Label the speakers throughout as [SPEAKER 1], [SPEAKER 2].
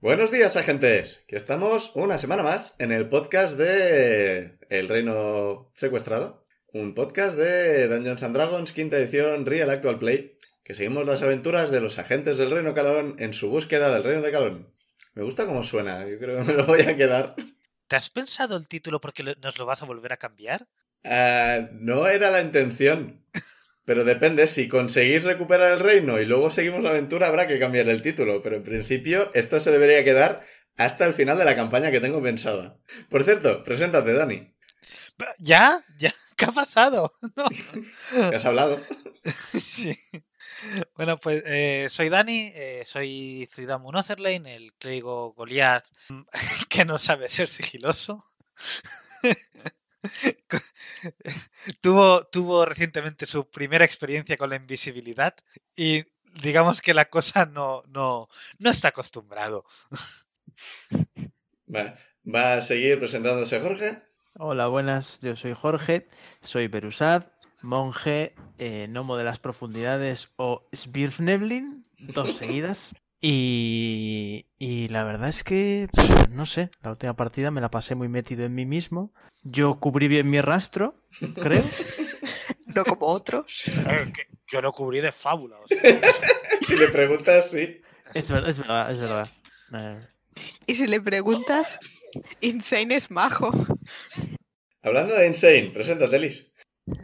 [SPEAKER 1] Buenos días, agentes. Que estamos una semana más en el podcast de El Reino Secuestrado. Un podcast de Dungeons and Dragons, quinta edición, Real Actual Play. Que seguimos las aventuras de los agentes del Reino Calón en su búsqueda del Reino de Calón. Me gusta cómo suena, yo creo que me lo voy a quedar.
[SPEAKER 2] ¿Te has pensado el título porque lo- nos lo vas a volver a cambiar?
[SPEAKER 1] Ah, no era la intención. Pero depende, si conseguís recuperar el reino y luego seguimos la aventura, habrá que cambiar el título. Pero en principio, esto se debería quedar hasta el final de la campaña que tengo pensada. Por cierto, preséntate, Dani,
[SPEAKER 2] Pero, ¿Ya? ¿Ya? ¿Qué ha pasado?
[SPEAKER 1] que has hablado.
[SPEAKER 2] Sí. Bueno, pues eh, soy Dani, eh, soy Ciudad Munotherlane, el clérigo Goliath mm, que no sabe ser sigiloso. Co- tuvo, tuvo recientemente su primera experiencia con la invisibilidad y digamos que la cosa no, no, no está acostumbrado.
[SPEAKER 1] Va, va a seguir presentándose Jorge.
[SPEAKER 3] Hola, buenas, yo soy Jorge, soy Berusad, monje, eh, gnomo de las profundidades o Svirfneblin, dos seguidas. Y, y la verdad es que, pf, no sé, la última partida me la pasé muy metido en mí mismo. Yo cubrí bien mi rastro, creo.
[SPEAKER 4] no como otros
[SPEAKER 2] Eh, que Yo lo cubrí de fábula. o sea.
[SPEAKER 1] Si le preguntas, sí.
[SPEAKER 3] Es verdad, es verdad, es verdad. Eh,
[SPEAKER 5] Y si le preguntas, Insane es majo.
[SPEAKER 1] Hablando de Insane, preséntate, Liz.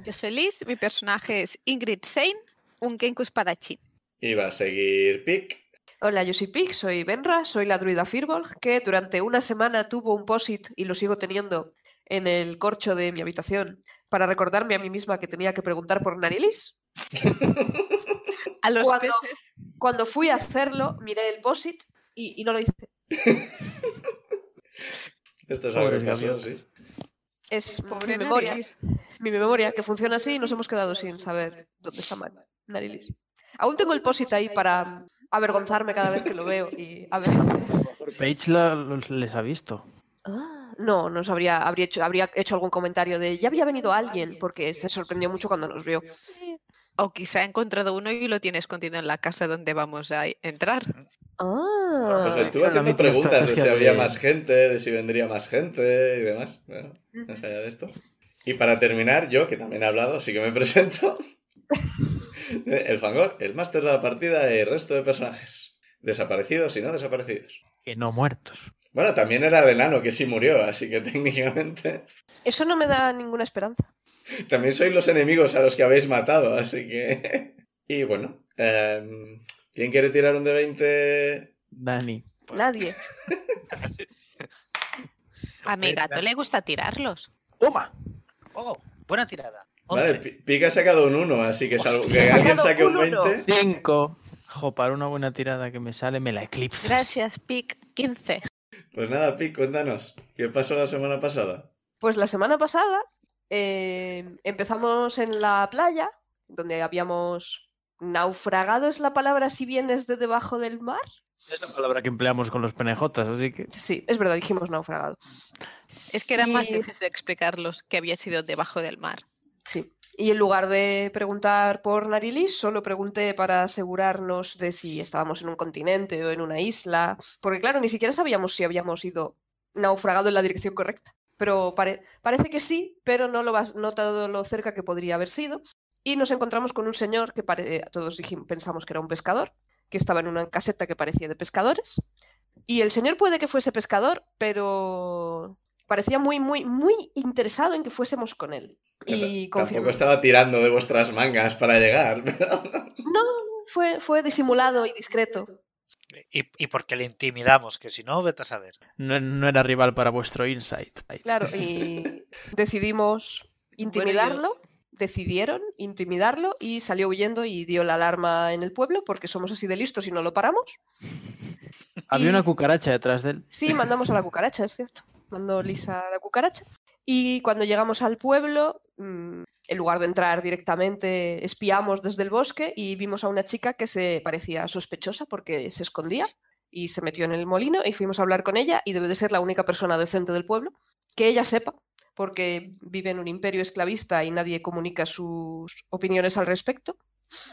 [SPEAKER 5] Yo soy Liz, mi personaje es Ingrid Sane, un Genku espadachín.
[SPEAKER 1] Y va a seguir Pic.
[SPEAKER 4] Hola, yo soy Pig, soy Benra, soy la druida Firbolg, que durante una semana tuvo un posit y lo sigo teniendo en el corcho de mi habitación para recordarme a mí misma que tenía que preguntar por Narilis.
[SPEAKER 5] A los
[SPEAKER 4] Cuando,
[SPEAKER 5] peces
[SPEAKER 4] cuando fui a hacerlo, miré el posit y, y no lo hice.
[SPEAKER 1] Esto es algo
[SPEAKER 3] pobres
[SPEAKER 1] que pasó,
[SPEAKER 3] gaviotas.
[SPEAKER 1] sí.
[SPEAKER 4] Es mi
[SPEAKER 5] Pobre
[SPEAKER 4] memoria,
[SPEAKER 5] Narilis.
[SPEAKER 4] mi memoria que funciona así y nos hemos quedado sin saber dónde está mal Narilis. Aún tengo el posit ahí para avergonzarme cada vez que lo veo y a ver.
[SPEAKER 3] Paige la- los- les ha visto.
[SPEAKER 4] Ah, No, nos habría, habría, hecho, habría hecho algún comentario de ya había venido alguien porque se sorprendió mucho cuando nos vio.
[SPEAKER 5] O quizá ha encontrado uno y lo tiene escondido en la casa donde vamos a entrar.
[SPEAKER 3] Mm,
[SPEAKER 1] Pues
[SPEAKER 4] Ah,
[SPEAKER 1] le estuve
[SPEAKER 3] la
[SPEAKER 1] haciendo
[SPEAKER 3] mítica
[SPEAKER 1] preguntas de si
[SPEAKER 3] estrategia
[SPEAKER 1] había
[SPEAKER 3] de-
[SPEAKER 1] más gente, de si vendría más gente y demás. Bueno, más allá de esto. Y para terminar, yo, que también he hablado, así que me presento. El Fangor, el máster de la partida y el resto de personajes. Desaparecidos y no desaparecidos.
[SPEAKER 3] Que no muertos.
[SPEAKER 1] Bueno, también era el enano que sí murió, así que técnicamente.
[SPEAKER 4] eso no me da ninguna esperanza.
[SPEAKER 1] También sois los enemigos a los que habéis matado, así que. Y bueno. em, ¿Quién quiere tirar un de 20?
[SPEAKER 3] Dani.
[SPEAKER 4] Nadie.
[SPEAKER 5] A mi
[SPEAKER 2] Hombre,
[SPEAKER 5] gato le gusta tirarlos.
[SPEAKER 3] ¡Toma!
[SPEAKER 2] Oh, buena tirada.
[SPEAKER 1] Vale,
[SPEAKER 2] 11.
[SPEAKER 1] Pi- Pica ha sacado un 1, así que salvo que
[SPEAKER 4] He sacado
[SPEAKER 1] alguien saque un
[SPEAKER 4] un uno.
[SPEAKER 1] 20.
[SPEAKER 3] Cinco. Jo, para una buena tirada que me sale, me la eclipsas.
[SPEAKER 5] Gracias, Pic. 15.
[SPEAKER 1] Pues nada, Pic, cuéntanos. ¿Qué pasó la semana pasada?
[SPEAKER 4] Pues la semana pasada eh, empezamos en la playa donde habíamos naufragado es la palabra si vienes de debajo del mar.
[SPEAKER 3] Es la palabra que empleamos con los penejotas, así que.
[SPEAKER 4] Sí, es verdad, dijimos naufragado.
[SPEAKER 5] Es que era más
[SPEAKER 4] Y-
[SPEAKER 5] difícil explicarlos que había sido debajo del mar.
[SPEAKER 4] Sí. Y en lugar de preguntar por Narilis, solo pregunté para asegurarnos de si estábamos en un continente o en una isla, porque claro, ni siquiera sabíamos si habíamos ido naufragado en la dirección correcta. Pero pare- parece que sí, pero no lo vas- no todo lo cerca que podría haber sido. Y nos encontramos con un señor que pare- todos dijim- pensamos que era un pescador, que estaba en una caseta que parecía de pescadores. Y el señor puede que fuese pescador, pero parecía muy, muy, muy interesado en que fuésemos con él. Y confirmó.
[SPEAKER 1] Tampoco estaba tirando de vuestras mangas para llegar, pero...
[SPEAKER 4] Fue, fue disimulado y discreto.
[SPEAKER 2] Y, y porque le intimidamos, que si no, vete a saber.
[SPEAKER 6] No, no era rival para vuestro insight.
[SPEAKER 4] Claro, y decidimos
[SPEAKER 5] Bueno, yo-
[SPEAKER 4] intimidarlo decidieron intimidarlo y salió huyendo y dio la alarma en el pueblo porque somos así de listos y no lo paramos.
[SPEAKER 3] Había una
[SPEAKER 4] Y-
[SPEAKER 3] cucaracha detrás de él.
[SPEAKER 4] Sí, mandamos a la cucaracha, es cierto. Mandó Lisa a la cucaracha. Y cuando llegamos al pueblo, mm, en lugar de entrar directamente, espiamos desde el bosque y vimos a una chica que se parecía sospechosa porque se escondía y se metió en el molino y fuimos a hablar con ella y debe de ser la única persona decente del pueblo que ella sepa porque vive en un imperio esclavista y nadie comunica sus opiniones al respecto.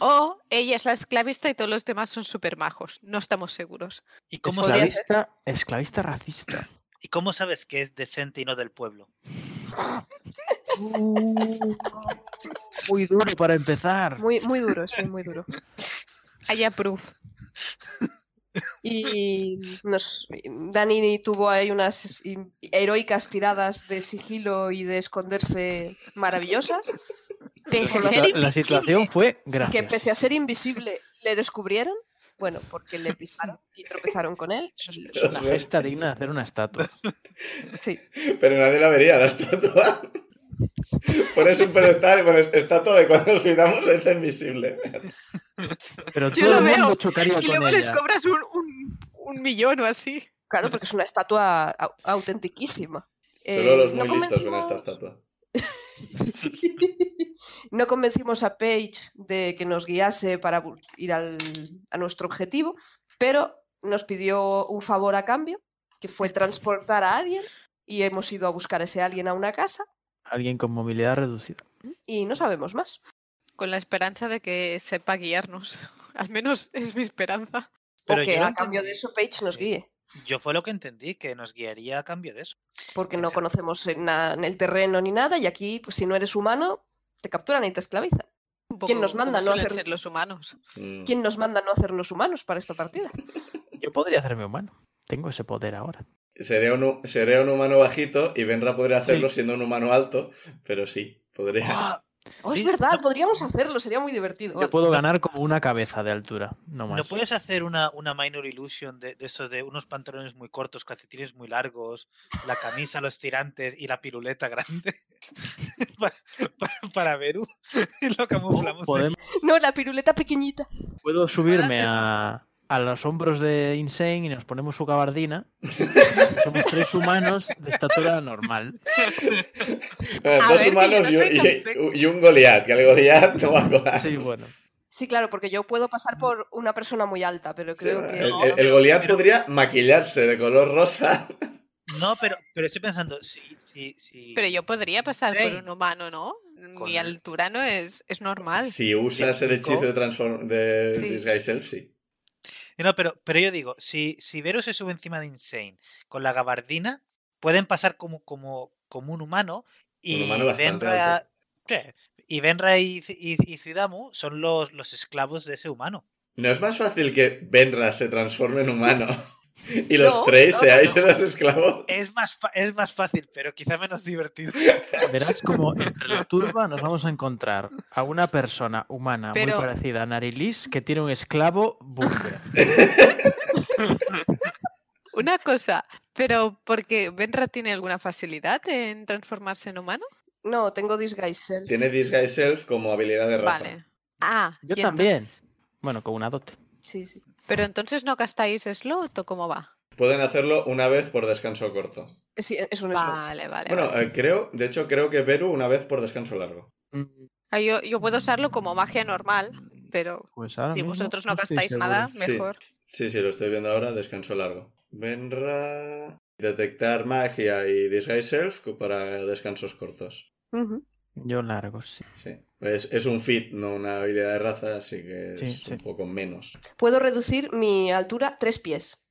[SPEAKER 5] O ella es la esclavista y todos los demás son súper majos. No estamos seguros.
[SPEAKER 2] ¿Y cómo,
[SPEAKER 4] podría
[SPEAKER 2] sabes,
[SPEAKER 4] ser.
[SPEAKER 3] Esclavista, esclavista racista.
[SPEAKER 2] ¿Y cómo sabes que es decente y no del pueblo?
[SPEAKER 3] Uh, muy duro para empezar.
[SPEAKER 4] Muy, muy duro, sí, muy duro.
[SPEAKER 5] Hay proof.
[SPEAKER 4] Y nos, Dani tuvo ahí unas in- heroicas tiradas de sigilo y de esconderse maravillosas,
[SPEAKER 5] Pese a
[SPEAKER 4] Con lo
[SPEAKER 5] ser
[SPEAKER 4] que-
[SPEAKER 3] La situación
[SPEAKER 5] invisible.
[SPEAKER 3] fue gracias.
[SPEAKER 4] que pese a ser invisible le descubrieron, bueno, porque le pisaron y tropezaron con él. Eso es-
[SPEAKER 3] Es una gesta digna de hacer una estatua.
[SPEAKER 4] Sí,
[SPEAKER 1] Pero nadie la vería, la estatua. Pones un pedestal y pones estatua de cuando giramos es invisible.
[SPEAKER 3] Pero
[SPEAKER 5] Yo
[SPEAKER 3] todo
[SPEAKER 5] lo
[SPEAKER 3] el
[SPEAKER 5] veo.
[SPEAKER 3] mundo chocaría
[SPEAKER 5] Y
[SPEAKER 3] con
[SPEAKER 5] luego les
[SPEAKER 3] ella.
[SPEAKER 5] cobras un, un- un millón o así.
[SPEAKER 4] claro, porque es una estatua au- autentiquísima.
[SPEAKER 1] Solo
[SPEAKER 4] Eh,
[SPEAKER 1] los
[SPEAKER 4] no
[SPEAKER 1] muy listos ven esta
[SPEAKER 4] convencimos-
[SPEAKER 1] estatua.
[SPEAKER 4] No convencimos a Paige de que nos guiase para bu- ir al- a nuestro objetivo, pero nos pidió un favor a cambio, que fue transportar a alguien, y hemos ido a buscar a ese alguien a una casa
[SPEAKER 3] Alguien con movilidad reducida.
[SPEAKER 4] y no sabemos más.
[SPEAKER 5] Con la esperanza de que sepa guiarnos. Al menos es mi esperanza.
[SPEAKER 2] Pero
[SPEAKER 4] o que
[SPEAKER 2] yo no
[SPEAKER 4] a cambio de
[SPEAKER 2] entendí.
[SPEAKER 4] eso Paige nos
[SPEAKER 2] Eh,
[SPEAKER 4] guíe,
[SPEAKER 2] Yo fue lo que entendí, que nos guiaría a cambio de eso.
[SPEAKER 4] porque
[SPEAKER 2] o
[SPEAKER 4] no
[SPEAKER 2] sea-
[SPEAKER 4] conocemos en, na- en el terreno ni nada, y aquí, pues, si no eres humano, te capturan y te esclavizan.
[SPEAKER 5] Un poco
[SPEAKER 4] ¿Quién nos
[SPEAKER 5] como
[SPEAKER 4] manda a no
[SPEAKER 5] suelen
[SPEAKER 4] hacer-
[SPEAKER 5] ser los humanos?
[SPEAKER 1] Mm.
[SPEAKER 4] ¿Quién nos manda no hacernos humanos para esta partida?
[SPEAKER 3] Yo podría hacerme humano. Tengo ese poder ahora.
[SPEAKER 1] Sería un, hu- sería un humano bajito y Benra podría hacerlo
[SPEAKER 3] Sí.
[SPEAKER 1] siendo un humano alto, pero sí, podría.
[SPEAKER 2] ¡Ah!
[SPEAKER 4] Oh, es
[SPEAKER 2] Sí,
[SPEAKER 4] verdad,
[SPEAKER 2] no-
[SPEAKER 4] podríamos hacerlo, sería muy divertido.
[SPEAKER 3] Yo puedo ganar como una cabeza de altura, no
[SPEAKER 2] ¿No
[SPEAKER 3] más.
[SPEAKER 2] puedes hacer una, una minor illusion de, de esos de unos pantalones muy cortos, calcetines muy largos, la camisa, los tirantes y la piruleta grande? para, para- para Beru y lo camuflamos. de-
[SPEAKER 3] Podemos-
[SPEAKER 4] No, la piruleta pequeñita.
[SPEAKER 3] puedo
[SPEAKER 1] Pues
[SPEAKER 3] subirme a, a los hombros de Insane y nos ponemos su gabardina. Somos tres humanos de estatura normal.
[SPEAKER 1] Eh,
[SPEAKER 5] A
[SPEAKER 1] dos
[SPEAKER 5] ver, que yo
[SPEAKER 1] humanos
[SPEAKER 5] no
[SPEAKER 1] y, un-
[SPEAKER 5] soy
[SPEAKER 1] y-
[SPEAKER 5] tan
[SPEAKER 1] y un Goliath, que el Goliath no va a colar.
[SPEAKER 3] Sí, bueno.
[SPEAKER 4] Sí, claro, porque yo puedo pasar por una persona muy alta, pero
[SPEAKER 1] Sí,
[SPEAKER 4] creo
[SPEAKER 1] el,
[SPEAKER 4] que.
[SPEAKER 1] el- el Goliath podría maquillarse de color rosa.
[SPEAKER 2] No, pero, pero estoy pensando, sí, sí, sí.
[SPEAKER 5] Pero yo podría pasar por
[SPEAKER 2] Sí.
[SPEAKER 5] un humano, ¿no? Mi
[SPEAKER 2] Con-
[SPEAKER 5] altura no es, es normal.
[SPEAKER 1] Si usas el
[SPEAKER 2] Típico.
[SPEAKER 1] hechizo de, transform, de
[SPEAKER 5] Sí.
[SPEAKER 1] Disguise Self, sí.
[SPEAKER 2] No, pero, pero yo digo, si, si Vero se sube encima de Insane con la gabardina, pueden pasar como, como, como un humano y
[SPEAKER 1] humano bastante
[SPEAKER 2] Benra,
[SPEAKER 1] alto.
[SPEAKER 2] Sí, y Benra y, Ci- y- y Zuidamu son los, los esclavos de ese humano.
[SPEAKER 1] ¿No es más fácil que Benra se transforme en humano y los
[SPEAKER 4] No,
[SPEAKER 1] tres
[SPEAKER 4] no,
[SPEAKER 1] seáis
[SPEAKER 4] no.
[SPEAKER 1] los esclavos?
[SPEAKER 2] Es más, fa- es más fácil, pero quizá menos divertido.
[SPEAKER 3] Verás como entre la turba nos vamos a encontrar a una persona humana
[SPEAKER 5] Pero-
[SPEAKER 3] muy parecida a Narilis que tiene un esclavo búlgaro.
[SPEAKER 5] Una cosa, pero porque Benra tiene alguna facilidad en transformarse en humano?
[SPEAKER 4] No, tengo Disguise Self.
[SPEAKER 1] Tiene Disguise Self como habilidad de raza.
[SPEAKER 5] Vale. Ah,
[SPEAKER 3] Yo
[SPEAKER 5] y
[SPEAKER 3] también.
[SPEAKER 5] entonces-
[SPEAKER 3] Bueno, con una dote.
[SPEAKER 4] Sí, sí.
[SPEAKER 5] Pero entonces no gastáis slot o cómo va?
[SPEAKER 1] Pueden hacerlo una vez por descanso corto.
[SPEAKER 4] Sí, es un slot.
[SPEAKER 5] Vale, vale.
[SPEAKER 1] Bueno,
[SPEAKER 5] vale.
[SPEAKER 1] eh, creo, de hecho, creo que Beru una vez por descanso largo.
[SPEAKER 3] Mm,
[SPEAKER 5] Ah, yo, yo puedo usarlo como magia normal, pero
[SPEAKER 3] Pues ahora
[SPEAKER 5] si
[SPEAKER 3] mismo
[SPEAKER 5] vosotros no
[SPEAKER 3] no estoy
[SPEAKER 5] gastáis
[SPEAKER 3] seguro.
[SPEAKER 5] nada,
[SPEAKER 1] Sí.
[SPEAKER 5] mejor.
[SPEAKER 1] Sí, sí, lo estoy viendo ahora, descanso largo. Benra. Detectar magia y disguise self para descansos cortos.
[SPEAKER 4] Ujú.
[SPEAKER 3] Yo largo, sí.
[SPEAKER 1] Sí. Es, es un fit, no una habilidad de raza, así que es
[SPEAKER 3] Sí, sí.
[SPEAKER 1] un poco menos.
[SPEAKER 4] Puedo reducir mi altura tres pies.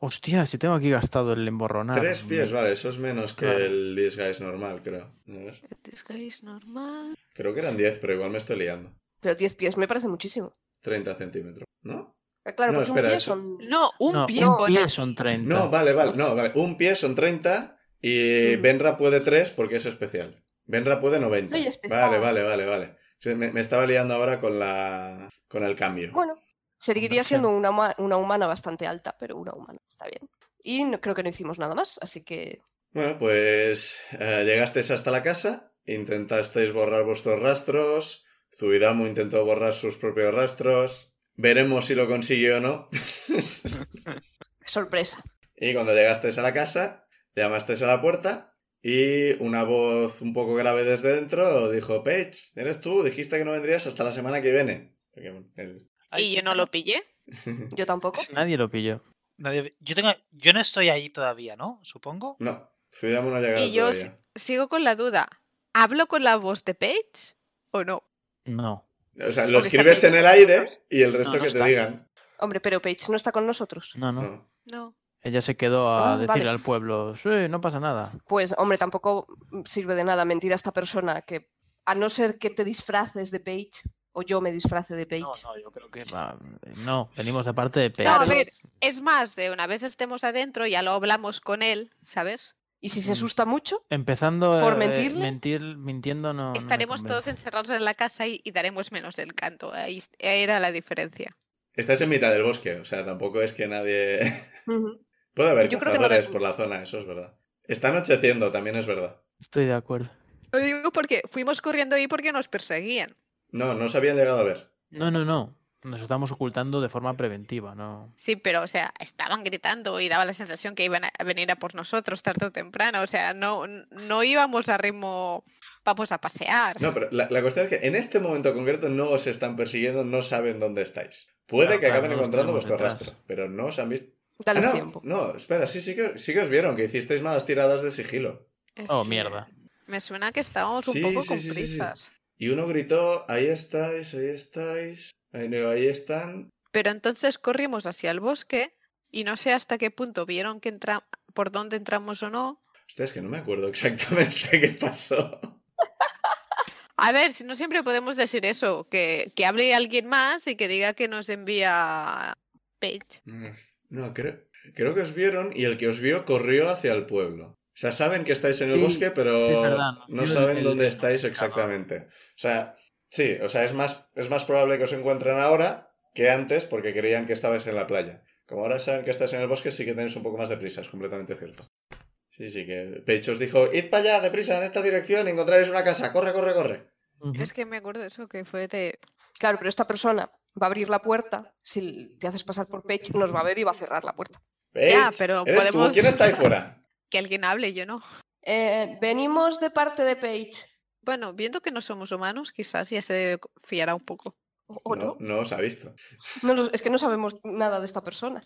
[SPEAKER 3] Hostia, si tengo aquí gastado el
[SPEAKER 6] Ah,
[SPEAKER 3] emborronado.
[SPEAKER 6] pues
[SPEAKER 1] Tres pies, vale, eso es menos que
[SPEAKER 3] Claro.
[SPEAKER 1] el disguise normal, creo. A ver.
[SPEAKER 5] Disguise normal.
[SPEAKER 1] Creo que eran 10, pero igual me estoy liando.
[SPEAKER 4] Pero 10 pies me parece muchísimo.
[SPEAKER 1] 30 centímetros, ¿no?
[SPEAKER 4] Eh, Claro,
[SPEAKER 1] No,
[SPEAKER 4] porque
[SPEAKER 1] espera,
[SPEAKER 4] un pie
[SPEAKER 1] eso-
[SPEAKER 4] son.
[SPEAKER 5] No, un
[SPEAKER 3] No,
[SPEAKER 5] pie
[SPEAKER 3] un
[SPEAKER 5] pone.
[SPEAKER 3] pie son 30.
[SPEAKER 1] No, vale, vale, no, vale. Un pie son 30 y
[SPEAKER 4] Mm.
[SPEAKER 1] Benra puede 3 porque es especial. Benra puede 90.
[SPEAKER 4] Soy especial.
[SPEAKER 1] Vale, vale, vale, vale. Sí, me, me estaba liando ahora con la con el cambio.
[SPEAKER 4] Bueno, seguiría siendo una, huma- una humana bastante alta, pero una humana, está bien. Y no, creo que no hicimos nada más, así que
[SPEAKER 1] Bueno, pues eh, llegasteis hasta la casa Intentasteis borrar vuestros rastros. Zuidamu intentó borrar sus propios rastros. Veremos si lo consiguió o no.
[SPEAKER 4] Sorpresa.
[SPEAKER 1] Y cuando llegasteis a la casa, llamasteis a la puerta y una voz un poco grave desde dentro dijo, Paige, eres tú, dijiste que no vendrías hasta la semana que viene. Porque, bueno, el-
[SPEAKER 5] Y yo no lo pillé.
[SPEAKER 4] Yo tampoco.
[SPEAKER 6] Nadie lo pilló.
[SPEAKER 2] Nadie- yo, tengo, yo no estoy ahí todavía, ¿no? Supongo.
[SPEAKER 1] No, Zuidamu no ha llegado
[SPEAKER 5] Y yo
[SPEAKER 1] todavía.
[SPEAKER 5] Sigo con la duda. ¿Hablo con la voz de Paige o no?
[SPEAKER 6] No.
[SPEAKER 1] O sea,
[SPEAKER 4] Porque
[SPEAKER 1] lo
[SPEAKER 4] está
[SPEAKER 1] escribes en
[SPEAKER 4] Paige
[SPEAKER 1] el
[SPEAKER 4] con
[SPEAKER 1] aire
[SPEAKER 4] nosotros.
[SPEAKER 1] y el resto
[SPEAKER 6] No, no
[SPEAKER 1] que te
[SPEAKER 6] está.
[SPEAKER 1] digan.
[SPEAKER 4] Hombre, pero Paige no está con nosotros.
[SPEAKER 6] No, no.
[SPEAKER 1] No.
[SPEAKER 5] No.
[SPEAKER 6] Ella se quedó a
[SPEAKER 4] Ah,
[SPEAKER 6] decir
[SPEAKER 4] vale.
[SPEAKER 6] al pueblo, sí, no pasa nada.
[SPEAKER 4] Pues, hombre, tampoco sirve de nada mentir a esta persona que, a no ser que te disfraces de Paige, o yo me disfrace de Paige.
[SPEAKER 6] No, no, yo creo que... va- No, venimos de parte de Paige.
[SPEAKER 5] No, a
[SPEAKER 4] Claro.
[SPEAKER 5] ver, es más, de una vez estemos adentro ya lo hablamos con él, ¿sabes?
[SPEAKER 4] Y si se
[SPEAKER 6] Mm.
[SPEAKER 4] asusta mucho,
[SPEAKER 6] Empezando
[SPEAKER 4] ¿Por
[SPEAKER 6] eh,
[SPEAKER 4] mentirle?
[SPEAKER 6] mentir, mintiendo no. no me
[SPEAKER 5] Estaremos todos
[SPEAKER 6] convence.
[SPEAKER 5] encerrados en la casa y, y daremos menos el canto. Ahí est- era la diferencia.
[SPEAKER 1] Estás en mitad del bosque, o sea, tampoco es que nadie...
[SPEAKER 4] ujú,
[SPEAKER 1] Puede haber
[SPEAKER 4] Yo creo que no
[SPEAKER 1] cazadores
[SPEAKER 4] de-
[SPEAKER 1] por la zona, eso es verdad. Está anocheciendo, también es verdad.
[SPEAKER 6] Estoy de acuerdo.
[SPEAKER 5] Lo digo porque fuimos corriendo ahí porque nos perseguían.
[SPEAKER 1] No, no se habían llegado a ver.
[SPEAKER 6] No, no, no. Nos estamos ocultando de forma preventiva, ¿no?
[SPEAKER 5] Sí, pero, o sea, estaban gritando y daba la sensación que iban a a venir a por nosotros tarde o temprano. O sea, no, no íbamos a ritmo, vamos a pasear.
[SPEAKER 1] No, pero la, la cuestión es que en este momento concreto no os están persiguiendo, no saben dónde estáis. Puede
[SPEAKER 6] Claro,
[SPEAKER 1] que
[SPEAKER 6] claro,
[SPEAKER 1] acaben
[SPEAKER 6] no los
[SPEAKER 1] encontrando
[SPEAKER 6] tenemos
[SPEAKER 1] vuestro
[SPEAKER 6] detrás.
[SPEAKER 1] rastro, pero no os han visto. Ah,
[SPEAKER 4] dales
[SPEAKER 1] no,
[SPEAKER 4] tiempo.
[SPEAKER 1] no, espera, sí, sí que, sí que os vieron, que hicisteis malas tiradas de sigilo.
[SPEAKER 5] Es
[SPEAKER 6] Oh,
[SPEAKER 5] que
[SPEAKER 6] mierda.
[SPEAKER 5] Me suena que estábamos un
[SPEAKER 1] Sí,
[SPEAKER 5] poco
[SPEAKER 1] sí,
[SPEAKER 5] con
[SPEAKER 1] sí, sí, sí.
[SPEAKER 5] prisas.
[SPEAKER 1] Y uno gritó, ahí estáis, ahí estáis, ahí, no, ahí están.
[SPEAKER 5] Pero entonces corrimos hacia el bosque y no sé hasta qué punto vieron que entra por dónde entramos o no.
[SPEAKER 1] Hostia, es que no me acuerdo exactamente qué pasó.
[SPEAKER 5] A ver, si no siempre podemos decir eso, que, que hable alguien más y que diga que nos envía Page.
[SPEAKER 1] No, creo, creo que os vieron y el que os vio corrió hacia el pueblo. O sea, saben que estáis en el
[SPEAKER 6] Sí,
[SPEAKER 1] bosque, pero
[SPEAKER 6] sí, es verdad, nos
[SPEAKER 1] no
[SPEAKER 6] vieron
[SPEAKER 1] saben
[SPEAKER 6] el-
[SPEAKER 1] dónde
[SPEAKER 6] el
[SPEAKER 1] estáis
[SPEAKER 6] mercado.
[SPEAKER 1] exactamente. O sea, sí, o sea, es más, es más probable que os encuentren ahora que antes porque creían que estabais en la playa. Como ahora saben que estáis en el bosque, sí que tenéis un poco más de prisa, es completamente cierto. Sí, sí, que Pecho os dijo, id para allá, deprisa, en esta dirección, encontraréis una casa, corre, corre, corre.
[SPEAKER 5] Es que me acuerdo eso que fue de.
[SPEAKER 4] Claro, pero esta persona va a abrir la puerta, si te haces pasar por Paige, nos va a ver y va a cerrar la puerta.
[SPEAKER 5] Ya,
[SPEAKER 1] Paige,
[SPEAKER 5] pero
[SPEAKER 1] ¿eres tú?
[SPEAKER 5] podemos-
[SPEAKER 1] ¿Quién está ahí fuera?
[SPEAKER 5] Que alguien hable, yo no.
[SPEAKER 4] Eh, venimos de parte de Paige.
[SPEAKER 5] Bueno, viendo que no somos humanos, quizás ya se fiará un poco.
[SPEAKER 4] ¿O, o no?
[SPEAKER 1] no, no os ha visto.
[SPEAKER 4] No lo- es que no sabemos nada de esta persona.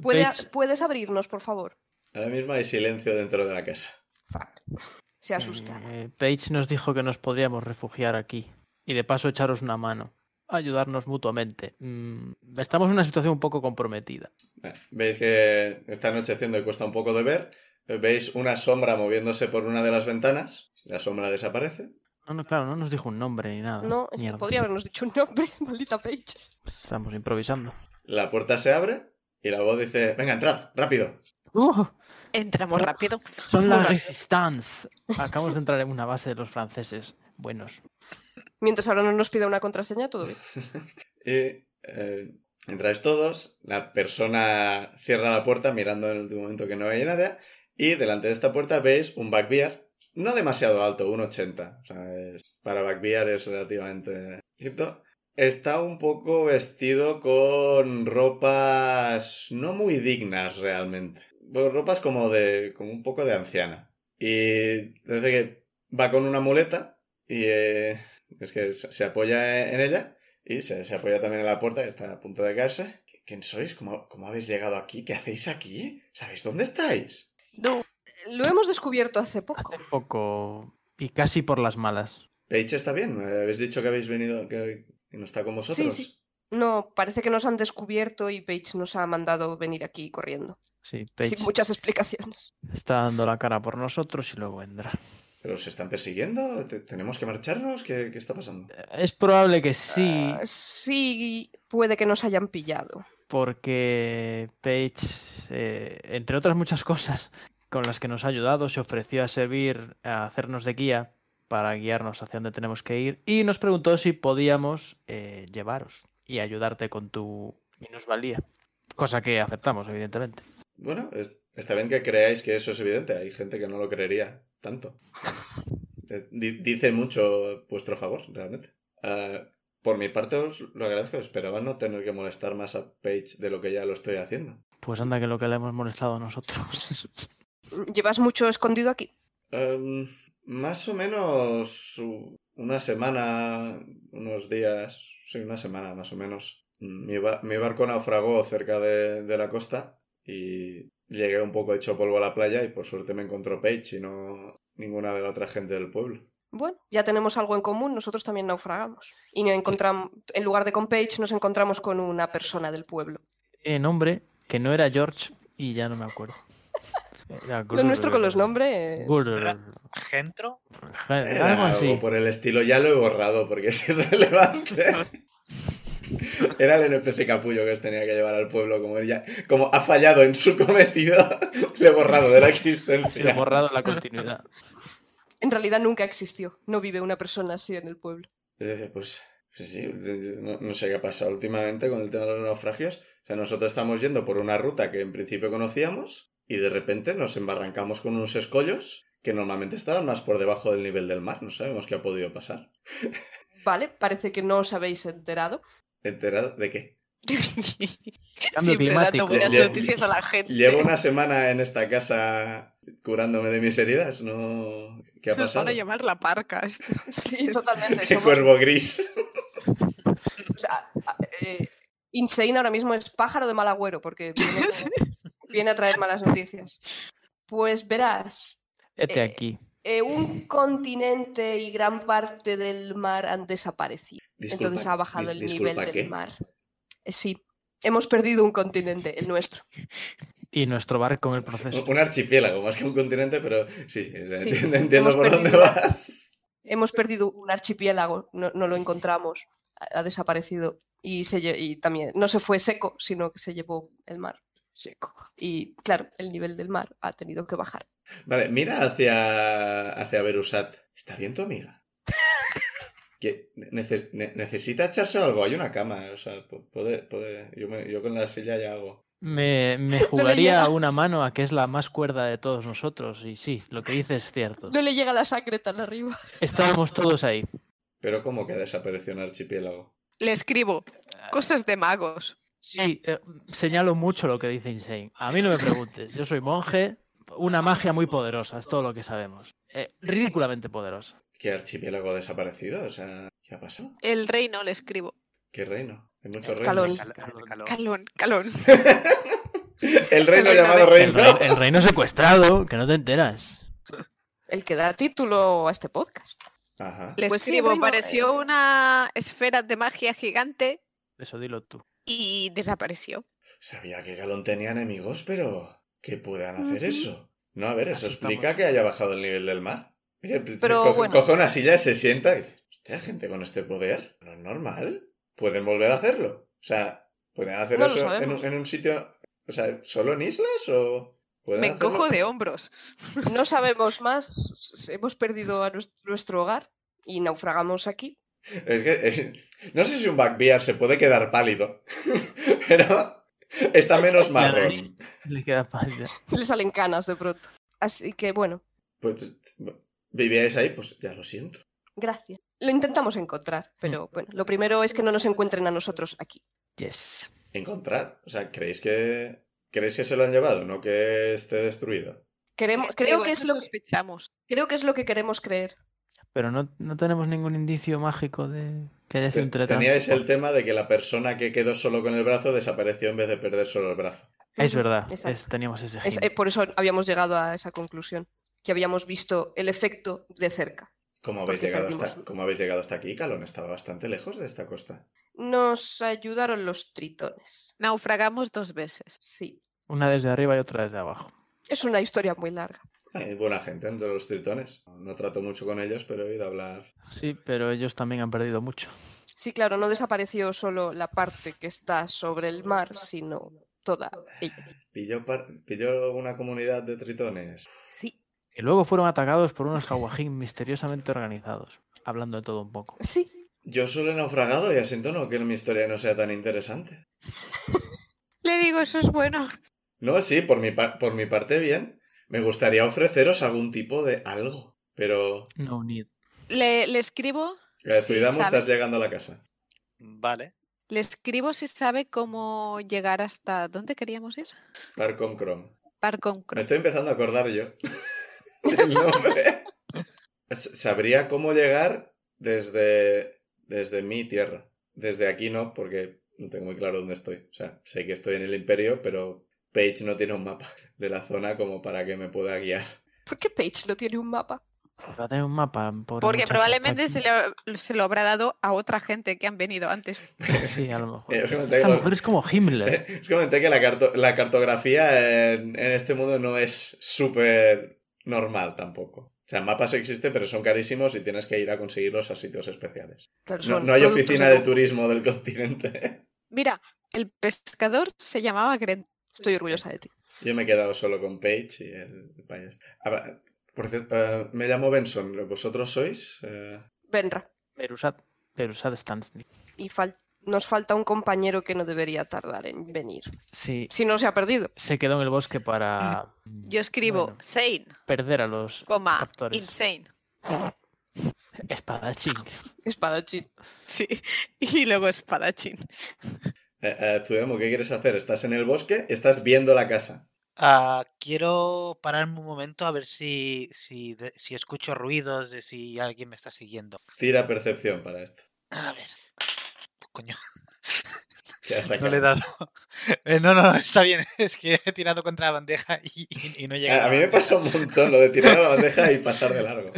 [SPEAKER 4] ¿Puede-
[SPEAKER 6] Paige-
[SPEAKER 4] ¿Puedes abrirnos, por favor?
[SPEAKER 1] Ahora mismo hay silencio dentro de la casa.
[SPEAKER 4] Fuck. Se asusta.
[SPEAKER 6] eh, Paige nos dijo que nos podríamos refugiar aquí. Y de paso echaros una mano. Ayudarnos mutuamente. Mm, estamos en una situación un poco comprometida.
[SPEAKER 1] Bueno, Veis que está anocheciendo y cuesta un poco de ver. Veis una sombra moviéndose por una de las ventanas. La sombra desaparece.
[SPEAKER 6] No, no, claro, no nos dijo un nombre ni
[SPEAKER 3] Ah,
[SPEAKER 6] nada.
[SPEAKER 4] No, es que
[SPEAKER 6] Mierda.
[SPEAKER 4] podría habernos dicho un nombre, maldita Paige.
[SPEAKER 6] Estamos improvisando.
[SPEAKER 1] La puerta se abre y la voz dice, venga, entrad, rápido.
[SPEAKER 6] ¡Uh!
[SPEAKER 5] Entramos rápido.
[SPEAKER 6] Son la Resistance. Acabamos de entrar en una base de los franceses. Buenos.
[SPEAKER 4] Mientras ahora no nos pida una contraseña, todo bien.
[SPEAKER 1] Y eh, entráis todos. La persona cierra la puerta mirando en el último momento que no hay nadie. Y delante de esta puerta veis un backbear. No demasiado alto, un 80. O sea, es- para backbear es relativamente... ¿cierto? Está un poco vestido con ropas no muy dignas realmente. Bueno, ropas como de... como un poco de anciana. Y parece que va con una muleta y eh, es que se se apoya en ella y se, se apoya también en la puerta que está a punto de caerse. ¿Qui- ¿Quién sois? ¿Cómo, cómo habéis llegado aquí? ¿Qué hacéis aquí? ¿Sabéis dónde estáis?
[SPEAKER 5] No.
[SPEAKER 4] Lo hemos descubierto hace poco.
[SPEAKER 6] Hace poco. Y casi por las malas.
[SPEAKER 1] Paige está bien. ¿Me habéis dicho que habéis venido, que, que no está con vosotros?
[SPEAKER 4] Sí, sí. No, parece que nos han descubierto y Paige nos ha mandado venir aquí corriendo.
[SPEAKER 6] Sí, Paige
[SPEAKER 4] Sin muchas explicaciones.
[SPEAKER 6] está dando la cara por nosotros y luego vendrá.
[SPEAKER 1] ¿Pero se están persiguiendo? ¿Te- ¿Tenemos que marcharnos? ¿Qué, qué está pasando?
[SPEAKER 6] Es probable que sí,
[SPEAKER 4] Ah, sí, puede que nos hayan pillado.
[SPEAKER 6] porque Paige, eh, entre otras muchas cosas con las que nos ha ayudado, se ofreció a servir, a hacernos de guía para guiarnos hacia donde tenemos que ir y nos preguntó si podíamos eh, llevaros y ayudarte con tu minusvalía. Cosa que aceptamos, evidentemente.
[SPEAKER 1] Bueno, es- está bien que creáis que eso es evidente. Hay gente que no lo creería tanto. Eh, di- Dice mucho vuestro favor, realmente. Ah, por mi parte os lo agradezco. Esperaba no tener que molestar más a Paige de lo que ya lo estoy haciendo.
[SPEAKER 6] Pues anda que lo que le hemos molestado a nosotros.
[SPEAKER 3] Llevas mucho escondido aquí.
[SPEAKER 1] Em, más o menos u- una semana, unos días, sí, una semana más o menos. Mi, ba- mi barco naufragó cerca de, de la costa y llegué un poco hecho polvo a la playa y por suerte me encontró Paige y no ninguna de la otra gente del pueblo.
[SPEAKER 3] Bueno, ya tenemos algo en común, nosotros también naufragamos. Y nos encontram- en lugar de con Page, nos encontramos con una persona del pueblo.
[SPEAKER 6] Tiene nombre que no era George y ya no me acuerdo. Era
[SPEAKER 3] Lo nuestro con los
[SPEAKER 6] Grrr,
[SPEAKER 3] nombres.
[SPEAKER 6] grrr,
[SPEAKER 2] ¿Gentro?
[SPEAKER 6] ja-
[SPEAKER 1] Era
[SPEAKER 6] Algo así.
[SPEAKER 1] por el estilo, ya lo he borrado porque es irrelevante. Era el NPC capullo que os tenía que llevar al pueblo, como, él ya, como ha fallado en su cometido, le he borrado de la
[SPEAKER 6] Ha sido
[SPEAKER 1] existencia.
[SPEAKER 6] borrado la continuidad.
[SPEAKER 3] En realidad nunca existió. No vive una persona así en el pueblo.
[SPEAKER 1] Y dice, pues, pues sí, no, no sé qué ha pasado últimamente con el tema de los naufragios. O sea, nosotros estamos yendo por una ruta que en principio conocíamos y de repente nos embarrancamos con unos escollos que normalmente estaban más por debajo del nivel del mar. No sabemos qué ha podido pasar.
[SPEAKER 3] Vale, parece que no os habéis enterado.
[SPEAKER 1] ¿Enterado de qué?
[SPEAKER 6] Cambio
[SPEAKER 5] Siempre dando
[SPEAKER 6] climático.
[SPEAKER 5] buenas
[SPEAKER 1] Llevo-
[SPEAKER 5] noticias a la gente.
[SPEAKER 1] Llevo una semana en esta casa curándome de mis heridas, ¿no? ¿Qué ha
[SPEAKER 5] Nos
[SPEAKER 1] pasado?
[SPEAKER 5] van a llamar la parca.
[SPEAKER 3] Sí, totalmente.
[SPEAKER 1] El
[SPEAKER 3] somos-
[SPEAKER 1] cuervo gris.
[SPEAKER 3] o sea, a- eh, Insane ahora mismo es pájaro de mal agüero porque viene, viene a traer malas noticias. Pues verás,
[SPEAKER 6] Este
[SPEAKER 3] Eh,
[SPEAKER 6] aquí.
[SPEAKER 3] eh, un continente y gran parte del mar han desaparecido.
[SPEAKER 1] Disculpa,
[SPEAKER 3] Entonces ha bajado
[SPEAKER 1] dis-
[SPEAKER 3] el
[SPEAKER 1] disculpa,
[SPEAKER 3] nivel del
[SPEAKER 1] ¿qué?
[SPEAKER 3] mar. Eh, Sí, hemos perdido un continente, el nuestro.
[SPEAKER 6] Y nuestro barco en el proceso.
[SPEAKER 1] Un archipiélago, más que un continente, pero sí, o sea,
[SPEAKER 3] Sí,
[SPEAKER 1] entiendo,
[SPEAKER 3] hemos
[SPEAKER 1] entiendo por
[SPEAKER 3] perdido
[SPEAKER 1] dónde
[SPEAKER 3] la-
[SPEAKER 1] vas.
[SPEAKER 3] Hemos perdido un archipiélago, no, no lo encontramos, ha- ha desaparecido y, se lle- y también no se fue seco, sino que se llevó el mar.
[SPEAKER 6] Seco.
[SPEAKER 3] Y claro, el nivel del mar ha tenido que bajar.
[SPEAKER 1] Vale, mira hacia, hacia Berusat. ¿Está bien tu amiga? Que nece- ne- necesita echarse algo, hay una cama, o sea, pu- puede, puede, yo, me- yo con la silla ya hago.
[SPEAKER 6] Me, me
[SPEAKER 3] llega.
[SPEAKER 6] jugaría una mano a que es la más cuerda de todos nosotros. Y sí, lo que dice es cierto.
[SPEAKER 3] No le llega la sangre tan arriba.
[SPEAKER 6] Estábamos todos ahí.
[SPEAKER 1] Pero ¿cómo que desapareció un archipiélago?
[SPEAKER 5] Le escribo cosas de magos.
[SPEAKER 6] Sí, eh, señalo mucho lo que dice Insane. A mí no me preguntes. Yo soy monje. Una magia muy poderosa, es todo lo que sabemos. Eh, ridículamente poderosa.
[SPEAKER 1] ¿Qué archipiélago ha desaparecido? O sea, ¿qué ha pasado?
[SPEAKER 5] El reino le escribo.
[SPEAKER 1] ¿Qué reino? Hay muchos reinos.
[SPEAKER 3] Calón.
[SPEAKER 2] Cal- cal- calor.
[SPEAKER 5] Calón, calón.
[SPEAKER 1] El reino
[SPEAKER 5] El reino
[SPEAKER 1] llamado
[SPEAKER 5] de-
[SPEAKER 7] El,
[SPEAKER 1] reino.
[SPEAKER 7] rei- el reino secuestrado, que no te enteras.
[SPEAKER 3] El que da título a este podcast.
[SPEAKER 1] Ajá.
[SPEAKER 5] Le
[SPEAKER 3] Pues sí,
[SPEAKER 5] escribo,
[SPEAKER 3] reino,
[SPEAKER 5] apareció
[SPEAKER 3] eh.
[SPEAKER 5] una esfera de magia gigante
[SPEAKER 6] Eso dilo tú.
[SPEAKER 5] y desapareció.
[SPEAKER 1] Sabía que Galón tenía enemigos, pero ¿qué puedan hacer
[SPEAKER 5] Ujú.
[SPEAKER 1] eso? No, a ver, eso
[SPEAKER 6] Así
[SPEAKER 1] explica
[SPEAKER 6] estamos.
[SPEAKER 1] que haya bajado el nivel del mar. Oye, pues,
[SPEAKER 3] Pero
[SPEAKER 1] coge,
[SPEAKER 3] bueno.
[SPEAKER 1] coge una silla y se sienta y dice, hostia, gente con este poder, no es normal. Pueden volver a hacerlo. O sea, pueden hacer
[SPEAKER 3] No lo
[SPEAKER 1] eso en
[SPEAKER 3] sabemos.
[SPEAKER 1] un, en un sitio, o sea, solo en islas o... pueden
[SPEAKER 5] Me
[SPEAKER 1] hacerlo?
[SPEAKER 5] encojo de hombros.
[SPEAKER 3] No sabemos más, s- hemos perdido a nues- nuestro hogar y naufragamos aquí.
[SPEAKER 1] Es que eh, no sé si un backbeard se puede quedar pálido, pero está menos
[SPEAKER 6] La
[SPEAKER 1] marrón.
[SPEAKER 6] nariz Le queda pálida.
[SPEAKER 3] Le salen canas de pronto. Así que bueno,
[SPEAKER 1] Pues vivíais ahí, pues ya lo siento.
[SPEAKER 3] gracias. Lo intentamos encontrar, pero bueno, lo primero es que no nos encuentren a nosotros aquí.
[SPEAKER 6] Yes.
[SPEAKER 1] Encontrar, o sea, creéis que creéis que se lo han llevado, no que esté destruido.
[SPEAKER 3] Queremos,
[SPEAKER 5] Les
[SPEAKER 3] creo,
[SPEAKER 5] digo,
[SPEAKER 3] que es
[SPEAKER 5] "Eso
[SPEAKER 3] lo que,
[SPEAKER 5] sospechamos.
[SPEAKER 3] creo que es lo que queremos creer.
[SPEAKER 6] Pero no, no tenemos ningún indicio mágico de que haya sido un
[SPEAKER 1] Te- Teníais el
[SPEAKER 6] teletransporte.
[SPEAKER 1] tema de que la persona que quedó solo con el brazo desapareció en vez de perder solo el brazo.
[SPEAKER 6] Es verdad,
[SPEAKER 3] Ujú,
[SPEAKER 6] es-
[SPEAKER 3] exacto.
[SPEAKER 6] teníamos ese
[SPEAKER 3] Es-
[SPEAKER 6] hint.
[SPEAKER 3] eh, por eso habíamos llegado a esa conclusión, que habíamos visto el efecto de cerca.
[SPEAKER 1] ¿Cómo habéis,
[SPEAKER 3] Porque
[SPEAKER 1] llegado
[SPEAKER 3] perdimos-
[SPEAKER 1] hasta, cómo habéis llegado hasta aquí? Calón estaba bastante lejos de esta costa.
[SPEAKER 3] Nos ayudaron los tritones.
[SPEAKER 5] Naufragamos dos veces.
[SPEAKER 3] Sí,
[SPEAKER 6] Una desde arriba y otra desde abajo.
[SPEAKER 3] es una historia muy larga.
[SPEAKER 1] Hay buena gente entre los tritones. No trato mucho con ellos, pero he oído hablar
[SPEAKER 6] Sí, pero ellos también han perdido mucho.
[SPEAKER 3] Sí, claro, no desapareció solo la parte que está sobre el mar, sino toda ella.
[SPEAKER 1] Pilló, par- pilló una comunidad de tritones.
[SPEAKER 3] Sí,
[SPEAKER 6] Y luego fueron atacados por unos jaguajín misteriosamente organizados. Hablando de todo un poco.
[SPEAKER 3] sí.
[SPEAKER 1] Yo solo he naufragado y asiento no que mi historia no sea tan interesante.
[SPEAKER 5] Le digo, eso es bueno.
[SPEAKER 1] No, sí, por mi, pa- por mi parte bien. Me gustaría ofreceros algún tipo de algo. Pero
[SPEAKER 3] No need.
[SPEAKER 5] Le, le escribo,
[SPEAKER 1] eh,
[SPEAKER 5] Sí,
[SPEAKER 1] cuidamos,
[SPEAKER 5] sabe.
[SPEAKER 1] estás llegando a la casa.
[SPEAKER 2] Vale.
[SPEAKER 5] le escribo si sabe cómo llegar hasta dónde queríamos ir.
[SPEAKER 1] Parcom Chrome.
[SPEAKER 5] Parcon
[SPEAKER 1] Me
[SPEAKER 3] Pues
[SPEAKER 1] estoy empezando a acordar yo. El nombre. S- Sabría cómo llegar desde, desde mi tierra. Desde aquí no, porque no tengo muy claro dónde estoy. O sea, sé que estoy en el imperio, pero Page no tiene un mapa de la zona como para que me pueda guiar.
[SPEAKER 4] ¿Por qué Paige no tiene un mapa?
[SPEAKER 3] Va a tener un mapa. pobre
[SPEAKER 5] Porque
[SPEAKER 3] muchacho,
[SPEAKER 5] probablemente se
[SPEAKER 3] está
[SPEAKER 5] lo, se lo habrá dado a otra gente que han venido antes.
[SPEAKER 3] aquí. Sí, a lo mejor.
[SPEAKER 1] Eh, os comenté
[SPEAKER 3] Esta
[SPEAKER 1] que-
[SPEAKER 3] mujer es como Himmler.
[SPEAKER 1] Os comenté que la, carto- la cartografía en, en este mundo no es súper normal tampoco. O sea, mapas existen, pero son carísimos y tienes que ir a conseguirlos a sitios especiales.
[SPEAKER 4] Claro,
[SPEAKER 1] No,
[SPEAKER 4] son
[SPEAKER 1] no hay
[SPEAKER 4] productos
[SPEAKER 1] oficina de
[SPEAKER 4] lujo.
[SPEAKER 1] turismo del continente.
[SPEAKER 5] Mira, el pescador se llamaba Gren.
[SPEAKER 4] Estoy orgullosa de ti.
[SPEAKER 1] Yo me he quedado solo con Paige y el el payo este. Ah, va, Por cierto, eh, me llamo Benson. ¿Vosotros sois? Eh,
[SPEAKER 4] Venra.
[SPEAKER 3] Perusad. Perusad Stansny.
[SPEAKER 4] Y fal- nos falta un compañero que no debería tardar en venir.
[SPEAKER 3] Sí,
[SPEAKER 4] Si no se ha perdido.
[SPEAKER 3] se quedó en el bosque para.
[SPEAKER 5] Yo escribo
[SPEAKER 3] bueno,
[SPEAKER 5] Sane,
[SPEAKER 3] perder a los
[SPEAKER 5] coma,
[SPEAKER 3] captores.
[SPEAKER 5] Insane.
[SPEAKER 3] Espadachín.
[SPEAKER 4] Espadachín.
[SPEAKER 5] Sí, y luego espadachín.
[SPEAKER 1] eh, eh, Tsudemo, ¿qué quieres hacer? ¿Estás en el bosque? ¿Estás viendo la casa?
[SPEAKER 2] Ah, quiero pararme un momento a ver si, si, de- si escucho ruidos, de si alguien me está siguiendo.
[SPEAKER 1] Tira percepción para esto.
[SPEAKER 2] A ver. Coño,
[SPEAKER 1] ¿Qué has sacado?
[SPEAKER 2] no le he dado. Eh, no, no, está bien. Es que he tirado contra la bandeja y, y- y no he llegado.
[SPEAKER 1] a, a
[SPEAKER 2] la
[SPEAKER 1] mí me pasa
[SPEAKER 2] bandeja.
[SPEAKER 1] un montón lo de tirar a la bandeja y pasar de largo.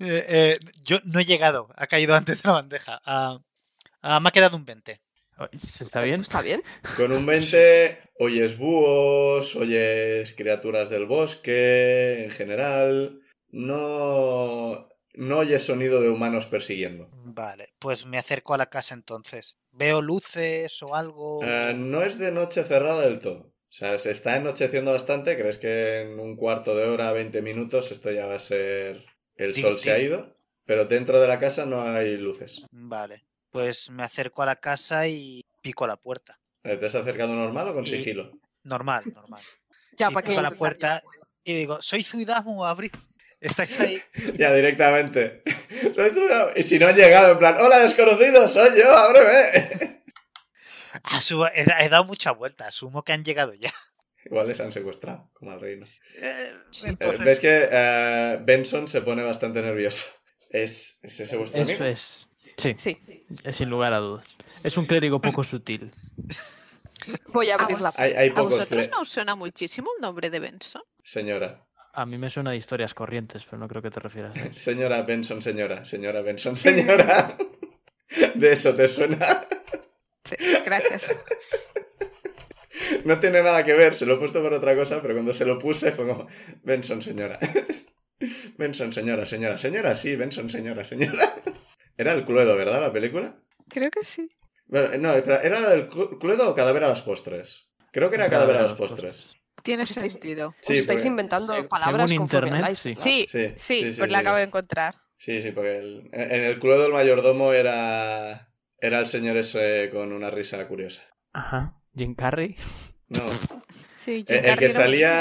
[SPEAKER 2] Eh, eh, yo no he llegado, ha caído antes de la bandeja. Ah, ah, me ha quedado un 20.
[SPEAKER 3] ¿Está bien?
[SPEAKER 4] Está bien.
[SPEAKER 1] Con un 20 oyes búhos, oyes criaturas del bosque en general. No, no oyes sonido de humanos persiguiendo.
[SPEAKER 2] Vale, pues me acerco a la casa entonces. ¿Veo luces o algo?
[SPEAKER 1] Eh, no es de noche cerrada del todo. O sea, se está anocheciendo bastante. ¿Crees que en un cuarto de hora, 20 minutos, esto ya va a ser... El
[SPEAKER 2] Tin,
[SPEAKER 1] sol se ha
[SPEAKER 2] tin.
[SPEAKER 1] ido, pero dentro de la casa no hay luces.
[SPEAKER 2] Vale, pues me acerco a la casa y pico a la puerta.
[SPEAKER 1] Eh, ¿Te has acercado normal o con
[SPEAKER 2] Y-
[SPEAKER 1] sigilo?
[SPEAKER 2] Normal, normal.
[SPEAKER 4] Ya,
[SPEAKER 2] Y
[SPEAKER 4] para que.
[SPEAKER 2] toca la puerta. Y digo, soy Zuidamu, abrid. ¿Estáis ahí?
[SPEAKER 1] Ya, directamente. Soy Zuda. Y si no han llegado, en plan, hola desconocido, soy yo, ábreme.
[SPEAKER 2] Asumo- Ah, he, da- he dado mucha vuelta, asumo que han llegado ya.
[SPEAKER 1] Igual les han secuestrado, como al reino.
[SPEAKER 2] Eh,
[SPEAKER 4] pues
[SPEAKER 1] Eh,
[SPEAKER 5] Pues
[SPEAKER 2] entonces-
[SPEAKER 1] Ves que eh, Benson se pone bastante nervioso. ¿Es, es ese vuestro
[SPEAKER 3] Eso
[SPEAKER 1] amigo?
[SPEAKER 3] es. Sí,
[SPEAKER 4] Sí,
[SPEAKER 3] es sin lugar a dudas. Es un clérigo poco sutil.
[SPEAKER 4] voy a abrir
[SPEAKER 5] Vamos.
[SPEAKER 4] la
[SPEAKER 1] Hay, hay
[SPEAKER 5] ¿A
[SPEAKER 1] pocos,
[SPEAKER 5] vosotros
[SPEAKER 1] cre-
[SPEAKER 5] no os suena muchísimo el nombre de Benson?
[SPEAKER 1] señora.
[SPEAKER 3] A mí me suena de historias corrientes, pero no creo que te refieras a eso.
[SPEAKER 1] Señora Benson, señora. Señora Benson, señora. De eso te suena.
[SPEAKER 5] Sí, gracias.
[SPEAKER 1] No tiene nada que ver, se lo he puesto por otra cosa, pero cuando se lo puse fue como Benson, señora. Benson, señora, señora, señora, sí, Benson, señora, señora. Era el Cluedo, ¿verdad? La película.
[SPEAKER 5] Creo que sí.
[SPEAKER 1] Bueno, no, espera, ¿era del Clu- Cluedo o Cadáver a los postres? Creo que era Cadáver a los postres.
[SPEAKER 5] Tiene
[SPEAKER 4] Os estáis-
[SPEAKER 5] sentido.
[SPEAKER 4] Os estáis
[SPEAKER 1] porque-
[SPEAKER 4] inventando
[SPEAKER 3] pues, Según
[SPEAKER 4] palabras conforme
[SPEAKER 3] internet,
[SPEAKER 4] habláis.
[SPEAKER 3] sí.
[SPEAKER 5] Sí,
[SPEAKER 1] Sí,
[SPEAKER 5] sí,
[SPEAKER 1] sí, sí,
[SPEAKER 5] pues
[SPEAKER 1] sí,
[SPEAKER 5] la
[SPEAKER 1] sí.
[SPEAKER 5] acabo de encontrar.
[SPEAKER 1] Sí, sí, porque el- en el Cluedo el mayordomo era, era el señor ese con una risa curiosa.
[SPEAKER 6] Ajá. Jim Carrey.
[SPEAKER 1] No,
[SPEAKER 5] Sí, Jim
[SPEAKER 1] E, el, el que
[SPEAKER 5] Carrey era-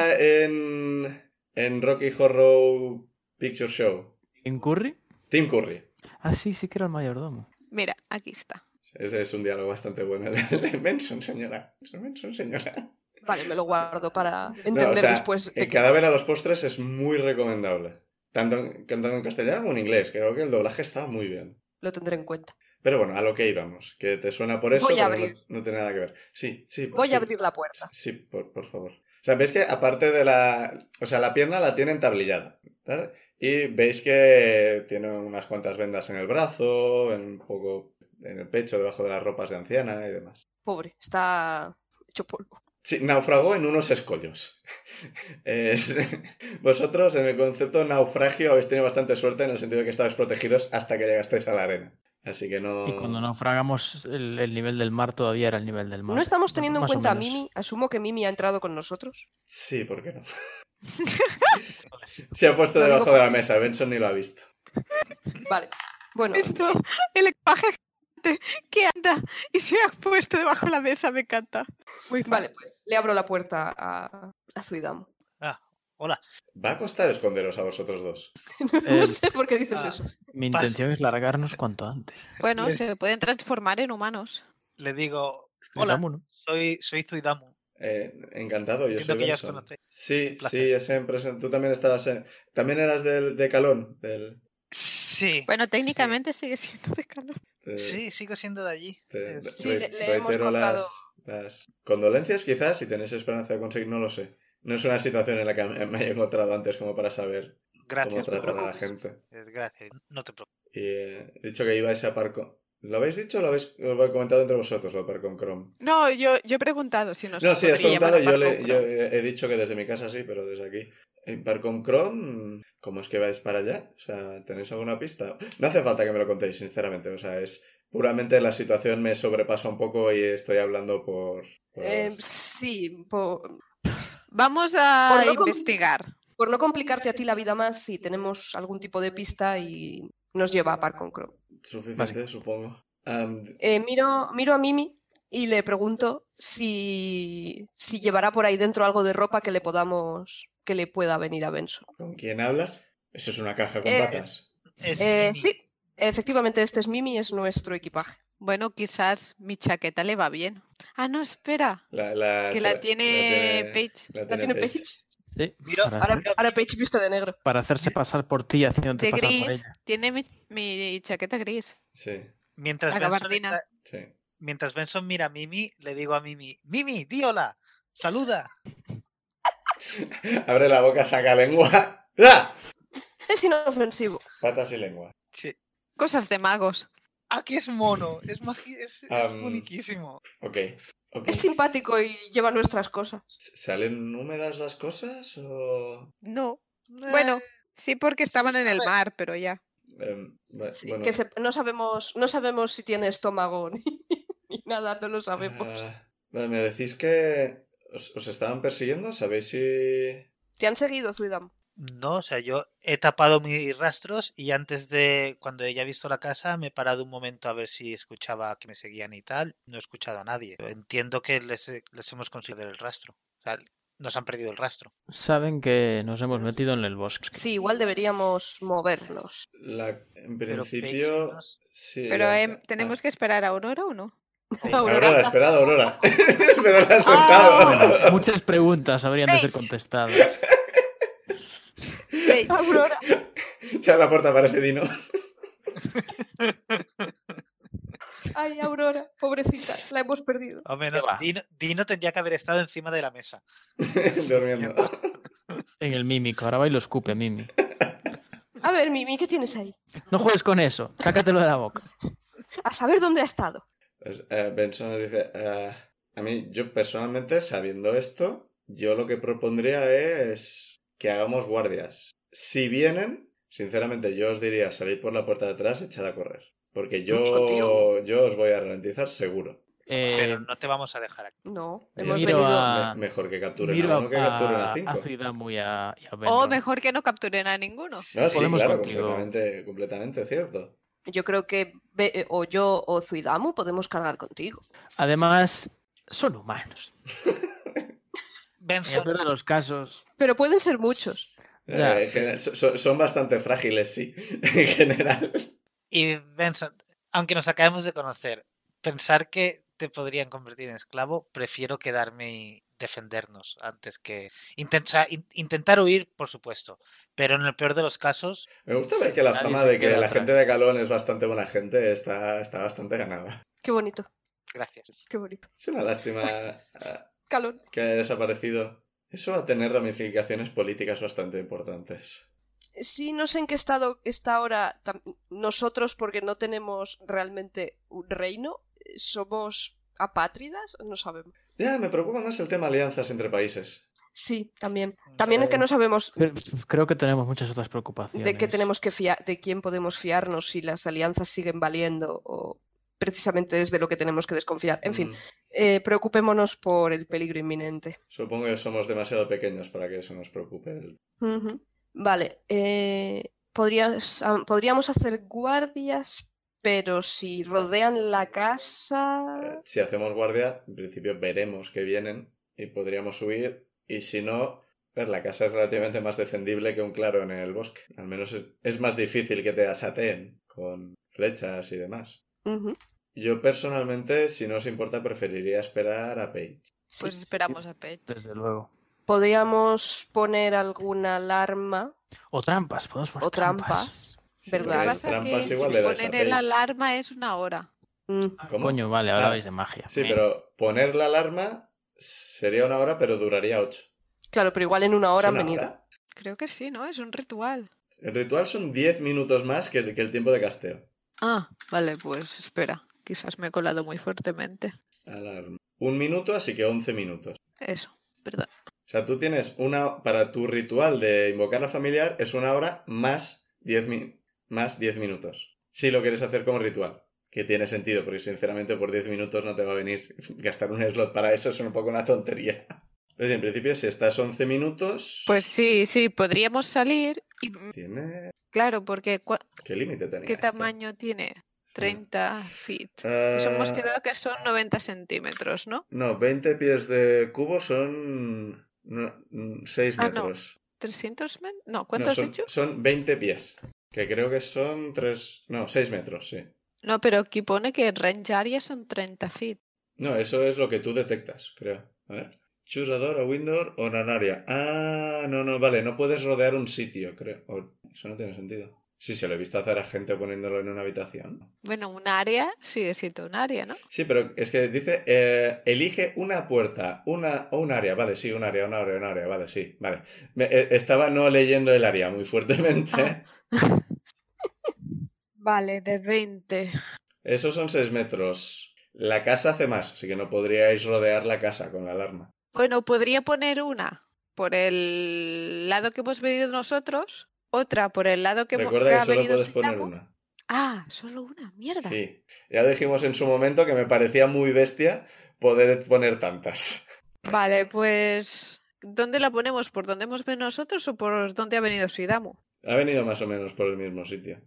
[SPEAKER 1] salía en, en Rocky Horror Picture Show.
[SPEAKER 3] ¿En Curry?
[SPEAKER 1] Tim Curry.
[SPEAKER 3] Ah, sí, sí que era el mayordomo.
[SPEAKER 5] Mira, aquí está.
[SPEAKER 1] Ese es un diálogo bastante bueno. El de Benson, señora. Benson, señora.
[SPEAKER 4] Vale, me lo guardo para entender
[SPEAKER 1] No, o sea,
[SPEAKER 4] después. de
[SPEAKER 1] El
[SPEAKER 4] que-
[SPEAKER 1] cadáver a los postres es muy recomendable. Tanto en, tanto en castellano como en inglés. Creo que el doblaje está muy bien.
[SPEAKER 4] Lo tendré en cuenta.
[SPEAKER 1] Pero bueno, a lo que íbamos. Que te suena por eso,
[SPEAKER 4] Voy a
[SPEAKER 1] pero no-
[SPEAKER 4] abrir.
[SPEAKER 1] No, tiene nada que ver. Sí, sí.
[SPEAKER 4] Voy
[SPEAKER 1] sí.
[SPEAKER 4] a abrir la puerta.
[SPEAKER 1] Sí, por, por favor. O sea, veis que aparte de la... O sea, la pierna la tienen tablillada. ¿vale? Y veis que tiene unas cuantas vendas en el brazo, en un poco en el pecho, debajo de las ropas de anciana y demás.
[SPEAKER 4] Pobre, está hecho polvo.
[SPEAKER 1] Sí, naufragó en unos escollos. Es- Vosotros, en el concepto naufragio, habéis tenido bastante suerte en el sentido de que estabais protegidos hasta que llegasteis a la arena. Así que no...
[SPEAKER 3] Y cuando naufragamos, el, el nivel del mar todavía era el nivel del mar.
[SPEAKER 4] No estamos teniendo en
[SPEAKER 3] más o
[SPEAKER 4] cuenta a
[SPEAKER 3] menos.
[SPEAKER 4] Mimi. Asumo que Mimi ha entrado con nosotros.
[SPEAKER 1] Sí, ¿por qué no? Se ha puesto
[SPEAKER 4] Lo digo
[SPEAKER 1] debajo de la
[SPEAKER 4] porque-
[SPEAKER 1] mesa, Benson ni lo ha visto.
[SPEAKER 4] Vale. Bueno,
[SPEAKER 5] Esto, el equipaje que anda y se ha puesto debajo de la mesa, me encanta. Muy fan.
[SPEAKER 4] vale, pues le abro la puerta a, a Zuidamu.
[SPEAKER 2] Ah, Hola.
[SPEAKER 1] Va a costar esconderos a vosotros dos.
[SPEAKER 4] No
[SPEAKER 3] Eh,
[SPEAKER 4] sé por qué dices
[SPEAKER 2] ah.
[SPEAKER 4] eso.
[SPEAKER 3] Mi
[SPEAKER 2] Pasa.
[SPEAKER 3] intención es largarnos cuanto antes.
[SPEAKER 5] Bueno,
[SPEAKER 2] Bien.
[SPEAKER 5] se pueden transformar en humanos.
[SPEAKER 2] Le digo, hola,
[SPEAKER 3] Vámonos.
[SPEAKER 2] soy, soy Zuidamu.
[SPEAKER 1] Eh, encantado, yo
[SPEAKER 2] Entiendo
[SPEAKER 1] soy
[SPEAKER 2] que ya os
[SPEAKER 1] Benson.
[SPEAKER 2] conocéis.
[SPEAKER 1] Sí,
[SPEAKER 2] Un placer.
[SPEAKER 1] sí, es en presen- Tú también estabas en... También eras del, de Calón, del...
[SPEAKER 2] Sí,
[SPEAKER 5] Bueno, técnicamente sigue siendo de calor.
[SPEAKER 1] de-
[SPEAKER 2] sí, eh, sigo siendo de allí.
[SPEAKER 1] te-
[SPEAKER 2] Es-
[SPEAKER 4] Sí, le- le
[SPEAKER 1] reitero
[SPEAKER 4] hemos contado.
[SPEAKER 1] Las, las condolencias, quizás, si tenéis esperanza de conseguir, no lo sé. No es una situación en la que me haya encontrado antes como para saber
[SPEAKER 2] gracias, no
[SPEAKER 1] cómo
[SPEAKER 2] te
[SPEAKER 1] tratar a la
[SPEAKER 2] preocupes.
[SPEAKER 1] gente.
[SPEAKER 2] Es- Gracias, no te preocupes.
[SPEAKER 1] Y eh, he dicho que ibais a Parco. ¿Lo habéis dicho o lo habéis, lo habéis comentado entre vosotros, lo de Parcom Chrome?
[SPEAKER 5] No, yo, yo he preguntado si nos
[SPEAKER 1] No, sí, has
[SPEAKER 5] podría llamar
[SPEAKER 1] comentado, yo,
[SPEAKER 5] Paco
[SPEAKER 1] le- yo
[SPEAKER 5] Chrome.
[SPEAKER 1] he he dicho que desde mi casa sí, pero desde aquí. En Parcom Chrome, ¿cómo es que vais para allá? O sea, ¿tenéis alguna pista? No hace falta que me lo contéis, sinceramente. O sea, es puramente la situación me sobrepasa un poco y estoy hablando por... por-
[SPEAKER 4] Eh, sí, po- por,
[SPEAKER 5] Vamos a
[SPEAKER 4] Por lo com-
[SPEAKER 5] investigar.
[SPEAKER 4] no complicarte a ti la vida más, si tenemos algún tipo de pista y nos lleva a Parcon Chrome.
[SPEAKER 1] Suficiente, supongo. Am,
[SPEAKER 4] Eh, miro, miro a Mimi y le pregunto si, si llevará por ahí dentro algo de ropa que le podamos que le pueda venir a Benson.
[SPEAKER 1] ¿Con quién hablas? Eso es una caja con
[SPEAKER 4] Eh,
[SPEAKER 1] patas.
[SPEAKER 2] Es
[SPEAKER 4] Eh,
[SPEAKER 2] mi-
[SPEAKER 4] sí, efectivamente este es Mimi, es nuestro equipaje.
[SPEAKER 5] Bueno, quizás mi chaqueta le va bien. Ah, no, espera.
[SPEAKER 1] La, la-
[SPEAKER 5] Que
[SPEAKER 1] se-
[SPEAKER 5] la tiene Paige.
[SPEAKER 1] La
[SPEAKER 4] La
[SPEAKER 1] tiene
[SPEAKER 4] tiene
[SPEAKER 1] Paige.
[SPEAKER 4] Paige.
[SPEAKER 3] Sí,
[SPEAKER 2] Mira,
[SPEAKER 3] para,
[SPEAKER 4] Ahora, ahora Paige viste de negro.
[SPEAKER 3] para hacerse pasar por ti y haciéndote
[SPEAKER 5] De
[SPEAKER 3] pasar por
[SPEAKER 5] gris.
[SPEAKER 3] ella.
[SPEAKER 5] Tiene mi, mi chaqueta gris.
[SPEAKER 1] Sí,
[SPEAKER 2] mientras,
[SPEAKER 5] la
[SPEAKER 2] Benson
[SPEAKER 5] gabardina.
[SPEAKER 2] está-
[SPEAKER 1] sí.
[SPEAKER 2] mientras Benson mira a Mimi, le digo a Mimi, Mimi, di hola, saluda.
[SPEAKER 1] Abre la boca, saca lengua. ¡Ah!
[SPEAKER 4] Es inofensivo.
[SPEAKER 1] Patas y lengua.
[SPEAKER 2] Sí.
[SPEAKER 5] Cosas de magos.
[SPEAKER 2] Ah, que es mono, es, magi- es, es
[SPEAKER 1] Am.
[SPEAKER 2] boniquísimo.
[SPEAKER 1] Ok. ok.
[SPEAKER 4] Es simpático y lleva nuestras cosas.
[SPEAKER 1] ¿Salen húmedas las cosas o...?
[SPEAKER 5] No. Bueno,
[SPEAKER 2] Eh,
[SPEAKER 5] sí porque estaban en el
[SPEAKER 2] ver.
[SPEAKER 5] mar, pero ya.
[SPEAKER 1] em, va-
[SPEAKER 4] Sí,
[SPEAKER 1] bueno,
[SPEAKER 4] que se- no sabemos, no sabemos si tiene estómago ni, ni nada, no lo sabemos.
[SPEAKER 1] ah, vale, me decís que os, os estaban persiguiendo, ¿sabéis si...?
[SPEAKER 4] Te han seguido, Zuidam.
[SPEAKER 2] No, o sea, yo he tapado mis rastros y antes de cuando ella ha visto la casa me he parado un momento a ver si escuchaba que me seguían y tal. No he escuchado a nadie. Yo entiendo que les, he- les hemos conseguido el rastro. O sea, nos han perdido el rastro.
[SPEAKER 6] Saben que nos hemos metido en el bosque.
[SPEAKER 4] Sí, igual deberíamos movernos.
[SPEAKER 1] La, en
[SPEAKER 2] Pero Paige
[SPEAKER 1] principio...
[SPEAKER 2] nos-
[SPEAKER 1] sí,
[SPEAKER 5] Pero
[SPEAKER 1] la-
[SPEAKER 5] em, tenemos que esperar a Aurora o no?
[SPEAKER 1] Ah, Aurora, esperad, Aurora. Pero la has
[SPEAKER 5] Ah.
[SPEAKER 1] sentado.
[SPEAKER 3] Muchas preguntas habrían de ser
[SPEAKER 5] ¿Veis?
[SPEAKER 3] contestadas.
[SPEAKER 5] Paige,
[SPEAKER 4] Aurora.
[SPEAKER 1] Ya la puerta parece Dino.
[SPEAKER 4] Ay, Aurora, pobrecita, la hemos perdido.
[SPEAKER 2] Hombre, no,
[SPEAKER 3] ¿Qué va?
[SPEAKER 2] Dino, Dino tendría que haber estado encima de la mesa.
[SPEAKER 1] Durmiendo.
[SPEAKER 3] En el mímico, ahora va y lo escupe, Mimi.
[SPEAKER 4] A ver, Mimi, ¿qué tienes ahí?
[SPEAKER 3] No juegues con eso, sácatelo de la boca.
[SPEAKER 4] A saber dónde ha estado.
[SPEAKER 1] Pues, eh, Benson nos dice, eh, a mí, yo personalmente, sabiendo esto, yo lo que propondría es que hagamos guardias. Si vienen, sinceramente yo os diría, salid por la puerta de atrás, echad a correr. Porque yo,
[SPEAKER 4] Contigo.
[SPEAKER 1] yo os voy a ralentizar seguro.
[SPEAKER 3] Eh,
[SPEAKER 2] Pero no te vamos a dejar aquí.
[SPEAKER 4] No,
[SPEAKER 1] Eh,
[SPEAKER 4] hemos
[SPEAKER 3] miro
[SPEAKER 4] venido.
[SPEAKER 3] a- Ah.
[SPEAKER 1] Me- mejor que capturen
[SPEAKER 3] miro
[SPEAKER 1] a uno que capturen a
[SPEAKER 3] a, a
[SPEAKER 1] cinco.
[SPEAKER 3] Zuidamu y a, y a
[SPEAKER 5] O
[SPEAKER 3] Benron.
[SPEAKER 5] mejor que no capturen a ninguno.
[SPEAKER 1] No, sí,
[SPEAKER 3] Podemos
[SPEAKER 1] claro,
[SPEAKER 3] contigo.
[SPEAKER 1] completamente, completamente cierto.
[SPEAKER 4] Yo creo que Be- eh, o yo o Zuidamu podemos cargar contigo.
[SPEAKER 3] Además, son humanos. En el
[SPEAKER 2] Benson,
[SPEAKER 3] peor de los casos,
[SPEAKER 4] Pero pueden ser muchos.
[SPEAKER 1] Eh,
[SPEAKER 3] Ya.
[SPEAKER 1] en general, so- so- son bastante frágiles, sí, en general.
[SPEAKER 2] y Benson, aunque nos acabemos de conocer, pensar que te podrían convertir en esclavo, prefiero quedarme y defendernos antes que intensa- in- intentar huir, por supuesto, pero en el peor de los casos,
[SPEAKER 1] Me gusta ver que la
[SPEAKER 3] Nadie
[SPEAKER 1] fama
[SPEAKER 3] se
[SPEAKER 1] de que
[SPEAKER 3] queda
[SPEAKER 1] la
[SPEAKER 3] atrás.
[SPEAKER 1] gente de Calón es bastante buena gente está, está bastante ganada.
[SPEAKER 4] Qué bonito,
[SPEAKER 2] gracias.
[SPEAKER 4] qué bonito.
[SPEAKER 1] Es una lástima ah,
[SPEAKER 4] Calón.
[SPEAKER 1] que haya desaparecido. Eso va a tener ramificaciones políticas bastante importantes.
[SPEAKER 4] Sí, no sé en qué estado está ahora tam- nosotros porque no tenemos realmente un reino. eh, Somos apátridas, no sabemos.
[SPEAKER 1] Ya, me preocupa más el tema alianzas entre países.
[SPEAKER 4] Sí, también. También es que no sabemos
[SPEAKER 3] Pero creo que tenemos muchas otras preocupaciones.
[SPEAKER 4] de qué tenemos que fiar, de quién podemos fiarnos si las alianzas siguen valiendo o precisamente es de lo que tenemos que desconfiar. En fin,
[SPEAKER 1] Mm,
[SPEAKER 4] eh, preocupémonos por el peligro inminente.
[SPEAKER 1] Supongo que somos demasiado pequeños para que eso nos preocupe. El-
[SPEAKER 4] Ujú. Vale, eh, podrías- am- podríamos hacer guardias, pero si rodean la
[SPEAKER 1] eh,
[SPEAKER 4] casa...
[SPEAKER 1] Si hacemos guardia, en principio veremos que vienen y podríamos huir. Y si no, Ver, la casa es relativamente más defendible que un claro en el bosque. Al menos es- es más difícil que te asateen con flechas y demás.
[SPEAKER 4] Ujú,
[SPEAKER 1] Yo personalmente, si no os importa, preferiría esperar a Paige.
[SPEAKER 4] sí.
[SPEAKER 5] Pues esperamos a Pech.
[SPEAKER 3] Desde luego.
[SPEAKER 4] Podríamos poner alguna alarma
[SPEAKER 3] O trampas, podemos poner
[SPEAKER 4] o trampas.
[SPEAKER 1] Si
[SPEAKER 4] ¿Verdad?
[SPEAKER 5] Lo que
[SPEAKER 1] ponéis
[SPEAKER 5] pasa
[SPEAKER 1] trampas,
[SPEAKER 5] que
[SPEAKER 1] igual le dais a
[SPEAKER 5] poner
[SPEAKER 1] Paige.
[SPEAKER 5] el alarma es una hora.
[SPEAKER 4] Mm,
[SPEAKER 1] ¿Cómo?
[SPEAKER 6] Coño, vale, ahora
[SPEAKER 1] Ah,
[SPEAKER 6] vais de magia.
[SPEAKER 1] Sí,
[SPEAKER 6] Eh,
[SPEAKER 1] pero poner la alarma sería una hora, pero duraría ocho.
[SPEAKER 4] Claro, pero igual en una hora
[SPEAKER 1] ¿Es
[SPEAKER 4] han
[SPEAKER 1] una
[SPEAKER 4] venido.
[SPEAKER 1] hora?
[SPEAKER 5] Creo que sí, ¿no? Es un ritual.
[SPEAKER 1] El ritual son 10 minutos más que el, que el tiempo de casteo.
[SPEAKER 5] Ah, vale, pues espera. Quizás me he colado muy fuertemente.
[SPEAKER 1] Alarma. Un minuto, así que 11 minutos.
[SPEAKER 5] Eso, ¿verdad?
[SPEAKER 1] O sea, tú tienes una... Para tu ritual de invocar a familiar es una hora más 10, mi- más 10 minutos. Si lo quieres hacer como ritual. Que tiene sentido, porque sinceramente por 10 minutos no te va a venir. Gastar un slot para eso es un poco una tontería. Entonces, en principio, si estás 11 minutos...
[SPEAKER 5] Pues sí, sí, podríamos salir. Y,
[SPEAKER 1] Tiene...
[SPEAKER 5] claro, porque cua-
[SPEAKER 1] ¿Qué límite tenía
[SPEAKER 5] ¿qué
[SPEAKER 1] esto?
[SPEAKER 5] tamaño tiene? 30 feet.
[SPEAKER 1] Ah,
[SPEAKER 5] Eso hemos quedado que son 90 centímetros, ¿no?
[SPEAKER 1] No, 20 pies de cubo son 6
[SPEAKER 5] Ah, no.
[SPEAKER 1] metros.
[SPEAKER 5] ¿300 men? No,
[SPEAKER 1] No,
[SPEAKER 5] ¿cuánto has
[SPEAKER 1] son,
[SPEAKER 5] dicho?
[SPEAKER 1] Son 20 pies, que creo que son 3, no, 6 metros, sí.
[SPEAKER 5] No, pero aquí pone que en range area son 30 feet.
[SPEAKER 1] No, eso es lo que tú detectas, creo. A ver. Choose a door, a window or an area. Ah, no, no, vale, no puedes rodear un sitio, creo. O- Eso no tiene sentido. Sí, se lo he visto hacer a gente poniéndolo en una habitación.
[SPEAKER 5] Bueno, un área sigue siendo un área, ¿no?
[SPEAKER 1] Sí, pero es que dice, eh, elige una puerta, una o un área, vale, sí, un área, un área, un área, vale, sí, vale. Me- eh, estaba no leyendo el área muy fuertemente.
[SPEAKER 5] Ah. Vale, de 20.
[SPEAKER 1] Esos son 6 metros. La casa hace más, así que no podríais rodear la casa con la alarma.
[SPEAKER 5] Bueno, podría poner una por el lado que hemos venido nosotros, otra por el lado que, hemos- que
[SPEAKER 1] Recuerda
[SPEAKER 5] ha
[SPEAKER 1] que solo
[SPEAKER 5] venido
[SPEAKER 1] puedes poner
[SPEAKER 5] Saitama.
[SPEAKER 1] una.
[SPEAKER 5] Ah, solo una, mierda.
[SPEAKER 1] Sí. Ya dijimos en su momento que me parecía muy bestia poder poner tantas.
[SPEAKER 5] Vale, pues ¿dónde la ponemos? ¿Por dónde hemos venido nosotros o por dónde ha venido Suidamu?
[SPEAKER 1] Ha venido más o menos por el mismo sitio.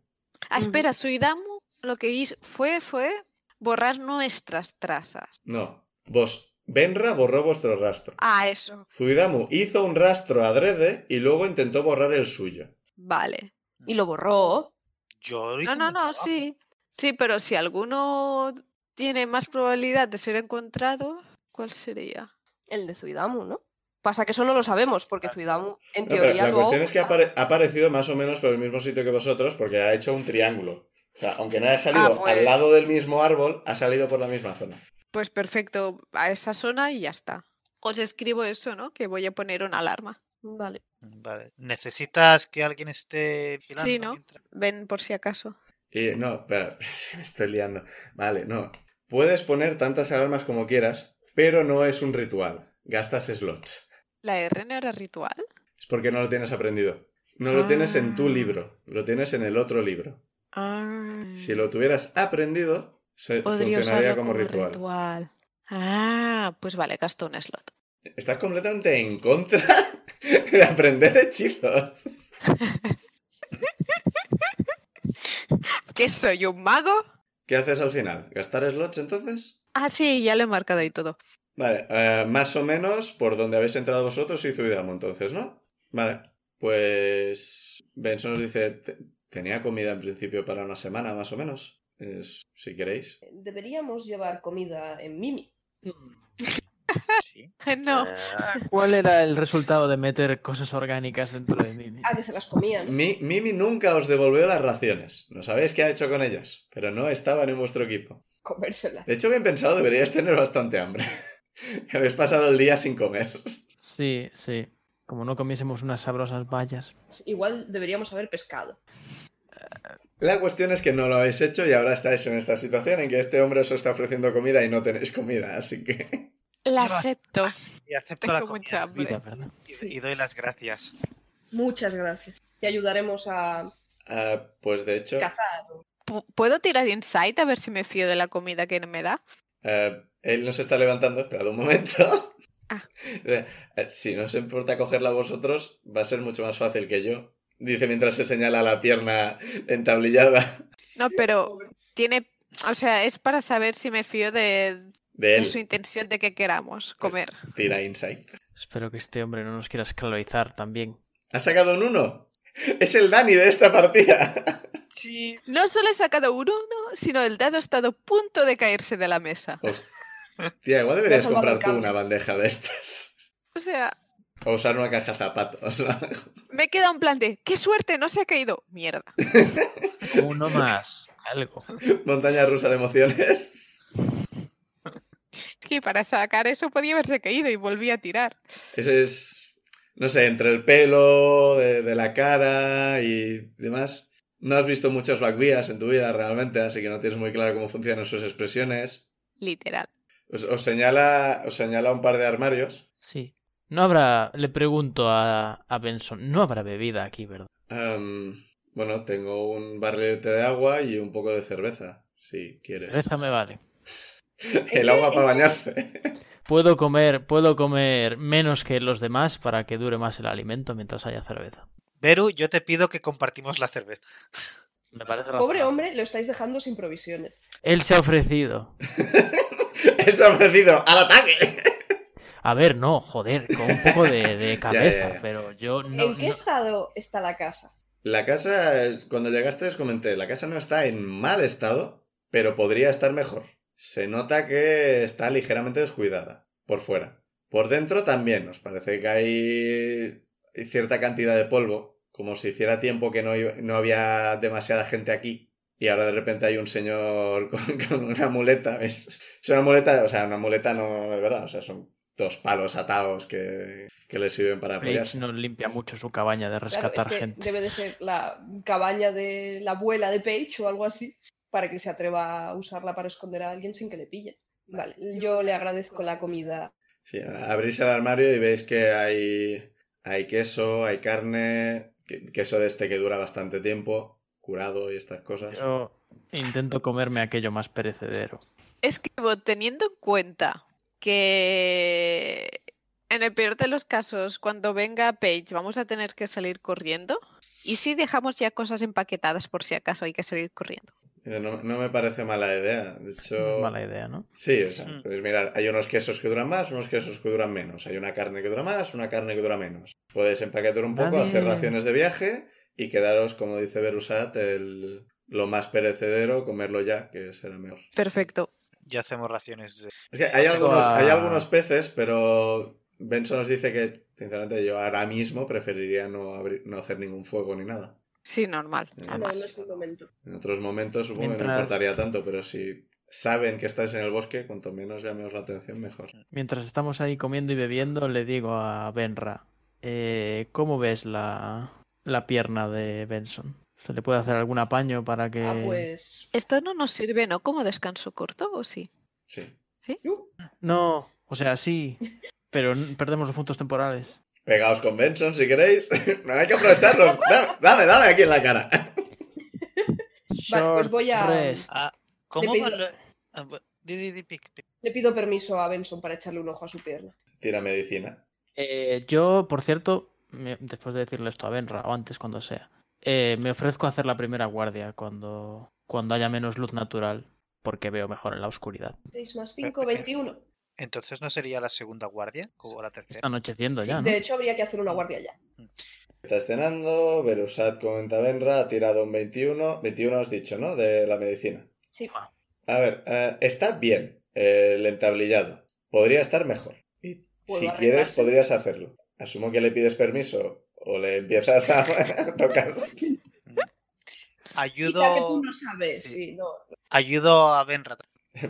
[SPEAKER 5] Ah,
[SPEAKER 4] Ujú.
[SPEAKER 5] espera, Suidamu lo que hizo fue, fue borrar nuestras trazas.
[SPEAKER 1] No. Vos, Benra borró vuestro rastro.
[SPEAKER 5] Ah, eso.
[SPEAKER 1] Zuidamu hizo un rastro adrede y luego intentó borrar el suyo.
[SPEAKER 5] Vale.
[SPEAKER 4] Y lo borró.
[SPEAKER 2] Yo
[SPEAKER 5] No,
[SPEAKER 2] hice
[SPEAKER 5] no,
[SPEAKER 2] mi
[SPEAKER 5] no,
[SPEAKER 2] trabajo.
[SPEAKER 5] sí. Sí, pero si alguno tiene más probabilidad de ser encontrado, ¿cuál sería?
[SPEAKER 4] El de Zuidamu, ¿no? Pasa que eso no lo sabemos, porque Zuidamu, en
[SPEAKER 1] No, pero
[SPEAKER 4] teoría,
[SPEAKER 1] la
[SPEAKER 4] lo
[SPEAKER 1] cuestión es que ha
[SPEAKER 4] oculta.
[SPEAKER 1] apare- ha aparecido más o menos por el mismo sitio que vosotros porque ha hecho un triángulo. O sea, aunque no haya salido
[SPEAKER 5] Ah, pues.
[SPEAKER 1] al lado del mismo árbol, ha salido por la misma zona.
[SPEAKER 5] Pues perfecto, a esa zona y ya está. Os escribo eso, ¿no? Que voy a poner una alarma.
[SPEAKER 4] Vale.
[SPEAKER 2] Vale. ¿Necesitas que alguien esté vigilando
[SPEAKER 5] Sí, ¿no?
[SPEAKER 2] mientras-
[SPEAKER 5] Ven por si acaso.
[SPEAKER 1] Y no, espera, me estoy liando. Vale, no. Puedes poner tantas alarmas como quieras, pero no es un ritual. Gastas slots.
[SPEAKER 5] ¿La RN era ritual?
[SPEAKER 1] Es porque no lo tienes aprendido. No lo tienes en tu
[SPEAKER 5] Ah.
[SPEAKER 1] libro, lo tienes en el otro libro.
[SPEAKER 5] Ah,
[SPEAKER 1] Si lo tuvieras aprendido, se
[SPEAKER 5] podría
[SPEAKER 1] funcionaría
[SPEAKER 5] usarlo
[SPEAKER 1] como, ritual.
[SPEAKER 5] ritual. Ah, pues vale, gasto un slot.
[SPEAKER 1] Estás completamente en contra de aprender hechizos.
[SPEAKER 5] ¿Qué soy, un mago?
[SPEAKER 1] ¿Qué haces al final? ¿Gastar slots entonces?
[SPEAKER 5] Ah, sí, ya lo he marcado y todo.
[SPEAKER 1] Vale, eh, más o menos por donde habéis entrado vosotros y Zuidamo, entonces, ¿no? Vale, pues Benson nos dice, "Te- tenía comida en principio para una semana, más o menos, Es- si queréis.
[SPEAKER 4] Eh, Deberíamos llevar comida en Mimi.
[SPEAKER 2] Sí.
[SPEAKER 5] No.
[SPEAKER 2] Ah,
[SPEAKER 3] ¿Cuál era el resultado de meter cosas orgánicas dentro de Mimi?
[SPEAKER 4] Ah, que se las comían.
[SPEAKER 1] Mi- Mimi nunca os devolvió las raciones, no sabéis qué ha hecho con ellas, pero no estaban en vuestro equipo.
[SPEAKER 4] Comérselas.
[SPEAKER 1] De hecho, bien pensado, deberíais tener bastante hambre. habéis pasado el día sin comer.
[SPEAKER 3] Sí, sí. Como no comiésemos unas sabrosas bayas.
[SPEAKER 4] Igual deberíamos haber pescado.
[SPEAKER 1] La cuestión es que no lo habéis hecho y ahora estáis en esta situación en que este hombre os está ofreciendo comida y no tenéis comida, así que...
[SPEAKER 5] La
[SPEAKER 2] Llevas-
[SPEAKER 5] acepto.
[SPEAKER 2] Y acepto la
[SPEAKER 5] Tengo mucha
[SPEAKER 2] comida
[SPEAKER 5] hambre.
[SPEAKER 3] Vida, ¿verdad?
[SPEAKER 2] y, y doy las gracias.
[SPEAKER 4] Muchas gracias. Te ayudaremos a
[SPEAKER 1] Ah, pues de hecho,
[SPEAKER 4] cazar.
[SPEAKER 5] Pu- ¿Puedo tirar insight a ver si me fío de la comida que me da?
[SPEAKER 1] eh, él no se está levantando, esperad un momento.
[SPEAKER 5] Ah.
[SPEAKER 1] Eh, eh, si no os importa cogerla a vosotros, va a ser mucho más fácil que yo. Dice mientras se señala la pierna entablillada.
[SPEAKER 5] No, pero tiene, o sea, es para saber si me fío de,
[SPEAKER 1] De él.
[SPEAKER 5] Es su intención de que queramos comer.
[SPEAKER 1] Tira insight.
[SPEAKER 6] Espero que este hombre no nos quiera esclavizar también.
[SPEAKER 1] Ha sacado un 1. Es el Dani de esta partida.
[SPEAKER 5] Sí. No solo he sacado un uno, sino el dado ha estado a punto de caerse de la mesa.
[SPEAKER 1] Tía, igual deberías
[SPEAKER 4] Eso va
[SPEAKER 1] comprar tú
[SPEAKER 4] marcando.
[SPEAKER 1] una bandeja de estas.
[SPEAKER 5] O sea,
[SPEAKER 1] O usar una caja de zapatos.
[SPEAKER 5] me queda un plan de ¡qué suerte! No se ha caído. Mierda.
[SPEAKER 3] Uno más. Algo.
[SPEAKER 1] Montaña rusa de emociones.
[SPEAKER 5] Es que para sacar eso podía haberse caído y volví a tirar.
[SPEAKER 1] Ese es, no sé, entre el pelo, de, de la cara y demás. No has visto muchos backbeats en tu vida realmente, así que no tienes muy claro cómo funcionan sus expresiones.
[SPEAKER 5] Literal.
[SPEAKER 1] Os, os señala, os señala un par de armarios.
[SPEAKER 6] Sí. No habrá. Le pregunto a, a Benson. No habrá bebida aquí, ¿verdad?
[SPEAKER 1] Em, bueno, tengo un barrilete de agua y un poco de cerveza, si quieres.
[SPEAKER 6] Cerveza me vale.
[SPEAKER 1] El agua para bañarse.
[SPEAKER 6] Puedo comer, puedo comer menos que los demás para que dure más el alimento mientras haya cerveza.
[SPEAKER 2] Beru, yo te pido que compartimos la cerveza.
[SPEAKER 6] Me parece
[SPEAKER 1] Ah.
[SPEAKER 4] Pobre
[SPEAKER 6] razonable.
[SPEAKER 4] hombre, lo estáis dejando sin provisiones.
[SPEAKER 6] Él se ha ofrecido.
[SPEAKER 1] Es ofrecido al ataque.
[SPEAKER 6] A ver, no, joder, con un poco de, de cabeza,
[SPEAKER 1] ya, ya.
[SPEAKER 6] pero yo no.
[SPEAKER 4] ¿En qué
[SPEAKER 6] no-
[SPEAKER 4] estado está la casa?
[SPEAKER 1] La casa, es- cuando llegaste os comenté, la casa no está en mal estado, pero podría estar mejor. Se nota que está ligeramente descuidada, por fuera. Por dentro también, nos parece que hay hay cierta cantidad de polvo, como si hiciera tiempo que no, iba- no había demasiada gente aquí. Y ahora de repente hay un señor con, con una muleta. ¿ves? Es una muleta, o sea, una muleta no es verdad, o sea, son dos palos atados que, que le sirven para
[SPEAKER 6] Blades
[SPEAKER 1] apoyarse.
[SPEAKER 6] no limpia mucho su cabaña de
[SPEAKER 4] Claro,
[SPEAKER 6] rescatar
[SPEAKER 4] es que
[SPEAKER 6] gente.
[SPEAKER 4] debe de ser la cabaña de la abuela de Paige o algo así, para que se atreva a usarla para esconder a alguien sin que le pille. Vale, yo le agradezco la comida.
[SPEAKER 1] Sí, abrís el armario y veis que hay, hay queso, hay carne, que- queso de este que dura bastante tiempo, curado y estas cosas.
[SPEAKER 6] Yo intento comerme aquello más perecedero.
[SPEAKER 5] Es que bueno, teniendo en cuenta que en el peor de los casos, cuando venga Paige, vamos a tener que salir corriendo. Y si dejamos ya cosas empaquetadas por si acaso hay que salir corriendo.
[SPEAKER 1] Eh, No, no me parece mala idea. De hecho,
[SPEAKER 6] Mala idea, ¿no?
[SPEAKER 1] sí, o sea,
[SPEAKER 2] Mm.
[SPEAKER 1] podéis mirar, hay unos quesos que duran más, unos quesos que duran menos. Hay una carne que dura más, una carne que dura menos. Podéis empaquetar un poco,
[SPEAKER 6] Nadie-
[SPEAKER 1] hacer raciones de viaje y quedaros, como dice Berusat, el, lo más perecedero, comerlo ya, que será mejor.
[SPEAKER 5] Perfecto.
[SPEAKER 2] Ya hacemos raciones de...
[SPEAKER 1] Es que hay
[SPEAKER 6] Pasando
[SPEAKER 1] algunos,
[SPEAKER 6] a-
[SPEAKER 1] hay algunos peces, pero Benson nos dice que, sinceramente, yo ahora mismo preferiría no, abrir- no hacer ningún fuego ni nada.
[SPEAKER 5] Sí, normal.
[SPEAKER 1] Eh,
[SPEAKER 4] No,
[SPEAKER 5] normal.
[SPEAKER 4] Ah, no es el momento.
[SPEAKER 1] En otros momentos supongo que no
[SPEAKER 6] Mientras-
[SPEAKER 1] importaría tanto, pero si saben que estáis en el bosque, cuanto menos llamemos la atención, mejor.
[SPEAKER 6] Mientras estamos ahí comiendo y bebiendo, le digo a Benra, eh, ¿cómo ves la, la pierna de Benson? ¿Se le puede hacer algún apaño para que...
[SPEAKER 1] Mm.
[SPEAKER 4] Ah, pues.
[SPEAKER 5] Esto no nos sirve, ¿no? Como descanso corto, ¿o sí?
[SPEAKER 1] Sí.
[SPEAKER 4] uh,
[SPEAKER 6] No, o sea, sí, pero n- perdemos los puntos temporales.
[SPEAKER 1] Pegaos con Benson si queréis. no hay que aprovecharlos. Dame, dame, dame aquí en la cara.
[SPEAKER 4] Vale, pues
[SPEAKER 6] Short
[SPEAKER 4] voy a-
[SPEAKER 6] rest.
[SPEAKER 2] Ah, ¿Cómo
[SPEAKER 4] Depende.
[SPEAKER 2] valo- Ah, bu- di, di, di, pic, pic.
[SPEAKER 4] Le pido permiso a Benson para echarle un ojo a su pierna.
[SPEAKER 1] Tira medicina.
[SPEAKER 6] Eh, yo, por cierto, me- después de decirle esto a Benra, o antes cuando sea, eh, me ofrezco a hacer la primera guardia cuando, cuando haya menos luz natural, porque veo mejor en la oscuridad.
[SPEAKER 4] 6 más 5, 21.
[SPEAKER 2] Entonces no sería la segunda guardia o la
[SPEAKER 6] Está
[SPEAKER 2] tercera.
[SPEAKER 6] anocheciendo
[SPEAKER 4] Sí,
[SPEAKER 6] ya, ¿no?
[SPEAKER 4] de hecho, habría que hacer una guardia ya.
[SPEAKER 1] Estás cenando, Berusat comenta Benra, ha tirado un 21. 21 has dicho, ¿no? De la medicina.
[SPEAKER 4] Sí.
[SPEAKER 1] A ver, eh, está bien eh, el entablillado. Podría estar mejor. Y
[SPEAKER 4] Puedo
[SPEAKER 1] si
[SPEAKER 4] arreglarse.
[SPEAKER 1] quieres, podrías hacerlo. Asumo que le pides permiso o le empiezas a tocar.
[SPEAKER 2] Ayudo,
[SPEAKER 4] Quizá que tú no sabes.
[SPEAKER 2] Sí.
[SPEAKER 4] Sí, no.
[SPEAKER 2] ayudo a Benra.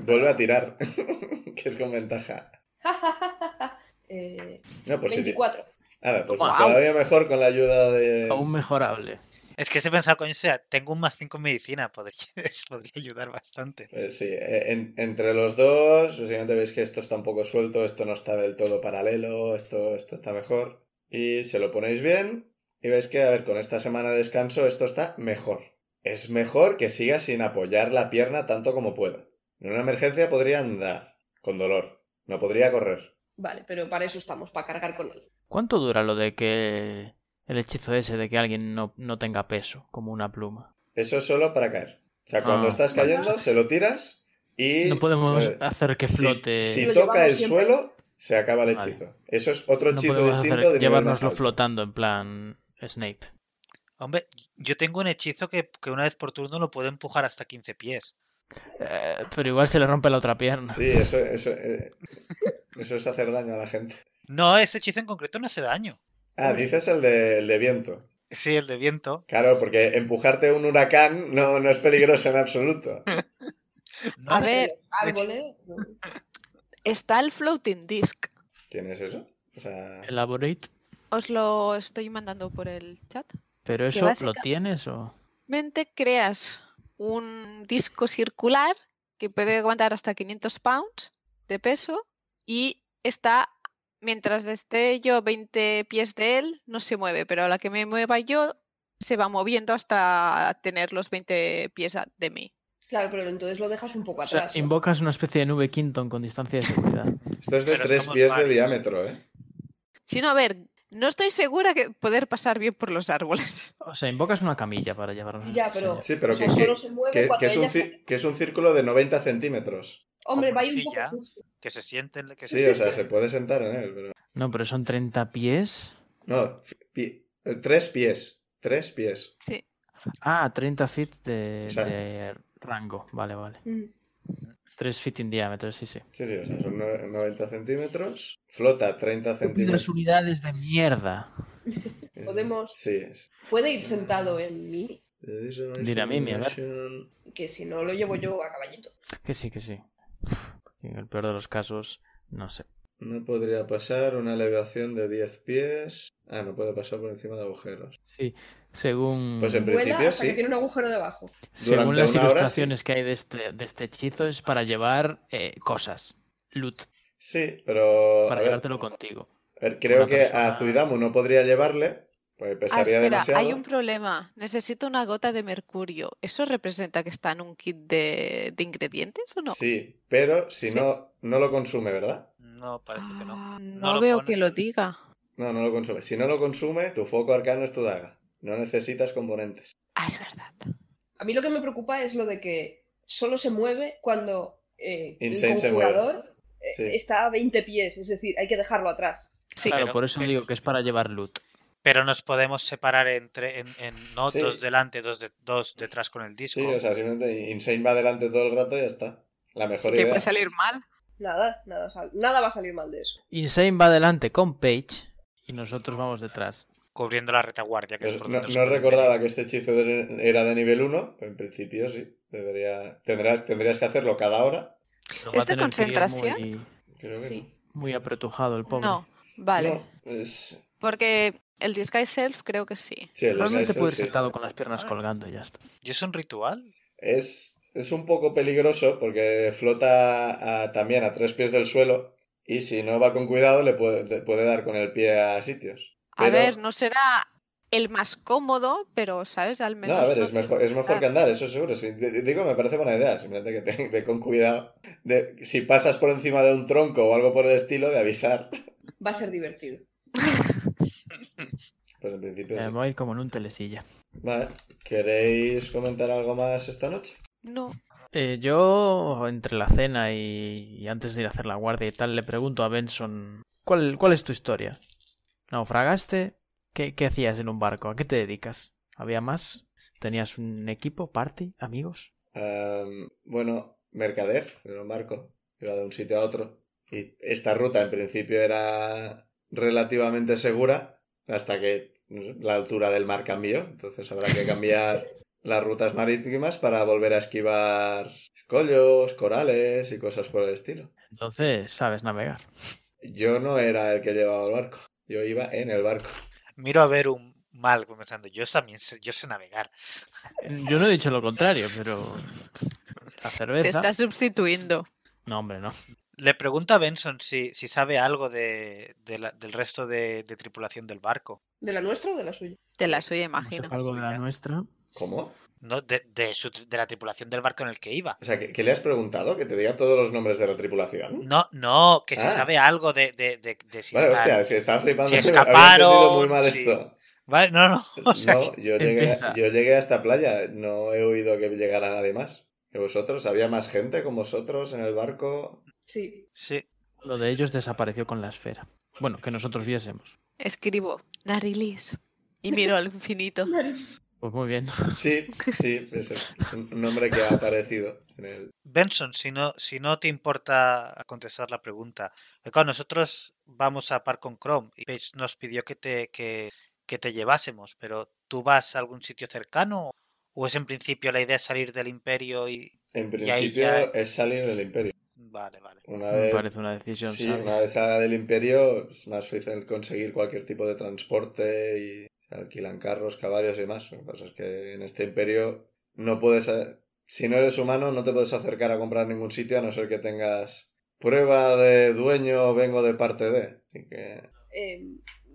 [SPEAKER 1] Vuelve a tirar, que es con ventaja.
[SPEAKER 4] Eh,
[SPEAKER 1] No, pues sí,
[SPEAKER 4] 24.
[SPEAKER 1] Ahora, pues
[SPEAKER 5] Guau.
[SPEAKER 1] todavía mejor con la ayuda
[SPEAKER 6] Aún
[SPEAKER 1] de...
[SPEAKER 6] mejorable.
[SPEAKER 2] Es que se pensaba, coño, o sea, tengo un más 5 en medicina, podría, eso podría ayudar bastante.
[SPEAKER 1] Eh, Sí, eh, en- entre los dos, pues, básicamente veis que esto está un poco suelto, esto no está del todo paralelo, esto, esto está mejor. Y se lo ponéis bien y veis que, a ver, con esta semana de descanso esto está mejor. Es mejor que siga sin apoyar la pierna tanto como pueda. En una emergencia podría andar, con dolor. No podría correr.
[SPEAKER 4] Vale, pero para eso estamos, para cargar con él.
[SPEAKER 6] ¿Cuánto dura lo de que el hechizo ese de que alguien no, no tenga peso, como una pluma?
[SPEAKER 1] Eso es solo para caer. O sea, cuando
[SPEAKER 6] Ah,
[SPEAKER 1] estás cayendo, se lo tiras Y,
[SPEAKER 6] No podemos
[SPEAKER 1] eh,
[SPEAKER 6] hacer que
[SPEAKER 1] si-
[SPEAKER 6] flote.
[SPEAKER 1] Si,
[SPEAKER 4] Lo
[SPEAKER 1] toca
[SPEAKER 4] llevamos
[SPEAKER 1] el
[SPEAKER 4] siempre.
[SPEAKER 1] suelo, se acaba el
[SPEAKER 6] Vale.
[SPEAKER 1] hechizo. Eso es otro
[SPEAKER 6] no
[SPEAKER 1] hechizo
[SPEAKER 6] podemos
[SPEAKER 1] distinto
[SPEAKER 6] hacer-
[SPEAKER 1] de nivel más
[SPEAKER 6] llevárnoslo
[SPEAKER 1] alto.
[SPEAKER 6] flotando en plan Snape.
[SPEAKER 2] Hombre, yo tengo un hechizo que, que una vez por turno lo puedo empujar hasta 15 pies.
[SPEAKER 6] Eh, pero igual se le rompe la otra pierna.
[SPEAKER 1] Sí, eso, eso, eh, eso es hacer daño a la gente.
[SPEAKER 2] No, ese hechizo en concreto no hace daño.
[SPEAKER 1] Ah, dices el de, el de viento.
[SPEAKER 2] Sí, el de viento.
[SPEAKER 1] Claro, porque empujarte un huracán no, no es peligroso en absoluto.
[SPEAKER 2] No,
[SPEAKER 5] A ver,
[SPEAKER 4] Árboles.
[SPEAKER 5] está el floating disk.
[SPEAKER 1] ¿Quién es eso? O sea,
[SPEAKER 6] Elaborate.
[SPEAKER 5] Os lo estoy mandando por el chat.
[SPEAKER 6] ¿Pero
[SPEAKER 4] Que
[SPEAKER 6] eso lo
[SPEAKER 4] básica-
[SPEAKER 6] tienes o...?
[SPEAKER 5] Mente creas un disco circular que puede aguantar hasta 500 pounds de peso y está, mientras esté yo 20 pies de él, no se mueve, pero a la que me mueva yo se va moviendo hasta tener los 20 pies a- de mí.
[SPEAKER 4] Claro, pero entonces lo dejas un poco
[SPEAKER 6] O sea,
[SPEAKER 4] atrás. ¿no?
[SPEAKER 6] invocas una especie de nube Quinton con distancia de seguridad.
[SPEAKER 1] esto es de
[SPEAKER 2] Pero
[SPEAKER 1] tres
[SPEAKER 2] somos
[SPEAKER 1] pies de
[SPEAKER 2] varios.
[SPEAKER 1] diámetro, ¿eh?
[SPEAKER 5] Sino, a ver, no estoy segura que poder pasar bien por los árboles.
[SPEAKER 6] O sea, invocas una camilla para llevarnos a
[SPEAKER 4] Ya,
[SPEAKER 6] este
[SPEAKER 4] pero-
[SPEAKER 6] señor.
[SPEAKER 1] Sí, pero
[SPEAKER 4] O sea,
[SPEAKER 1] que, que-
[SPEAKER 4] solo se mueve
[SPEAKER 1] que-
[SPEAKER 4] cuando
[SPEAKER 1] que es un
[SPEAKER 4] ella se-
[SPEAKER 1] ci- que es un círculo de 90 centímetros.
[SPEAKER 4] Hombre,
[SPEAKER 2] Como
[SPEAKER 4] va a ir un
[SPEAKER 2] una
[SPEAKER 4] poco
[SPEAKER 2] silla.
[SPEAKER 4] justo.
[SPEAKER 2] que se sienten. Que
[SPEAKER 1] Sí,
[SPEAKER 2] se
[SPEAKER 1] o sea, se puede sentar en él, pero...
[SPEAKER 6] No, pero son 30 pies.
[SPEAKER 1] No, pi- eh, tres pies. Tres pies.
[SPEAKER 5] Sí.
[SPEAKER 6] Ah, 30 feet de,
[SPEAKER 1] O sea-
[SPEAKER 6] de rango. Vale, vale.
[SPEAKER 4] Mm.
[SPEAKER 6] 3 feet en diámetro, sí, sí.
[SPEAKER 1] Sí, sí, o sea, son no- 90 centímetros. Flota 30
[SPEAKER 6] Las
[SPEAKER 1] centímetros. Eh,
[SPEAKER 6] unidades de mierda.
[SPEAKER 4] Podemos-
[SPEAKER 1] Sí. es-
[SPEAKER 4] Puede ir sentado en mí,
[SPEAKER 6] Dirá Mimi, a ver.
[SPEAKER 4] que si no lo llevo yo a caballito.
[SPEAKER 6] Que sí, que sí. Y En el peor de los casos, no sé.
[SPEAKER 1] No podría pasar una elevación de 10 pies. Ah, no puede pasar por encima de agujeros.
[SPEAKER 6] Sí, según,
[SPEAKER 1] Pues en
[SPEAKER 4] Vuela
[SPEAKER 1] principio
[SPEAKER 4] hasta que
[SPEAKER 1] sí.
[SPEAKER 4] tiene un agujero debajo.
[SPEAKER 6] según
[SPEAKER 1] durante
[SPEAKER 6] las
[SPEAKER 1] una hora,
[SPEAKER 6] ilustraciones que hay de este, de este hechizo, es para llevar eh, cosas. Loot.
[SPEAKER 1] Sí, pero...
[SPEAKER 6] Para
[SPEAKER 1] a ver,
[SPEAKER 6] llevártelo contigo.
[SPEAKER 1] a ver, creo
[SPEAKER 6] una
[SPEAKER 1] que
[SPEAKER 6] persona-
[SPEAKER 1] a Zuidamu no podría llevarle, porque
[SPEAKER 5] Ah,
[SPEAKER 1] pesaría
[SPEAKER 5] espera,
[SPEAKER 1] demasiado.
[SPEAKER 5] hay un problema. Necesito una gota de mercurio. ¿Eso representa que está en un kit de, de ingredientes o no?
[SPEAKER 1] Sí, pero si
[SPEAKER 5] Sí.
[SPEAKER 1] no, no lo consume, ¿verdad?
[SPEAKER 2] No, parece que no.
[SPEAKER 5] Ah,
[SPEAKER 2] No
[SPEAKER 5] no
[SPEAKER 2] lo
[SPEAKER 5] veo
[SPEAKER 2] pone.
[SPEAKER 5] que lo diga.
[SPEAKER 1] No, no lo consume. Si no lo consume, tu foco arcano es tu daga. No necesitas componentes.
[SPEAKER 5] Ah, es verdad.
[SPEAKER 4] A mí lo que me preocupa es lo de que solo se mueve cuando eh, el
[SPEAKER 1] Insane se mueve.
[SPEAKER 4] conjurador eh,
[SPEAKER 1] Sí.
[SPEAKER 4] está a 20 pies, es decir, hay que dejarlo atrás.
[SPEAKER 5] Sí.
[SPEAKER 6] claro,
[SPEAKER 2] pero-
[SPEAKER 6] por eso digo que es para llevar loot.
[SPEAKER 2] Pero nos podemos separar entre. En, en- no
[SPEAKER 1] Sí.
[SPEAKER 2] dos delante, dos, de- dos detrás con el disco.
[SPEAKER 1] Sí, o sea, simplemente Insane va adelante todo el rato y ya está. La mejor
[SPEAKER 5] Que
[SPEAKER 1] idea.
[SPEAKER 5] puede salir mal.
[SPEAKER 4] Nada, nada, sal- nada va a salir mal de eso.
[SPEAKER 8] Insane va adelante con Page.
[SPEAKER 6] Y nosotros vamos detrás.
[SPEAKER 2] Cubriendo la retaguardia. Que es
[SPEAKER 1] Pues
[SPEAKER 2] por
[SPEAKER 1] no,
[SPEAKER 2] donde nos
[SPEAKER 1] no
[SPEAKER 2] pueden
[SPEAKER 1] recordaba
[SPEAKER 2] venir.
[SPEAKER 1] que este hechizo era de nivel 1, pero en principio sí. Debería... Tendrás, tendrías que hacerlo cada hora.
[SPEAKER 6] Pero va a tener
[SPEAKER 5] ¿Es de
[SPEAKER 6] que ir
[SPEAKER 5] concentración?
[SPEAKER 6] Muy,
[SPEAKER 1] Creo que
[SPEAKER 4] Sí.
[SPEAKER 6] muy apretujado el pobre.
[SPEAKER 5] No, vale.
[SPEAKER 1] No, es-
[SPEAKER 5] Porque el Disguise Self creo que sí.
[SPEAKER 1] Sí, el
[SPEAKER 6] Realmente
[SPEAKER 1] Slicer,
[SPEAKER 6] puede ir
[SPEAKER 1] sí.
[SPEAKER 6] sentado con las piernas
[SPEAKER 2] Ah.
[SPEAKER 6] colgando y ya está.
[SPEAKER 2] ¿Y es un ritual?
[SPEAKER 1] Es, es un poco peligroso porque flota a- también a tres pies del suelo y si no va con cuidado le puede, le puede dar con el pie a sitios.
[SPEAKER 5] A
[SPEAKER 1] Pero-
[SPEAKER 5] ver, no será el más cómodo, pero, ¿sabes? Al
[SPEAKER 1] No,
[SPEAKER 5] menos.
[SPEAKER 1] a ver,
[SPEAKER 5] no
[SPEAKER 1] es
[SPEAKER 5] te-
[SPEAKER 1] mejor, es mejor que andar, eso seguro. Sí, d- digo, me parece buena idea. Simplemente que te, ve con cuidado. De- si pasas por encima de un tronco o algo por el estilo, de avisar.
[SPEAKER 4] Va a ser divertido.
[SPEAKER 1] Pues en principio.
[SPEAKER 6] Eh,
[SPEAKER 1] sí.
[SPEAKER 6] voy a ir como en un telesilla.
[SPEAKER 1] Vale. ¿Queréis comentar algo más esta noche?
[SPEAKER 5] No.
[SPEAKER 8] Eh, yo, entre la cena y, y antes de ir a hacer la guardia y tal, le pregunto a Benson, ¿cuál, cuál es tu historia? ¿Naufragaste? ¿Qué, qué hacías en un barco? ¿A qué te dedicas? ¿Había más? ¿Tenías un equipo, party, amigos?
[SPEAKER 1] Am, Em, bueno, mercader, era un barco. Iba de un sitio a otro. Y esta ruta en principio era relativamente segura hasta que no sé, la altura del mar cambió. Entonces habrá que cambiar las rutas marítimas para volver a esquivar escollos, corales y cosas por el estilo.
[SPEAKER 6] Entonces, sabes navegar.
[SPEAKER 1] Yo no era el que llevaba el barco. Yo iba en el barco.
[SPEAKER 2] Miro a ver un mal pensando. Yo también sé, yo sé navegar.
[SPEAKER 6] Yo no he dicho lo contrario, pero. La
[SPEAKER 5] Te
[SPEAKER 6] cerveza.
[SPEAKER 5] está sustituyendo.
[SPEAKER 6] No, hombre, no.
[SPEAKER 2] Le pregunto a Benson si, si sabe algo de, de la- del resto de, de tripulación del barco.
[SPEAKER 4] ¿De la nuestra o de la suya?
[SPEAKER 5] Te la suya,
[SPEAKER 6] No sé,
[SPEAKER 5] imagino.
[SPEAKER 6] algo de la
[SPEAKER 2] Suya.
[SPEAKER 6] nuestra.
[SPEAKER 1] ¿Cómo?
[SPEAKER 2] No, de, de su tri- de la tripulación del barco en el que iba.
[SPEAKER 1] O sea, ¿que, que le has preguntado? ¿Que te diga todos los nombres de la tripulación?
[SPEAKER 2] No, no, que si
[SPEAKER 1] ¿Mm? Ah.
[SPEAKER 2] sabe algo de, de, de, de si
[SPEAKER 1] Vale,
[SPEAKER 2] están-
[SPEAKER 1] hostia, es que estaba flipando.
[SPEAKER 2] si
[SPEAKER 1] Había
[SPEAKER 2] escaparon,
[SPEAKER 1] entendido muy mal
[SPEAKER 2] si-
[SPEAKER 1] esto.
[SPEAKER 2] Vale, no, no. o sea,
[SPEAKER 1] no, yo llegué,
[SPEAKER 6] empieza.
[SPEAKER 1] yo llegué a esta playa. No he oído que llegara nadie más. que vosotros. ¿Había más gente con vosotros en el barco?
[SPEAKER 4] Sí.
[SPEAKER 2] Sí.
[SPEAKER 6] Lo de ellos desapareció con la esfera. Bueno, que nosotros viésemos.
[SPEAKER 5] Escribo Narilis y miro al infinito.
[SPEAKER 6] Pues muy bien.
[SPEAKER 1] Sí, sí, es un nombre que ha aparecido en el...
[SPEAKER 2] Benson, si no, si no te importa contestar la pregunta, Eh, claro, nosotros vamos a par con Chrome y Paige nos pidió que te, que, que te llevásemos, pero ¿tú vas a algún sitio cercano o es en principio la idea salir del imperio y...
[SPEAKER 1] En
[SPEAKER 2] Y ahí
[SPEAKER 1] principio
[SPEAKER 2] ya-
[SPEAKER 1] es salir del imperio.
[SPEAKER 2] Vale, vale.
[SPEAKER 1] Una
[SPEAKER 8] Me
[SPEAKER 1] vez,
[SPEAKER 8] parece una decisión
[SPEAKER 1] sí,
[SPEAKER 8] sabia.
[SPEAKER 1] una vez salga del imperio es más fácil conseguir cualquier tipo de transporte y se alquilan carros, caballos y demás. Lo que pasa es que en este imperio no puedes... eh, Si no eres humano no te puedes acercar a comprar ningún sitio a no ser que tengas prueba de dueño o vengo de parte de. Así que...
[SPEAKER 4] eh,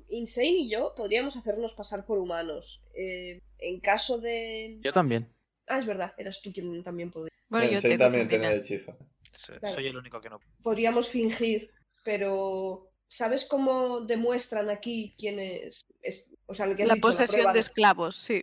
[SPEAKER 4] Insane y yo podríamos hacernos pasar por humanos. Eh, en caso de.
[SPEAKER 6] Yo también.
[SPEAKER 4] Ah, es verdad, eras tú quien también podía.
[SPEAKER 5] Bueno,
[SPEAKER 1] Bueno,
[SPEAKER 5] yo
[SPEAKER 1] sí,
[SPEAKER 5] tengo
[SPEAKER 1] también
[SPEAKER 5] turbina.
[SPEAKER 1] tenía hechizo.
[SPEAKER 2] Sí,
[SPEAKER 4] Claro.
[SPEAKER 2] Soy el único que no.
[SPEAKER 4] Podríamos fingir, pero. ¿Sabes cómo demuestran aquí quién es? es- o sea, lo que has
[SPEAKER 5] La
[SPEAKER 4] dicho,
[SPEAKER 5] posesión
[SPEAKER 4] la prueba,
[SPEAKER 5] de esclavos, sí.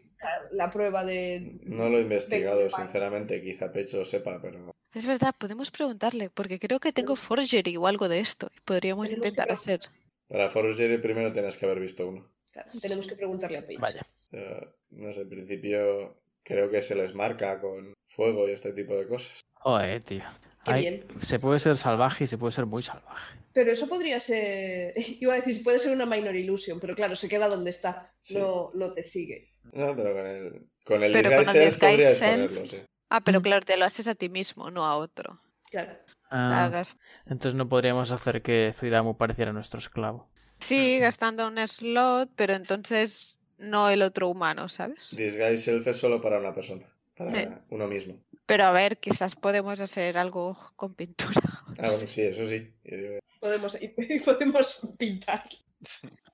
[SPEAKER 4] la prueba de.
[SPEAKER 1] No lo he
[SPEAKER 4] Vengo
[SPEAKER 1] investigado,
[SPEAKER 4] de parte.
[SPEAKER 1] sinceramente. Quizá Pecho sepa, pero...
[SPEAKER 5] Es verdad, podemos preguntarle, porque creo que tengo forgery o algo de esto. y
[SPEAKER 4] Tenemos
[SPEAKER 5] Podríamos
[SPEAKER 4] que
[SPEAKER 5] intentar hacer.
[SPEAKER 1] Para Forgery primero tienes que haber visto uno.
[SPEAKER 4] Claro, tenemos que preguntarle a Paige.
[SPEAKER 6] Vaya.
[SPEAKER 1] Eh, no sé, en principio creo que se les marca con fuego y este tipo de cosas.
[SPEAKER 6] Joder, tío.
[SPEAKER 4] Qué
[SPEAKER 6] Ay,
[SPEAKER 4] bien.
[SPEAKER 6] Se puede ser salvaje y se puede ser muy salvaje.
[SPEAKER 4] Pero eso podría ser. Iba a decir, puede ser una minor illusion, pero claro, se queda donde está.
[SPEAKER 1] Sí.
[SPEAKER 4] No, no te sigue.
[SPEAKER 1] No, pero con el, con el
[SPEAKER 5] Pero
[SPEAKER 1] Disguise
[SPEAKER 5] con el
[SPEAKER 1] Self podrías
[SPEAKER 5] Disguise Self.
[SPEAKER 1] ponerlo, sí.
[SPEAKER 5] Ah, pero claro, te lo haces a ti mismo, no a otro.
[SPEAKER 4] Claro.
[SPEAKER 6] Ah,
[SPEAKER 5] Hagas-
[SPEAKER 8] Entonces no podríamos hacer que Zuidamu pareciera nuestro esclavo.
[SPEAKER 5] Sí, gastando un slot, pero entonces no el otro humano, ¿sabes?
[SPEAKER 1] Disguise Self es solo para una persona, para
[SPEAKER 5] Sí.
[SPEAKER 1] uno mismo.
[SPEAKER 5] Pero a ver, quizás podemos hacer algo con pintura.
[SPEAKER 1] Ah, bueno, sí, eso sí. Yo digo,
[SPEAKER 4] Podemos, podemos pintar.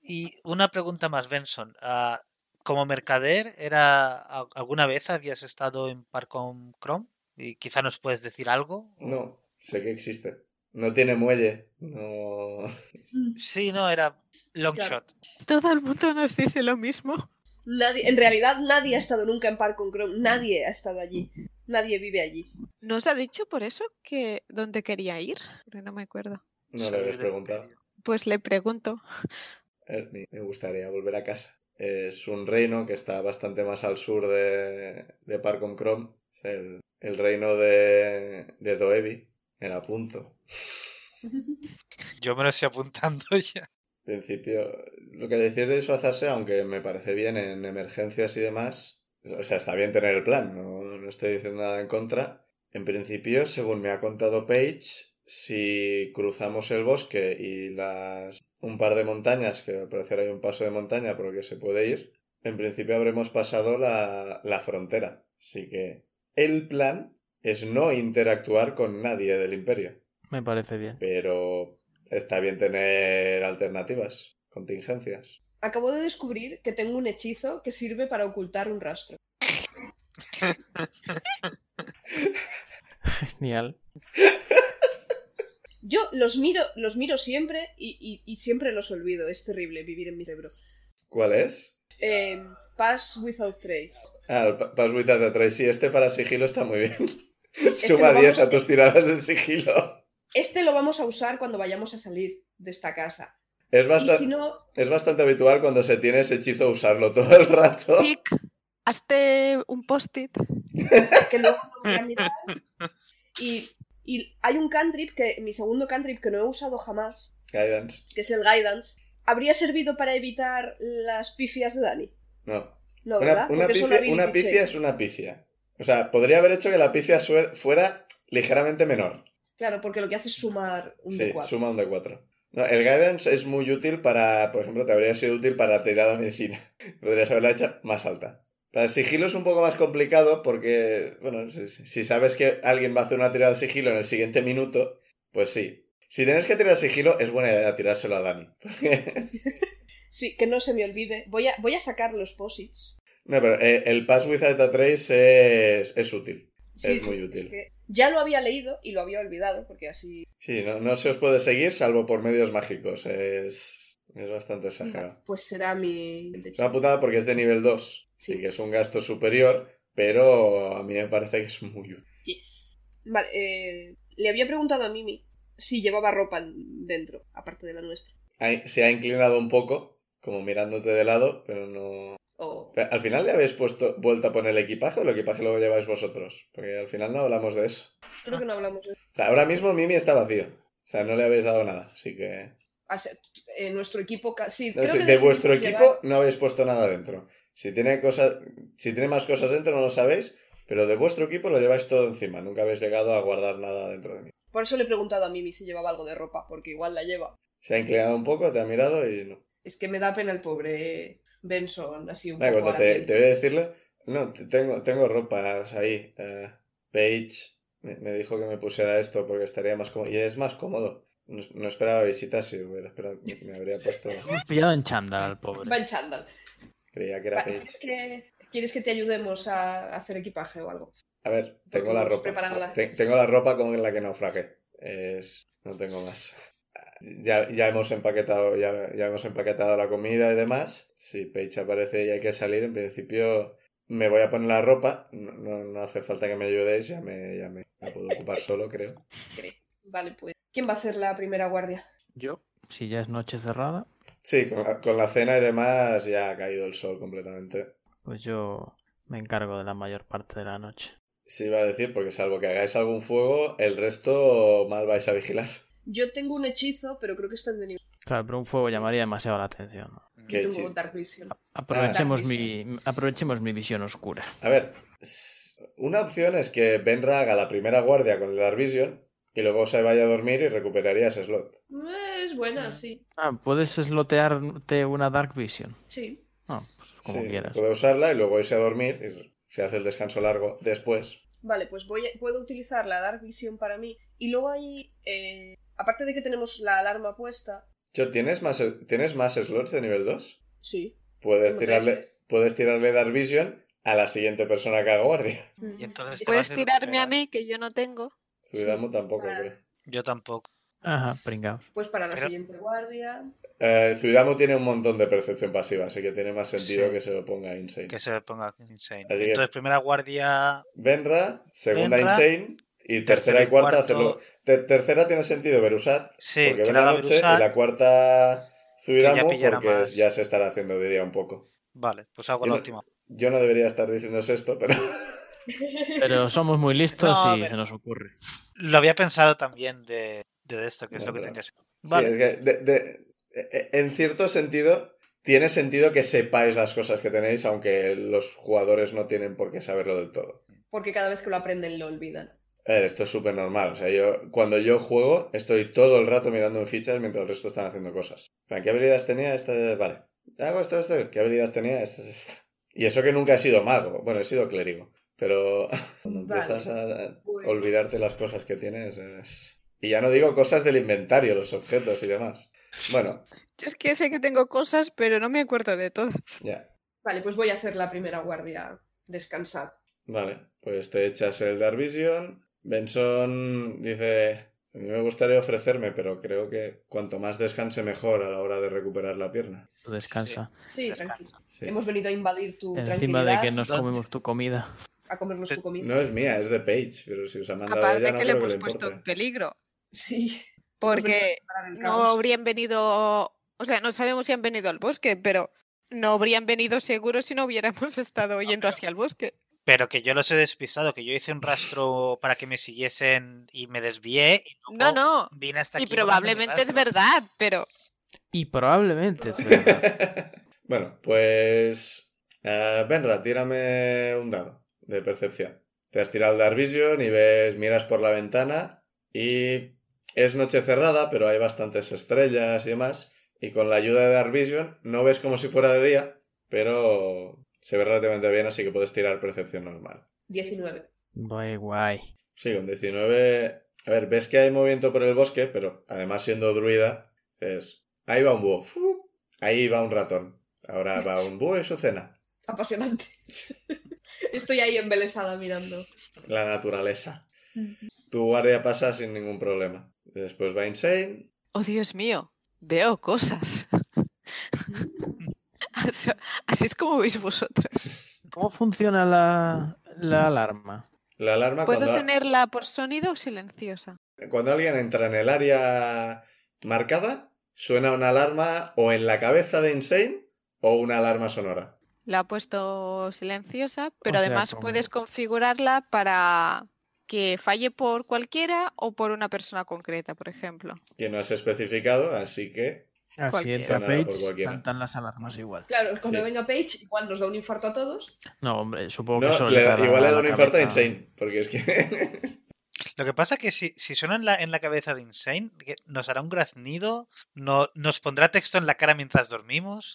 [SPEAKER 2] Y una pregunta más, Benson. Ah, como mercader, era a- ¿alguna vez habías estado en Parcom Chrome? Y quizá nos puedes decir algo.
[SPEAKER 1] No, sé que existe. No tiene muelle. No...
[SPEAKER 4] Mm.
[SPEAKER 2] Sí, no, era long
[SPEAKER 4] Claro.
[SPEAKER 2] shot.
[SPEAKER 5] Todo el mundo nos dice lo mismo.
[SPEAKER 4] Nadie, en realidad nadie ha estado nunca en Park on Chrome, nadie ha estado allí, nadie vive allí.
[SPEAKER 5] ¿Nos ha dicho por eso que dónde quería ir? Pero no me acuerdo.
[SPEAKER 1] No le
[SPEAKER 2] Salir
[SPEAKER 1] habéis
[SPEAKER 2] del
[SPEAKER 1] preguntado.
[SPEAKER 2] imperio.
[SPEAKER 5] Pues le pregunto.
[SPEAKER 1] Ernie, me gustaría volver a casa. Es un reino que está bastante más al sur de, de Parcom Chrome. Es el, el reino de, de Doevi. Me la apunto.
[SPEAKER 2] Yo me lo estoy apuntando ya.
[SPEAKER 1] En principio, lo que decías de disfrazarse, aunque me parece bien en emergencias y demás, o sea, está bien tener el plan, no, no estoy diciendo nada en contra. En principio, según me ha contado Paige, si cruzamos el bosque y las un par de montañas, que al parecer hay un paso de montaña por el que se puede ir, en principio habremos pasado la, la frontera. Así que el plan es no interactuar con nadie del imperio.
[SPEAKER 8] Me parece bien.
[SPEAKER 1] Pero está bien tener alternativas, contingencias.
[SPEAKER 4] Acabo de descubrir que tengo un hechizo que sirve para ocultar un rastro.
[SPEAKER 8] Genial.
[SPEAKER 4] Yo los miro, los miro siempre y, y- y siempre los olvido, es terrible vivir en mi cerebro.
[SPEAKER 1] ¿Cuál es?
[SPEAKER 4] Eh, pass without trace.
[SPEAKER 1] Ah, el pa- Pass Without a Trace. Sí, este para sigilo está muy bien.
[SPEAKER 4] que lo
[SPEAKER 1] Suma
[SPEAKER 4] vamos
[SPEAKER 1] 10
[SPEAKER 4] a
[SPEAKER 1] a tus tiradas de sigilo.
[SPEAKER 4] Este lo vamos a usar cuando vayamos a salir de esta casa.
[SPEAKER 1] Es,
[SPEAKER 4] Y
[SPEAKER 1] basta-
[SPEAKER 4] si no,
[SPEAKER 1] es bastante habitual cuando se tiene ese hechizo usarlo todo el rato.
[SPEAKER 5] Pic, hazte un post-it.
[SPEAKER 4] que luego lo voy a mirar. Y, y hay un cantrip que, mi segundo cantrip que no he usado jamás,
[SPEAKER 1] Guidance.
[SPEAKER 4] que es el guidance, habría servido para evitar las pifias de Dani.
[SPEAKER 1] No.
[SPEAKER 4] No,
[SPEAKER 1] Una,
[SPEAKER 4] ¿verdad?
[SPEAKER 1] una
[SPEAKER 4] Porque es
[SPEAKER 1] pifia, una
[SPEAKER 4] ability
[SPEAKER 1] pifia
[SPEAKER 4] check.
[SPEAKER 1] es una pifia. O sea, podría haber hecho que la pifia suer- fuera ligeramente menor.
[SPEAKER 4] Claro, porque lo que hace es sumar un
[SPEAKER 1] Sí,
[SPEAKER 4] D4.
[SPEAKER 1] suma un de 4 el guidance es muy útil para, por ejemplo, te habría sido útil para tirada de medicina. Podrías haberla hecha más alta. Para sigilo es un poco más complicado porque, bueno, si, si sabes que alguien va a hacer una tirada de sigilo en el siguiente minuto, pues sí. Si tienes que tirar sigilo, es buena idea tirárselo a Dani.
[SPEAKER 4] Sí, que no se me olvide. Voy a, voy a sacar los posits.
[SPEAKER 1] no, pero eh, el Pass Without a Trace es, es útil.
[SPEAKER 4] Sí,
[SPEAKER 1] Es
[SPEAKER 4] sí,
[SPEAKER 1] muy útil.
[SPEAKER 4] que ya lo había leído y lo había olvidado, porque así.
[SPEAKER 1] Sí, no, no se os puede seguir salvo por medios mágicos. Es, es bante exagerado.
[SPEAKER 4] Pues será mi.
[SPEAKER 1] Es una putada porque es de nivel 2.
[SPEAKER 4] Sí.
[SPEAKER 1] Así que es un gasto superior, pero a mí me parece que es muy útil.
[SPEAKER 9] Yes.
[SPEAKER 4] Vale, eh, le había preguntado a Mimi si llevaba ropa dentro, aparte de la nuestra.
[SPEAKER 1] Ha- Se ha inclinado un poco, como mirándote de lado, pero no...
[SPEAKER 4] O...
[SPEAKER 1] Pero, ¿Al final le habéis puesto vuelta a poner el equipaje o el equipaje lo lleváis vosotros? Porque al final no hablamos de eso.
[SPEAKER 4] Creo que no hablamos de
[SPEAKER 1] O sea, ahora mismo Mimi está vacío. O sea, no le habéis dado nada, así que...
[SPEAKER 4] Ah, se- eh, nuestro equipo casi.
[SPEAKER 1] No sé, de vuestro equipo no habéis puesto nada dentro. Si tiene cosas, si tiene más cosas dentro no lo sabéis, pero de vuestro equipo lo lleváis todo encima. Nunca habéis llegado a guardar nada dentro de mí.
[SPEAKER 4] Por eso le he preguntado a Mimi si llevaba algo de ropa, porque igual la lleva.
[SPEAKER 1] Se ha inclinado un poco, te ha mirado y no.
[SPEAKER 4] Es que me da pena el pobre Benson, así un
[SPEAKER 1] Vale,
[SPEAKER 4] poco.
[SPEAKER 1] cuando
[SPEAKER 4] a la
[SPEAKER 1] te,
[SPEAKER 4] piel.
[SPEAKER 1] te voy a decirle, no, te- tengo, tengo ropas ahí. eh, Paige me, me dijo que me pusiera esto porque estaría más cómodo. Y es más cómodo. No, no esperaba visitas si hubiera esperado, me, me habría puesto.
[SPEAKER 6] Hemos pillado en chándal, pobre.
[SPEAKER 4] Va en chándal.
[SPEAKER 1] Creía que era
[SPEAKER 4] Va,
[SPEAKER 1] Paige.
[SPEAKER 4] ¿quieres, que, quieres que te ayudemos a hacer equipaje o algo?
[SPEAKER 1] A ver, tengo la
[SPEAKER 4] hemos
[SPEAKER 1] ropa.
[SPEAKER 4] preparado la-
[SPEAKER 1] Te- Tengo la ropa con la que naufragué. Es... No tengo más. Ya, ya hemos empaquetado, ya, ya hemos empaquetado la comida y demás. Si Paige aparece y hay que salir, en principio me voy a poner la ropa. No, no- no hace falta que me ayudéis, ya me, ya me la puedo ocupar solo, creo.
[SPEAKER 4] Vale, pues. ¿Quién va a hacer la primera guardia?
[SPEAKER 6] Yo, si ya es noche cerrada,
[SPEAKER 1] Sí, con la, con la cena y demás ya ha caído el sol completamente.
[SPEAKER 8] Pues yo me encargo de la mayor parte de la noche.
[SPEAKER 1] Sí, iba a decir, porque salvo que hagáis algún fuego, el resto mal vais a vigilar.
[SPEAKER 4] Yo tengo un hechizo, pero creo que está en de nivel.
[SPEAKER 8] Claro, pero un fuego llamaría demasiado la atención. ¿no?
[SPEAKER 3] Mm.
[SPEAKER 1] ¿Qué
[SPEAKER 4] Yo
[SPEAKER 1] hechizo?
[SPEAKER 4] tengo Dark Vision.
[SPEAKER 6] aprovechemos,
[SPEAKER 4] Ah.
[SPEAKER 6] mi, aprovechemos mi visión oscura.
[SPEAKER 1] A ver, s- una opción es que Benra haga la primera guardia con el Dark Vision y luego se vaya a dormir y recuperaría ese slot.
[SPEAKER 4] Eh, Es buena, sí.
[SPEAKER 6] Ah, puedes slotearte una Dark Vision.
[SPEAKER 4] Sí.
[SPEAKER 6] Ah, pues como
[SPEAKER 1] Sí,
[SPEAKER 6] quieras.
[SPEAKER 1] Puede usarla y luego irse a dormir y se hace el descanso largo después.
[SPEAKER 4] Vale, pues voy a- puedo utilizar la Dark Vision para mí. Y luego ahí, eh, aparte de que tenemos la alarma puesta.
[SPEAKER 1] Cho, ¿tienes más, ¿tienes más slots de nivel 2?
[SPEAKER 4] Sí.
[SPEAKER 1] Puedes
[SPEAKER 4] Tengo
[SPEAKER 1] tirarle,
[SPEAKER 4] tres.
[SPEAKER 1] puedes tirarle Dark Vision a la siguiente persona que haga guardia.
[SPEAKER 2] Y entonces te
[SPEAKER 5] Mm. Puedes
[SPEAKER 2] vas a
[SPEAKER 5] tirarme a
[SPEAKER 2] recuperar.
[SPEAKER 5] mí, que yo no tengo.
[SPEAKER 1] Zuidamu tampoco,
[SPEAKER 4] claro.
[SPEAKER 1] creo.
[SPEAKER 2] Yo tampoco.
[SPEAKER 6] Ajá, pringaos.
[SPEAKER 4] Pues para la
[SPEAKER 2] Pero-
[SPEAKER 4] siguiente guardia.
[SPEAKER 1] Eh, Zuidamu tiene un montón de percepción pasiva, así que tiene más sentido
[SPEAKER 2] Sí.
[SPEAKER 1] que se lo ponga Insane.
[SPEAKER 2] Que se ponga insane.
[SPEAKER 1] Así que-
[SPEAKER 2] Entonces, primera guardia.
[SPEAKER 1] Benra, segunda
[SPEAKER 2] Benra,
[SPEAKER 1] Insane y tercera y cuarta
[SPEAKER 2] tercero y
[SPEAKER 1] hacerlo. Ter- tercera tiene sentido Berusat,
[SPEAKER 2] Sí,
[SPEAKER 1] porque
[SPEAKER 2] que
[SPEAKER 1] ven
[SPEAKER 2] la
[SPEAKER 1] la
[SPEAKER 2] haga
[SPEAKER 1] noche
[SPEAKER 2] Berusat.
[SPEAKER 1] y la cuarta Zuidamu
[SPEAKER 2] pillará
[SPEAKER 1] porque
[SPEAKER 2] más.
[SPEAKER 1] ya se estará haciendo de día un poco.
[SPEAKER 2] Vale, pues hago
[SPEAKER 1] Yo
[SPEAKER 2] la
[SPEAKER 1] no-
[SPEAKER 2] última.
[SPEAKER 1] Yo no debería estar diciéndos esto, pero
[SPEAKER 6] Pero somos muy listos
[SPEAKER 2] No,
[SPEAKER 6] y
[SPEAKER 2] pero-
[SPEAKER 6] se nos ocurre.
[SPEAKER 2] Lo había pensado también de, de esto, que es
[SPEAKER 1] No,
[SPEAKER 2] lo que
[SPEAKER 1] pero-
[SPEAKER 2] tenía que ser.
[SPEAKER 1] sí,
[SPEAKER 2] Vale,
[SPEAKER 1] es que de- de- e- en cierto sentido tiene sentido que sepáis las cosas que tenéis, aunque los jugadores no tienen por qué saberlo del todo.
[SPEAKER 4] Porque cada vez que lo aprenden lo olvidan.
[SPEAKER 1] A ver, esto es súper normal. O sea, yo cuando yo juego estoy todo el rato mirando en fichas mientras el resto están haciendo cosas. En plan, ¿Qué habilidades tenía esta? Vale. Hago esto, esto. ¿Qué habilidades tenía esta? esta? Y eso que nunca he sido mago. Bueno, he sido clérigo. Pero cuando
[SPEAKER 4] Vale. Pues
[SPEAKER 1] empiezas a
[SPEAKER 4] Bueno.
[SPEAKER 1] olvidarte las cosas que tienes es- Y ya no digo cosas del inventario, los objetos y demás. Bueno,
[SPEAKER 5] Yo es que sé que tengo cosas, pero no me acuerdo de todo.
[SPEAKER 1] ya.
[SPEAKER 4] Vale, pues voy a hacer la primera guardia. Descansad.
[SPEAKER 1] Vale, pues te echas el Dark Vision. Benson dice, a mí me gustaría ofrecerme, pero creo que cuanto más descanse mejor a la hora de recuperar la pierna.
[SPEAKER 6] Tú descansa.
[SPEAKER 4] Sí,
[SPEAKER 2] Descansa.
[SPEAKER 4] tranquilo.
[SPEAKER 1] Sí.
[SPEAKER 4] Hemos venido a invadir tu
[SPEAKER 6] Encima de
[SPEAKER 4] tranquilidad,
[SPEAKER 6] que nos
[SPEAKER 2] ¿Dónde?
[SPEAKER 6] comemos tu comida.
[SPEAKER 4] a comernos tu comida.
[SPEAKER 1] No es mía, es de Page, pero si os ha mandado
[SPEAKER 5] Aparte
[SPEAKER 1] ella no
[SPEAKER 5] que le
[SPEAKER 1] creo que
[SPEAKER 5] hemos
[SPEAKER 1] le
[SPEAKER 5] puesto en
[SPEAKER 1] importe.
[SPEAKER 5] peligro.
[SPEAKER 4] Sí.
[SPEAKER 5] Porque
[SPEAKER 4] Parar el
[SPEAKER 5] no
[SPEAKER 4] caos.
[SPEAKER 5] habrían venido. O sea, no sabemos si han venido al bosque, pero no habrían venido seguro si no hubiéramos estado yendo hacia el bosque.
[SPEAKER 2] pero que yo los he despistado, que yo hice un rastro para que me siguiesen y me desvié. Y luego
[SPEAKER 5] No, no.
[SPEAKER 2] Vine hasta
[SPEAKER 5] Y
[SPEAKER 2] aquí llevando mi
[SPEAKER 5] probablemente es
[SPEAKER 2] rastro.
[SPEAKER 5] verdad, pero
[SPEAKER 8] Y probablemente es verdad.
[SPEAKER 1] bueno, pues... eh, Benra, tírame un dado de percepción. Te has tirado el Dark Vision y ves, miras por la ventana y es noche cerrada, pero hay bastantes estrellas y demás. Y con la ayuda de Dark Vision no ves como si fuera de día, pero se ve relativamente bien, así que puedes tirar percepción normal.
[SPEAKER 4] 19.
[SPEAKER 8] Guay, guay.
[SPEAKER 1] Sí, con 19... A ver, ves que hay movimiento por el bosque, pero además siendo druida, es... Ahí va un búho. ¡fu! Ahí va un ratón. Ahora va un búho y su cena.
[SPEAKER 4] Apasionante. Estoy ahí embelesada mirando.
[SPEAKER 1] La naturaleza. Tu guardia pasa sin ningún problema. Después va Insane.
[SPEAKER 5] Oh, Dios mío, veo cosas. Así, así es como veis vosotros.
[SPEAKER 6] Mm. ¿Cómo funciona la, la alarma?
[SPEAKER 1] La alarma
[SPEAKER 5] ¿Puedo
[SPEAKER 1] Ah, cuando,
[SPEAKER 5] tenerla por sonido o silenciosa?
[SPEAKER 1] cuando alguien entra en el área marcada, suena una alarma o en la cabeza de Insane o una alarma sonora.
[SPEAKER 5] La ha puesto silenciosa, pero
[SPEAKER 3] sea,
[SPEAKER 5] además
[SPEAKER 3] como-
[SPEAKER 5] puedes configurarla para que falle por cualquiera o por una persona concreta, por ejemplo.
[SPEAKER 1] Que no has especificado, así que
[SPEAKER 3] Así
[SPEAKER 5] Cualquiera.
[SPEAKER 3] entra
[SPEAKER 1] Sonará por
[SPEAKER 3] Page,
[SPEAKER 1] cualquiera.
[SPEAKER 3] cantan las alarmas igual.
[SPEAKER 4] Claro, cuando
[SPEAKER 1] Sí.
[SPEAKER 4] venga Page, igual nos da un infarto a todos.
[SPEAKER 3] No, hombre, supongo que
[SPEAKER 1] No,
[SPEAKER 3] eso
[SPEAKER 1] le-
[SPEAKER 3] dará
[SPEAKER 1] igual le
[SPEAKER 3] la
[SPEAKER 1] da un infarto a
[SPEAKER 3] cabeza.
[SPEAKER 1] Insane, porque es que...
[SPEAKER 2] Lo que pasa es que si, si suena en la, en la cabeza de Insane, que nos hará un graznido, no, nos pondrá texto en la cara mientras dormimos.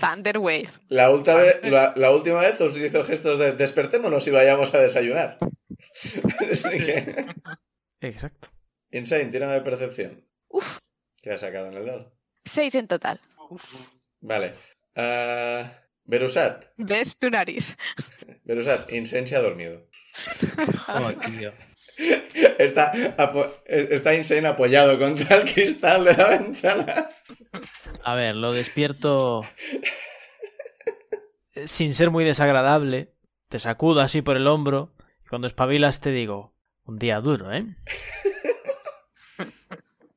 [SPEAKER 5] Thunderwave.
[SPEAKER 1] La, ulta ve- la- la última vez os hizo gestos de despertémonos y vayamos a desayunar. Así que...
[SPEAKER 8] Exacto.
[SPEAKER 1] Insane, tírame de percepción.
[SPEAKER 5] Uf,
[SPEAKER 1] Que ha sacado en el dado.
[SPEAKER 5] seis en total.
[SPEAKER 1] Vale. Ah, Berusat.
[SPEAKER 5] ¿Ves tu nariz?
[SPEAKER 1] Berusat, Insane se ha dormido.
[SPEAKER 2] Oh, tío.
[SPEAKER 1] Está, apo- e-, está Insane apoyado contra el cristal de la ventana.
[SPEAKER 6] A ver, lo despierto.
[SPEAKER 8] Eh, Sin ser muy desagradable, te sacudo así por el hombro y cuando espabilas te digo, un día duro, ¿eh?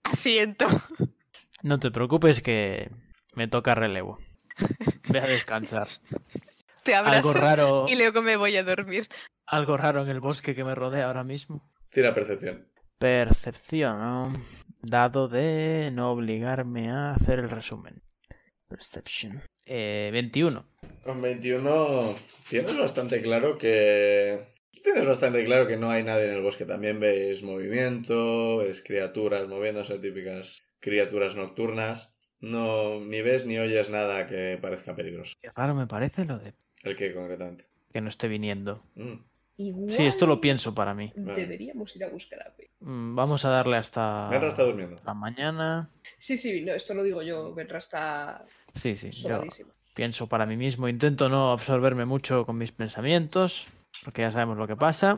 [SPEAKER 5] Asiento.
[SPEAKER 8] No te preocupes que me toca relevo.
[SPEAKER 6] Ve a descansar.
[SPEAKER 5] Te
[SPEAKER 6] Algo
[SPEAKER 5] abrazo
[SPEAKER 6] raro,
[SPEAKER 5] y luego me voy a dormir.
[SPEAKER 6] algo raro en el bosque que me rodea ahora mismo.
[SPEAKER 1] Tira percepción.
[SPEAKER 8] Percepción. ¿no? Dado de no obligarme a hacer el resumen. Perception.
[SPEAKER 6] Eh, 21.
[SPEAKER 1] Con 21 tienes bastante claro que... Tienes bastante claro que no hay nadie en el bosque. También veis movimiento, ves criaturas moviéndose, típicas criaturas nocturnas. No, ni ves ni oyes nada que parezca peligroso.
[SPEAKER 6] Qué raro me parece lo de
[SPEAKER 1] El que concretamente.
[SPEAKER 6] que no esté viniendo.
[SPEAKER 1] Mm.
[SPEAKER 4] Igual
[SPEAKER 6] Sí, esto lo pienso para mí.
[SPEAKER 1] Vale.
[SPEAKER 4] Deberíamos ir a buscar a Page.
[SPEAKER 6] Mm, Vamos a darle hasta
[SPEAKER 1] Merra está durmiendo.
[SPEAKER 6] la mañana.
[SPEAKER 4] Sí, sí, no, esto lo digo yo. Benra está
[SPEAKER 6] Sí, sí, yo
[SPEAKER 4] sobradísimo.
[SPEAKER 6] pienso para mí mismo. Intento no absorberme mucho con mis pensamientos, porque ya sabemos lo que pasa.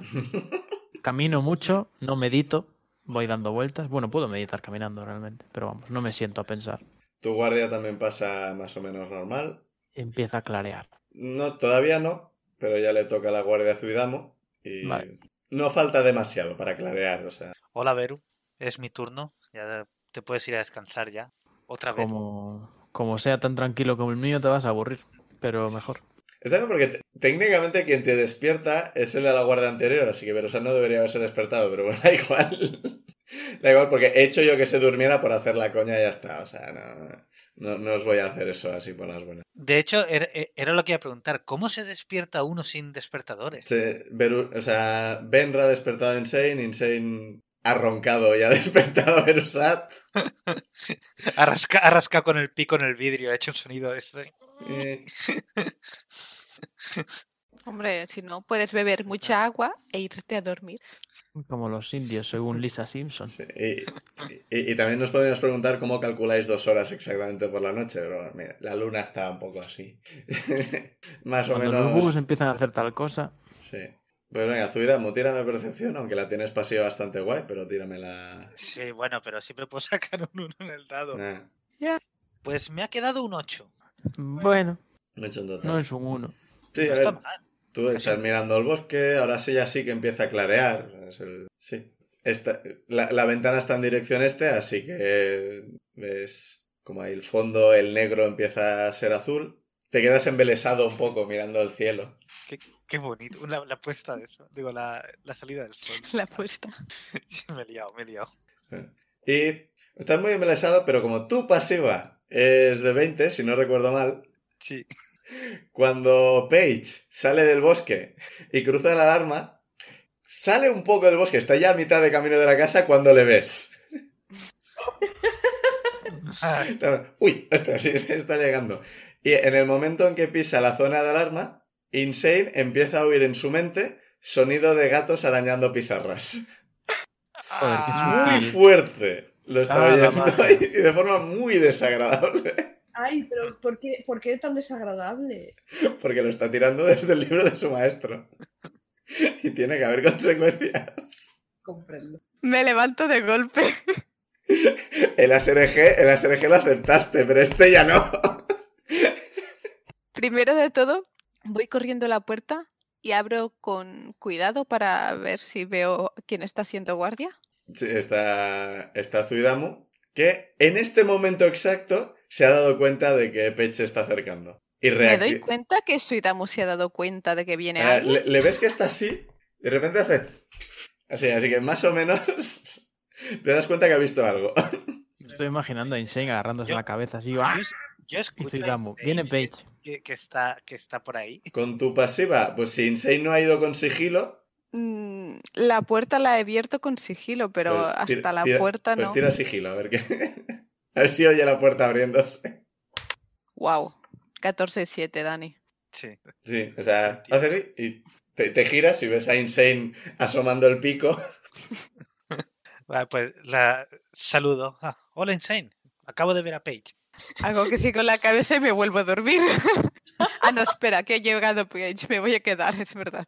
[SPEAKER 6] Camino mucho, no medito, voy dando vueltas. Bueno, puedo meditar caminando realmente, pero vamos, no me siento a pensar.
[SPEAKER 1] Tu guardia también pasa más o menos normal.
[SPEAKER 6] Empieza a clarear.
[SPEAKER 1] No, todavía no, pero ya le toca a la guardia a Zuidamo. Y
[SPEAKER 6] Vale.
[SPEAKER 1] no falta demasiado para clarear, o sea.
[SPEAKER 2] Hola, Beru. Es mi turno. Ya te puedes ir a descansar ya. Otra vez.
[SPEAKER 6] Como, como sea tan tranquilo como el mío, te vas a aburrir, pero mejor.
[SPEAKER 1] Está bien porque te- técnicamente quien te despierta es el de la guardia anterior, así que Verosa no debería haberse despertado, pero bueno, da igual. da igual porque he hecho yo que se durmiera por hacer la coña y ya está, o sea, no, no, no os voy a hacer eso así por las buenas.
[SPEAKER 2] De hecho, era, e, era lo que iba a preguntar. ¿Cómo se despierta uno sin despertadores?
[SPEAKER 1] Se- Este, Beru- o sea, Benra ha despertado a Insane, Insane ha roncado y ha despertado a Verusat.
[SPEAKER 2] Arrasca, arrasca con el pico en el vidrio. Ha hecho un sonido de este.
[SPEAKER 1] Eh,
[SPEAKER 5] Hombre, si no, puedes beber mucha agua e irte a dormir.
[SPEAKER 6] Como los indios, según Lisa Simpson.
[SPEAKER 1] Sí, Y, y- y también nos podemos preguntar cómo calculáis dos horas exactamente por la noche, pero bueno, mira, la luna está un poco así. Más o
[SPEAKER 6] Cuando los
[SPEAKER 1] menos.
[SPEAKER 6] búhos empiezan a hacer tal cosa,
[SPEAKER 1] Sí. Pues venga, Zuidamo, tírame percepción, aunque la tienes pasiva bastante guay, pero tírame la.
[SPEAKER 2] Sí, bueno, pero siempre puedo sacar un 1 en el dado.
[SPEAKER 1] Ah,
[SPEAKER 2] Pues me ha quedado un 8.
[SPEAKER 6] bueno,
[SPEAKER 1] no he hecho un total.
[SPEAKER 6] no es un uno.
[SPEAKER 1] Sí,
[SPEAKER 2] No
[SPEAKER 1] a
[SPEAKER 2] está
[SPEAKER 1] ver,
[SPEAKER 2] mal.
[SPEAKER 1] tú estás mirando el bosque, ahora sí ya sí que empieza a clarear. es el- Sí. Esta- la, la ventana está en dirección este, así que ves como ahí el fondo, el negro empieza a ser azul. Te quedas embelesado un poco mirando el cielo.
[SPEAKER 2] Qué bonito. La, la puesta de eso. Digo, la, la salida del sol.
[SPEAKER 5] La apuesta.
[SPEAKER 2] Sí, me he liado, me he liado.
[SPEAKER 1] Y estás muy embelesado, pero como tu pasiva es de 20, si no recuerdo mal,
[SPEAKER 2] Sí.
[SPEAKER 1] Cuando Paige sale del bosque y cruza la alarma, sale un poco del bosque, está ya a mitad de camino de la casa cuando le ves.
[SPEAKER 2] Ay,
[SPEAKER 1] Uy, está, sí, está llegando. Y en el momento en que pisa la zona de alarma, Insane empieza a oír en su mente sonido de gatos arañando pizarras.
[SPEAKER 6] Joder, qué
[SPEAKER 2] ah,
[SPEAKER 1] Muy fuerte lo está
[SPEAKER 2] Ah, la
[SPEAKER 1] oyendo
[SPEAKER 2] madre.
[SPEAKER 1] y de forma muy desagradable,
[SPEAKER 4] Ay, pero ¿por qué, ¿por qué tan desagradable?
[SPEAKER 1] porque lo está tirando desde el libro de su maestro. Y tiene que haber consecuencias.
[SPEAKER 4] Comprendo.
[SPEAKER 5] Me levanto de golpe.
[SPEAKER 1] El ASRG, el ASRG lo aceptaste, pero este ya no.
[SPEAKER 5] Primero de todo, voy corriendo a la puerta y abro con cuidado para ver si veo quién está siendo guardia.
[SPEAKER 1] Sí, está, está Zuidamu, que en este momento exacto se ha dado cuenta de que Pech se está acercando. Y
[SPEAKER 5] Me
[SPEAKER 1] reacti-
[SPEAKER 5] doy cuenta que Suidamu se ha dado cuenta ¿eh? de que viene
[SPEAKER 1] Ah,
[SPEAKER 5] alguien.
[SPEAKER 1] le, le ves que está así, y de repente hace. Así, así que más o menos te das cuenta que ha visto algo.
[SPEAKER 6] Me Estoy imaginando a Insane agarrándose
[SPEAKER 2] Yo-
[SPEAKER 6] la cabeza así.
[SPEAKER 2] Yo,
[SPEAKER 6] ¡ah!
[SPEAKER 2] es- yo
[SPEAKER 6] Y
[SPEAKER 2] escucho a
[SPEAKER 6] Zuidamu.
[SPEAKER 2] Insane
[SPEAKER 6] Viene
[SPEAKER 2] que-
[SPEAKER 6] Page.
[SPEAKER 2] Que, que está, que está por ahí.
[SPEAKER 1] Con tu pasiva, pues si Insane no ha ido con sigilo,
[SPEAKER 5] Mm, La puerta la he abierto con sigilo, pero
[SPEAKER 1] pues
[SPEAKER 5] hasta
[SPEAKER 1] tira-
[SPEAKER 5] la
[SPEAKER 1] tira-
[SPEAKER 5] puerta
[SPEAKER 1] pues
[SPEAKER 5] no.
[SPEAKER 1] tira sigilo, a ver qué. A ver si oye la puerta abriéndose.
[SPEAKER 5] Wow. 14-7, Dani.
[SPEAKER 2] Sí.
[SPEAKER 1] Sí, o sea, haces así y te, te giras y ves a Insane asomando el pico.
[SPEAKER 2] Vale, pues la saludo. Ah, hola, Insane. Acabo de ver a Page.
[SPEAKER 5] Hago que sí con la cabeza y me vuelvo a dormir. ah, no, espera, que he llegado Page, me voy a quedar, es verdad.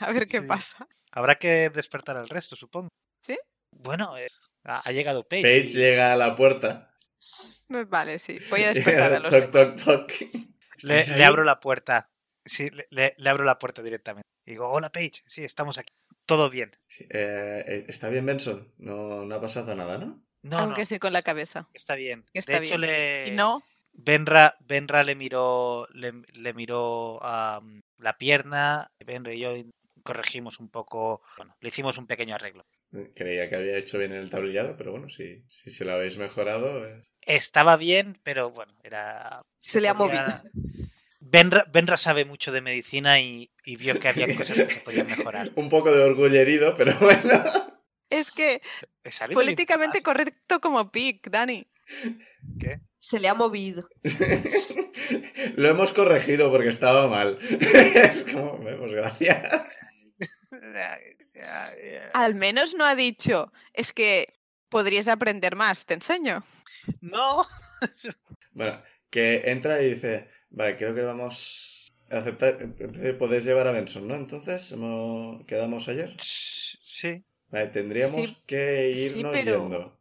[SPEAKER 5] A ver qué
[SPEAKER 2] Sí.
[SPEAKER 5] pasa.
[SPEAKER 2] Habrá que despertar al resto, supongo.
[SPEAKER 5] ¿Sí?
[SPEAKER 2] Bueno, eh, ha, ha llegado Page.
[SPEAKER 1] Paige
[SPEAKER 2] y-
[SPEAKER 1] llega a la puerta.
[SPEAKER 5] Pues Vale, sí, voy a despertar a los
[SPEAKER 1] toc, toc,
[SPEAKER 5] demás.
[SPEAKER 1] toc.
[SPEAKER 2] Le,
[SPEAKER 1] ¿Estáis ahí?
[SPEAKER 2] le abro la puerta. Sí, le, le- le abro la puerta directamente. Y digo, hola Paige, sí, estamos aquí. Todo bien.
[SPEAKER 1] Sí, eh, eh, está bien, Benson. No, no ha pasado nada, ¿no?
[SPEAKER 2] No,
[SPEAKER 5] Aunque
[SPEAKER 2] no, Eh,
[SPEAKER 5] sí con la cabeza.
[SPEAKER 2] está bien.
[SPEAKER 5] está
[SPEAKER 2] de hecho,
[SPEAKER 5] bien.
[SPEAKER 2] le.
[SPEAKER 5] Y no,
[SPEAKER 2] Benra, Benra le miró, le, le miró am, la pierna. Benra y yo corregimos un poco. Bueno, le hicimos un pequeño arreglo.
[SPEAKER 1] Creía que había hecho bien el tablillado, pero bueno, si, si se lo habéis mejorado. eh.
[SPEAKER 2] Estaba bien, pero bueno, era.
[SPEAKER 4] Se le ha movido.
[SPEAKER 2] podía- Benra, Benra sabe mucho de medicina y, y vio que había cosas que se podían mejorar.
[SPEAKER 1] Un poco de orgullo herido, pero bueno.
[SPEAKER 5] es que
[SPEAKER 2] He salido bien
[SPEAKER 5] políticamente
[SPEAKER 2] parado.
[SPEAKER 5] correcto como Pic, Dani.
[SPEAKER 4] Se le ha movido.
[SPEAKER 1] lo hemos corregido porque estaba mal. es como, bueno, pues gracias.
[SPEAKER 2] "Ah,
[SPEAKER 4] Ah.
[SPEAKER 5] Al menos no ha dicho, es que podrías aprender más, te enseño.
[SPEAKER 2] No.
[SPEAKER 1] Bueno, que entra y dice, vale, creo que vamos a aceptar. eh, Podéis llevar a Benson, ¿no? Entonces, ¿no ¿quedamos ayer?
[SPEAKER 2] Sí.
[SPEAKER 1] Vale, tendríamos
[SPEAKER 5] Sí,
[SPEAKER 1] que
[SPEAKER 5] sí,
[SPEAKER 1] irnos
[SPEAKER 5] pero-
[SPEAKER 1] yendo.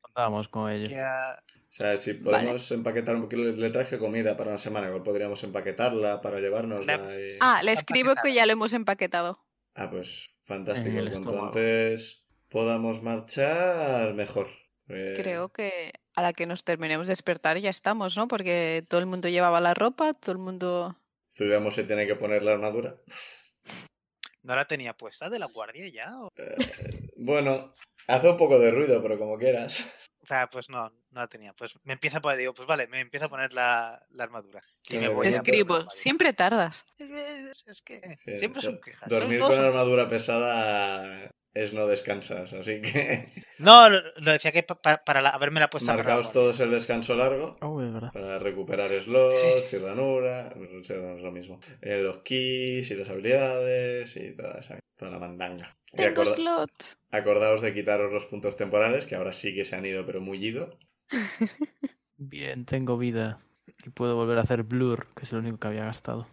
[SPEAKER 6] Contábamos con ellos.
[SPEAKER 2] ya-
[SPEAKER 1] O sea, si podemos empaquetar un poquito, le traje comida para una semana, igual podríamos empaquetarla para llevárnosla.
[SPEAKER 2] La-
[SPEAKER 1] y-
[SPEAKER 5] Ah,
[SPEAKER 2] Está
[SPEAKER 5] le escribo que
[SPEAKER 2] empaquetada.
[SPEAKER 5] ya lo hemos empaquetado.
[SPEAKER 1] Ah, pues
[SPEAKER 6] En
[SPEAKER 1] fantástico.
[SPEAKER 6] el
[SPEAKER 1] Cuanto
[SPEAKER 6] estómago.
[SPEAKER 1] antes podamos marchar, mejor. Eh,
[SPEAKER 5] Creo que a la que nos terminemos de despertar ya estamos, ¿no? Porque todo el mundo llevaba la ropa, todo el mundo...
[SPEAKER 1] Zuidamo se tiene que poner la armadura.
[SPEAKER 2] ¿No la tenía puesta de la guardia ya? O
[SPEAKER 1] Eh, Bueno, hace un poco de ruido, pero como quieras.
[SPEAKER 2] o sea, pues no, no la tenía. Pues me empieza a poner, digo, pues vale, me empieza a poner la, la armadura. Y me
[SPEAKER 1] Claro,
[SPEAKER 2] voy
[SPEAKER 1] Oye,
[SPEAKER 5] Le
[SPEAKER 2] a poner la
[SPEAKER 5] escribo,
[SPEAKER 2] armadura.
[SPEAKER 5] siempre tardas.
[SPEAKER 2] Es, es que
[SPEAKER 1] Sí,
[SPEAKER 2] siempre son
[SPEAKER 1] do-
[SPEAKER 2] quejas. son
[SPEAKER 1] Dormir
[SPEAKER 2] todos
[SPEAKER 1] con
[SPEAKER 2] son-
[SPEAKER 1] armadura pesada es no descansas, así que
[SPEAKER 2] No, lo, lo decía que pa- pa- para la, haberme la puesta para la
[SPEAKER 1] marcaos
[SPEAKER 2] guardia.
[SPEAKER 1] todos el descanso largo.
[SPEAKER 8] Oh, es verdad.
[SPEAKER 1] Para recuperar slots y ranura, o sea, no es lo mismo. Eh, los keys y las habilidades y toda, esa- toda la mandanga. Y
[SPEAKER 5] Tengo
[SPEAKER 1] acorda-
[SPEAKER 5] slot.
[SPEAKER 1] acordaos de quitaros los puntos temporales, que ahora sí que se han ido, pero mullido.
[SPEAKER 6] Bien, tengo vida. Y puedo volver a hacer blur, que es lo único que había gastado.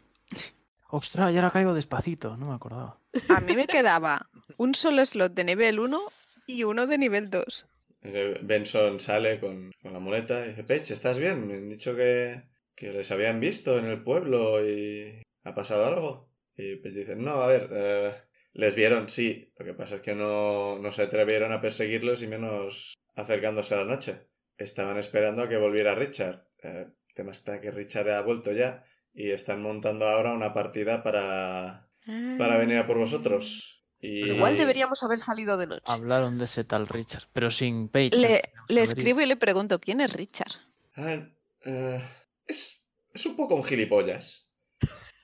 [SPEAKER 6] Ostras, ya la caigo despacito, no me acordaba.
[SPEAKER 5] A mí me quedaba un solo slot de nivel 1 y uno de nivel 2.
[SPEAKER 1] Eh, Benson sale con, con la muleta y dice, Pech, ¿estás bien? Me han dicho que, que les habían visto en el pueblo y ha pasado algo. Y Pech dice, no, a ver, eh, les vieron, sí. Lo que pasa es que no, no se atrevieron a perseguirlos y menos acercándose a la noche. Estaban esperando a que volviera Richard. Eh, el tema está que Richard ha vuelto ya y están montando ahora una partida para, para
[SPEAKER 5] Ah.
[SPEAKER 1] venir a por vosotros. Y...
[SPEAKER 6] Pero
[SPEAKER 4] Igual
[SPEAKER 6] Eh,
[SPEAKER 4] deberíamos haber salido de noche.
[SPEAKER 6] Hablaron de ese tal Richard, pero sin Page.
[SPEAKER 5] Le,
[SPEAKER 6] tenemos que
[SPEAKER 5] le
[SPEAKER 6] abrir.
[SPEAKER 5] escribo y le pregunto, ¿quién es Richard?
[SPEAKER 1] Ah, eh, es, es un poco un gilipollas.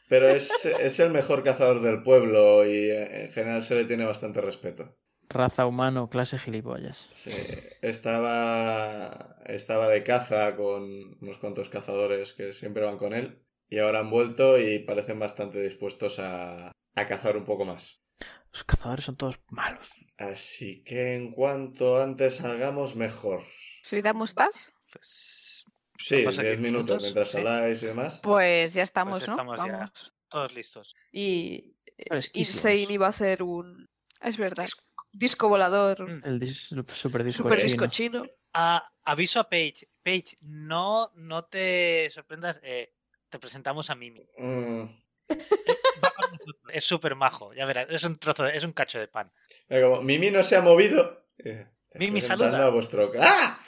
[SPEAKER 1] Pero es, es el mejor cazador del pueblo y eh, en general se le tiene bastante respeto.
[SPEAKER 6] Raza humano, clase gilipollas.
[SPEAKER 1] Se- estaba, estaba de caza con unos cuantos cazadores que siempre van con él y ahora han vuelto y parecen bastante dispuestos a, a cazar un poco más.
[SPEAKER 8] Los cazadores son todos malos.
[SPEAKER 1] Eh, Así que en cuanto antes salgamos, mejor.
[SPEAKER 5] ¿Soy Damustas?
[SPEAKER 2] Pues,
[SPEAKER 1] Sí,
[SPEAKER 2] ¿Vamos a
[SPEAKER 1] 10
[SPEAKER 2] diez
[SPEAKER 1] minutos
[SPEAKER 2] minutos?
[SPEAKER 1] mientras
[SPEAKER 2] Sí.
[SPEAKER 1] habláis y demás.
[SPEAKER 5] Pues ya estamos, ¿no?
[SPEAKER 2] estamos ya.
[SPEAKER 5] Vamos.
[SPEAKER 2] todos listos.
[SPEAKER 4] Y
[SPEAKER 6] Fresquísimos.
[SPEAKER 4] Insane iba a hacer un
[SPEAKER 5] Es verdad.
[SPEAKER 4] disco, disco volador,
[SPEAKER 2] Mm,
[SPEAKER 6] El dis- super disco.
[SPEAKER 4] super
[SPEAKER 6] chino.
[SPEAKER 4] disco chino.
[SPEAKER 2] Ah, aviso a Paige. Paige, no, no te sorprendas. eh, te presentamos a Mimi.
[SPEAKER 1] Mm.
[SPEAKER 2] Va con Es súper majo, ya verás, es un trozo, de- es un cacho de pan.
[SPEAKER 1] Mira, como, Mimi no se ha movido. Eh,
[SPEAKER 2] Mimi,
[SPEAKER 1] presentando
[SPEAKER 2] saluda.
[SPEAKER 1] a vuestro... ¡Ah!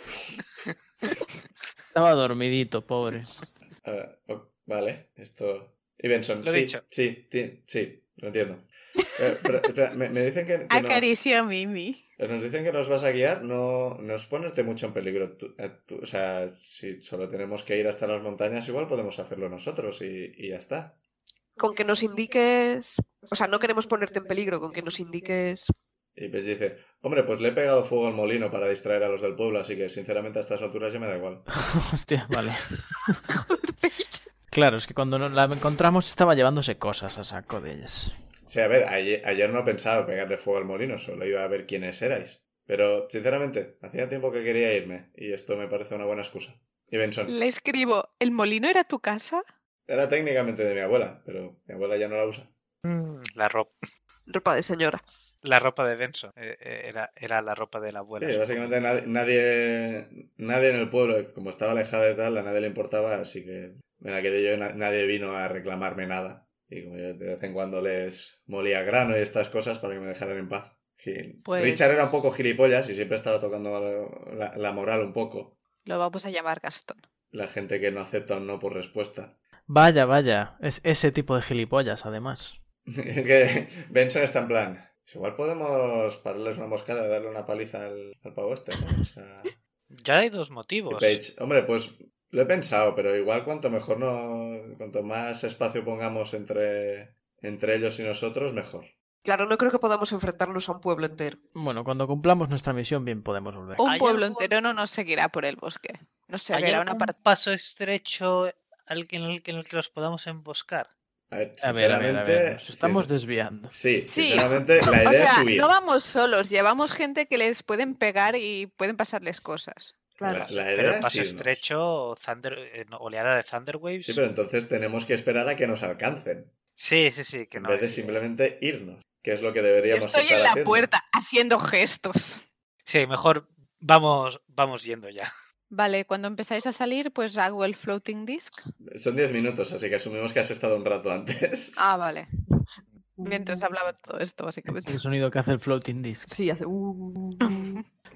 [SPEAKER 6] Estaba dormidito, pobre.
[SPEAKER 1] A ver, o- vale, esto... Y Benson,
[SPEAKER 2] Lo he
[SPEAKER 1] sí,
[SPEAKER 2] dicho.
[SPEAKER 1] sí, ti- sí, lo entiendo. Eh, pero, espera, me, me dicen que,
[SPEAKER 2] Ah,
[SPEAKER 1] que no.
[SPEAKER 5] Acaricia a Mimi.
[SPEAKER 1] Pero Nos dicen que nos vas a guiar, no nos ponerte mucho en peligro. tú- eh, tú- o sea, si solo tenemos que ir hasta las montañas, igual podemos hacerlo nosotros y, y ya está.
[SPEAKER 4] Con que nos indiques. O sea, no queremos ponerte en peligro, con que nos indiques.
[SPEAKER 1] Y pues dice, hombre, pues le he pegado fuego al molino para distraer a los del pueblo, así que sinceramente a estas alturas ya me da igual.
[SPEAKER 8] Hostia, vale.
[SPEAKER 4] Peach.
[SPEAKER 8] Claro, es que cuando nos la encontramos estaba llevándose cosas a saco de ellas.
[SPEAKER 1] O sea, a ver, ayer, ayer no pensaba pegarle fuego al molino, solo iba a ver quiénes erais. Pero, sinceramente, hacía tiempo que quería irme, y esto me parece una buena excusa. Y Benson,
[SPEAKER 5] Le escribo, ¿el molino era tu casa?
[SPEAKER 1] era técnicamente de mi abuela, pero mi abuela ya no la usa.
[SPEAKER 2] Mm, La ropa,
[SPEAKER 4] Ropa de señora.
[SPEAKER 2] la ropa de Benson eh, eh, era, era la ropa de la abuela.
[SPEAKER 1] Sí, básicamente nadie, nadie, nadie en el pueblo, como estaba alejada y tal, a nadie le importaba, así que en la que yo y na- nadie vino a reclamarme nada. Y como yo de vez en cuando les molía grano y estas cosas para que me dejaran en paz. Y
[SPEAKER 5] Pues-
[SPEAKER 1] Richard era un poco gilipollas y siempre estaba tocando la, la moral un poco.
[SPEAKER 5] Lo vamos a llamar Gastón.
[SPEAKER 1] La gente que no acepta un no por respuesta.
[SPEAKER 8] Vaya, vaya. Es ese tipo de gilipollas, además.
[SPEAKER 1] Es que Benson está en plan. "Pues Igual podemos pararles una moscada, darle una paliza al, al pavo este. ¿no? O sea,
[SPEAKER 2] Ya hay dos
[SPEAKER 1] Y
[SPEAKER 2] motivos.
[SPEAKER 1] Paige, hombre, pues lo he pensado, pero igual cuanto mejor no, cuanto más espacio pongamos entre, entre ellos y nosotros, mejor.
[SPEAKER 4] Claro, no creo que podamos enfrentarnos a un pueblo entero.
[SPEAKER 8] Bueno, cuando cumplamos nuestra misión, bien podemos volver.
[SPEAKER 5] Un
[SPEAKER 2] ¿Hay
[SPEAKER 5] pueblo
[SPEAKER 2] algún-
[SPEAKER 5] entero no nos seguirá por el bosque. No sé,
[SPEAKER 2] ¿Hay
[SPEAKER 5] verá
[SPEAKER 2] algún
[SPEAKER 5] una parte.
[SPEAKER 2] paso estrecho al que- en el, que- en el que los podamos emboscar?
[SPEAKER 1] A ver,
[SPEAKER 6] A ver, a ver, a ver.
[SPEAKER 1] sinceramente,
[SPEAKER 6] Nos estamos
[SPEAKER 1] sin-
[SPEAKER 6] desviando.
[SPEAKER 1] Sí,
[SPEAKER 5] Sí.
[SPEAKER 1] sinceramente la idea
[SPEAKER 5] O sea,
[SPEAKER 1] es huir.
[SPEAKER 5] no vamos solos, llevamos gente que les pueden pegar y pueden pasarles cosas.
[SPEAKER 1] La,
[SPEAKER 4] Claro.
[SPEAKER 1] la
[SPEAKER 2] Pero
[SPEAKER 1] idea
[SPEAKER 2] el
[SPEAKER 1] es
[SPEAKER 2] paso
[SPEAKER 1] irnos.
[SPEAKER 2] estrecho, Thunder, eh, no, oleada de Thunder Waves.
[SPEAKER 1] Sí, pero entonces tenemos que esperar a que nos alcancen,
[SPEAKER 2] Sí, sí, sí, que
[SPEAKER 1] en
[SPEAKER 2] no.
[SPEAKER 1] vez de
[SPEAKER 2] es-
[SPEAKER 1] simplemente irnos, que es lo que
[SPEAKER 5] Yo
[SPEAKER 1] deberíamos
[SPEAKER 5] estoy
[SPEAKER 1] estar
[SPEAKER 5] en la
[SPEAKER 1] haciendo.
[SPEAKER 5] puerta haciendo gestos.
[SPEAKER 2] Sí, mejor vamos, vamos yendo ya.
[SPEAKER 5] Vale, cuando empezáis a salir, pues hago el floating disc.
[SPEAKER 1] Son 10 minutos, así que asumimos que has estado un rato antes.
[SPEAKER 5] Ah, vale.
[SPEAKER 4] Mm.
[SPEAKER 5] Mientras hablaba todo esto, básicamente.
[SPEAKER 6] Este Es el sonido que hace el floating disc.
[SPEAKER 4] Sí, hace. uh,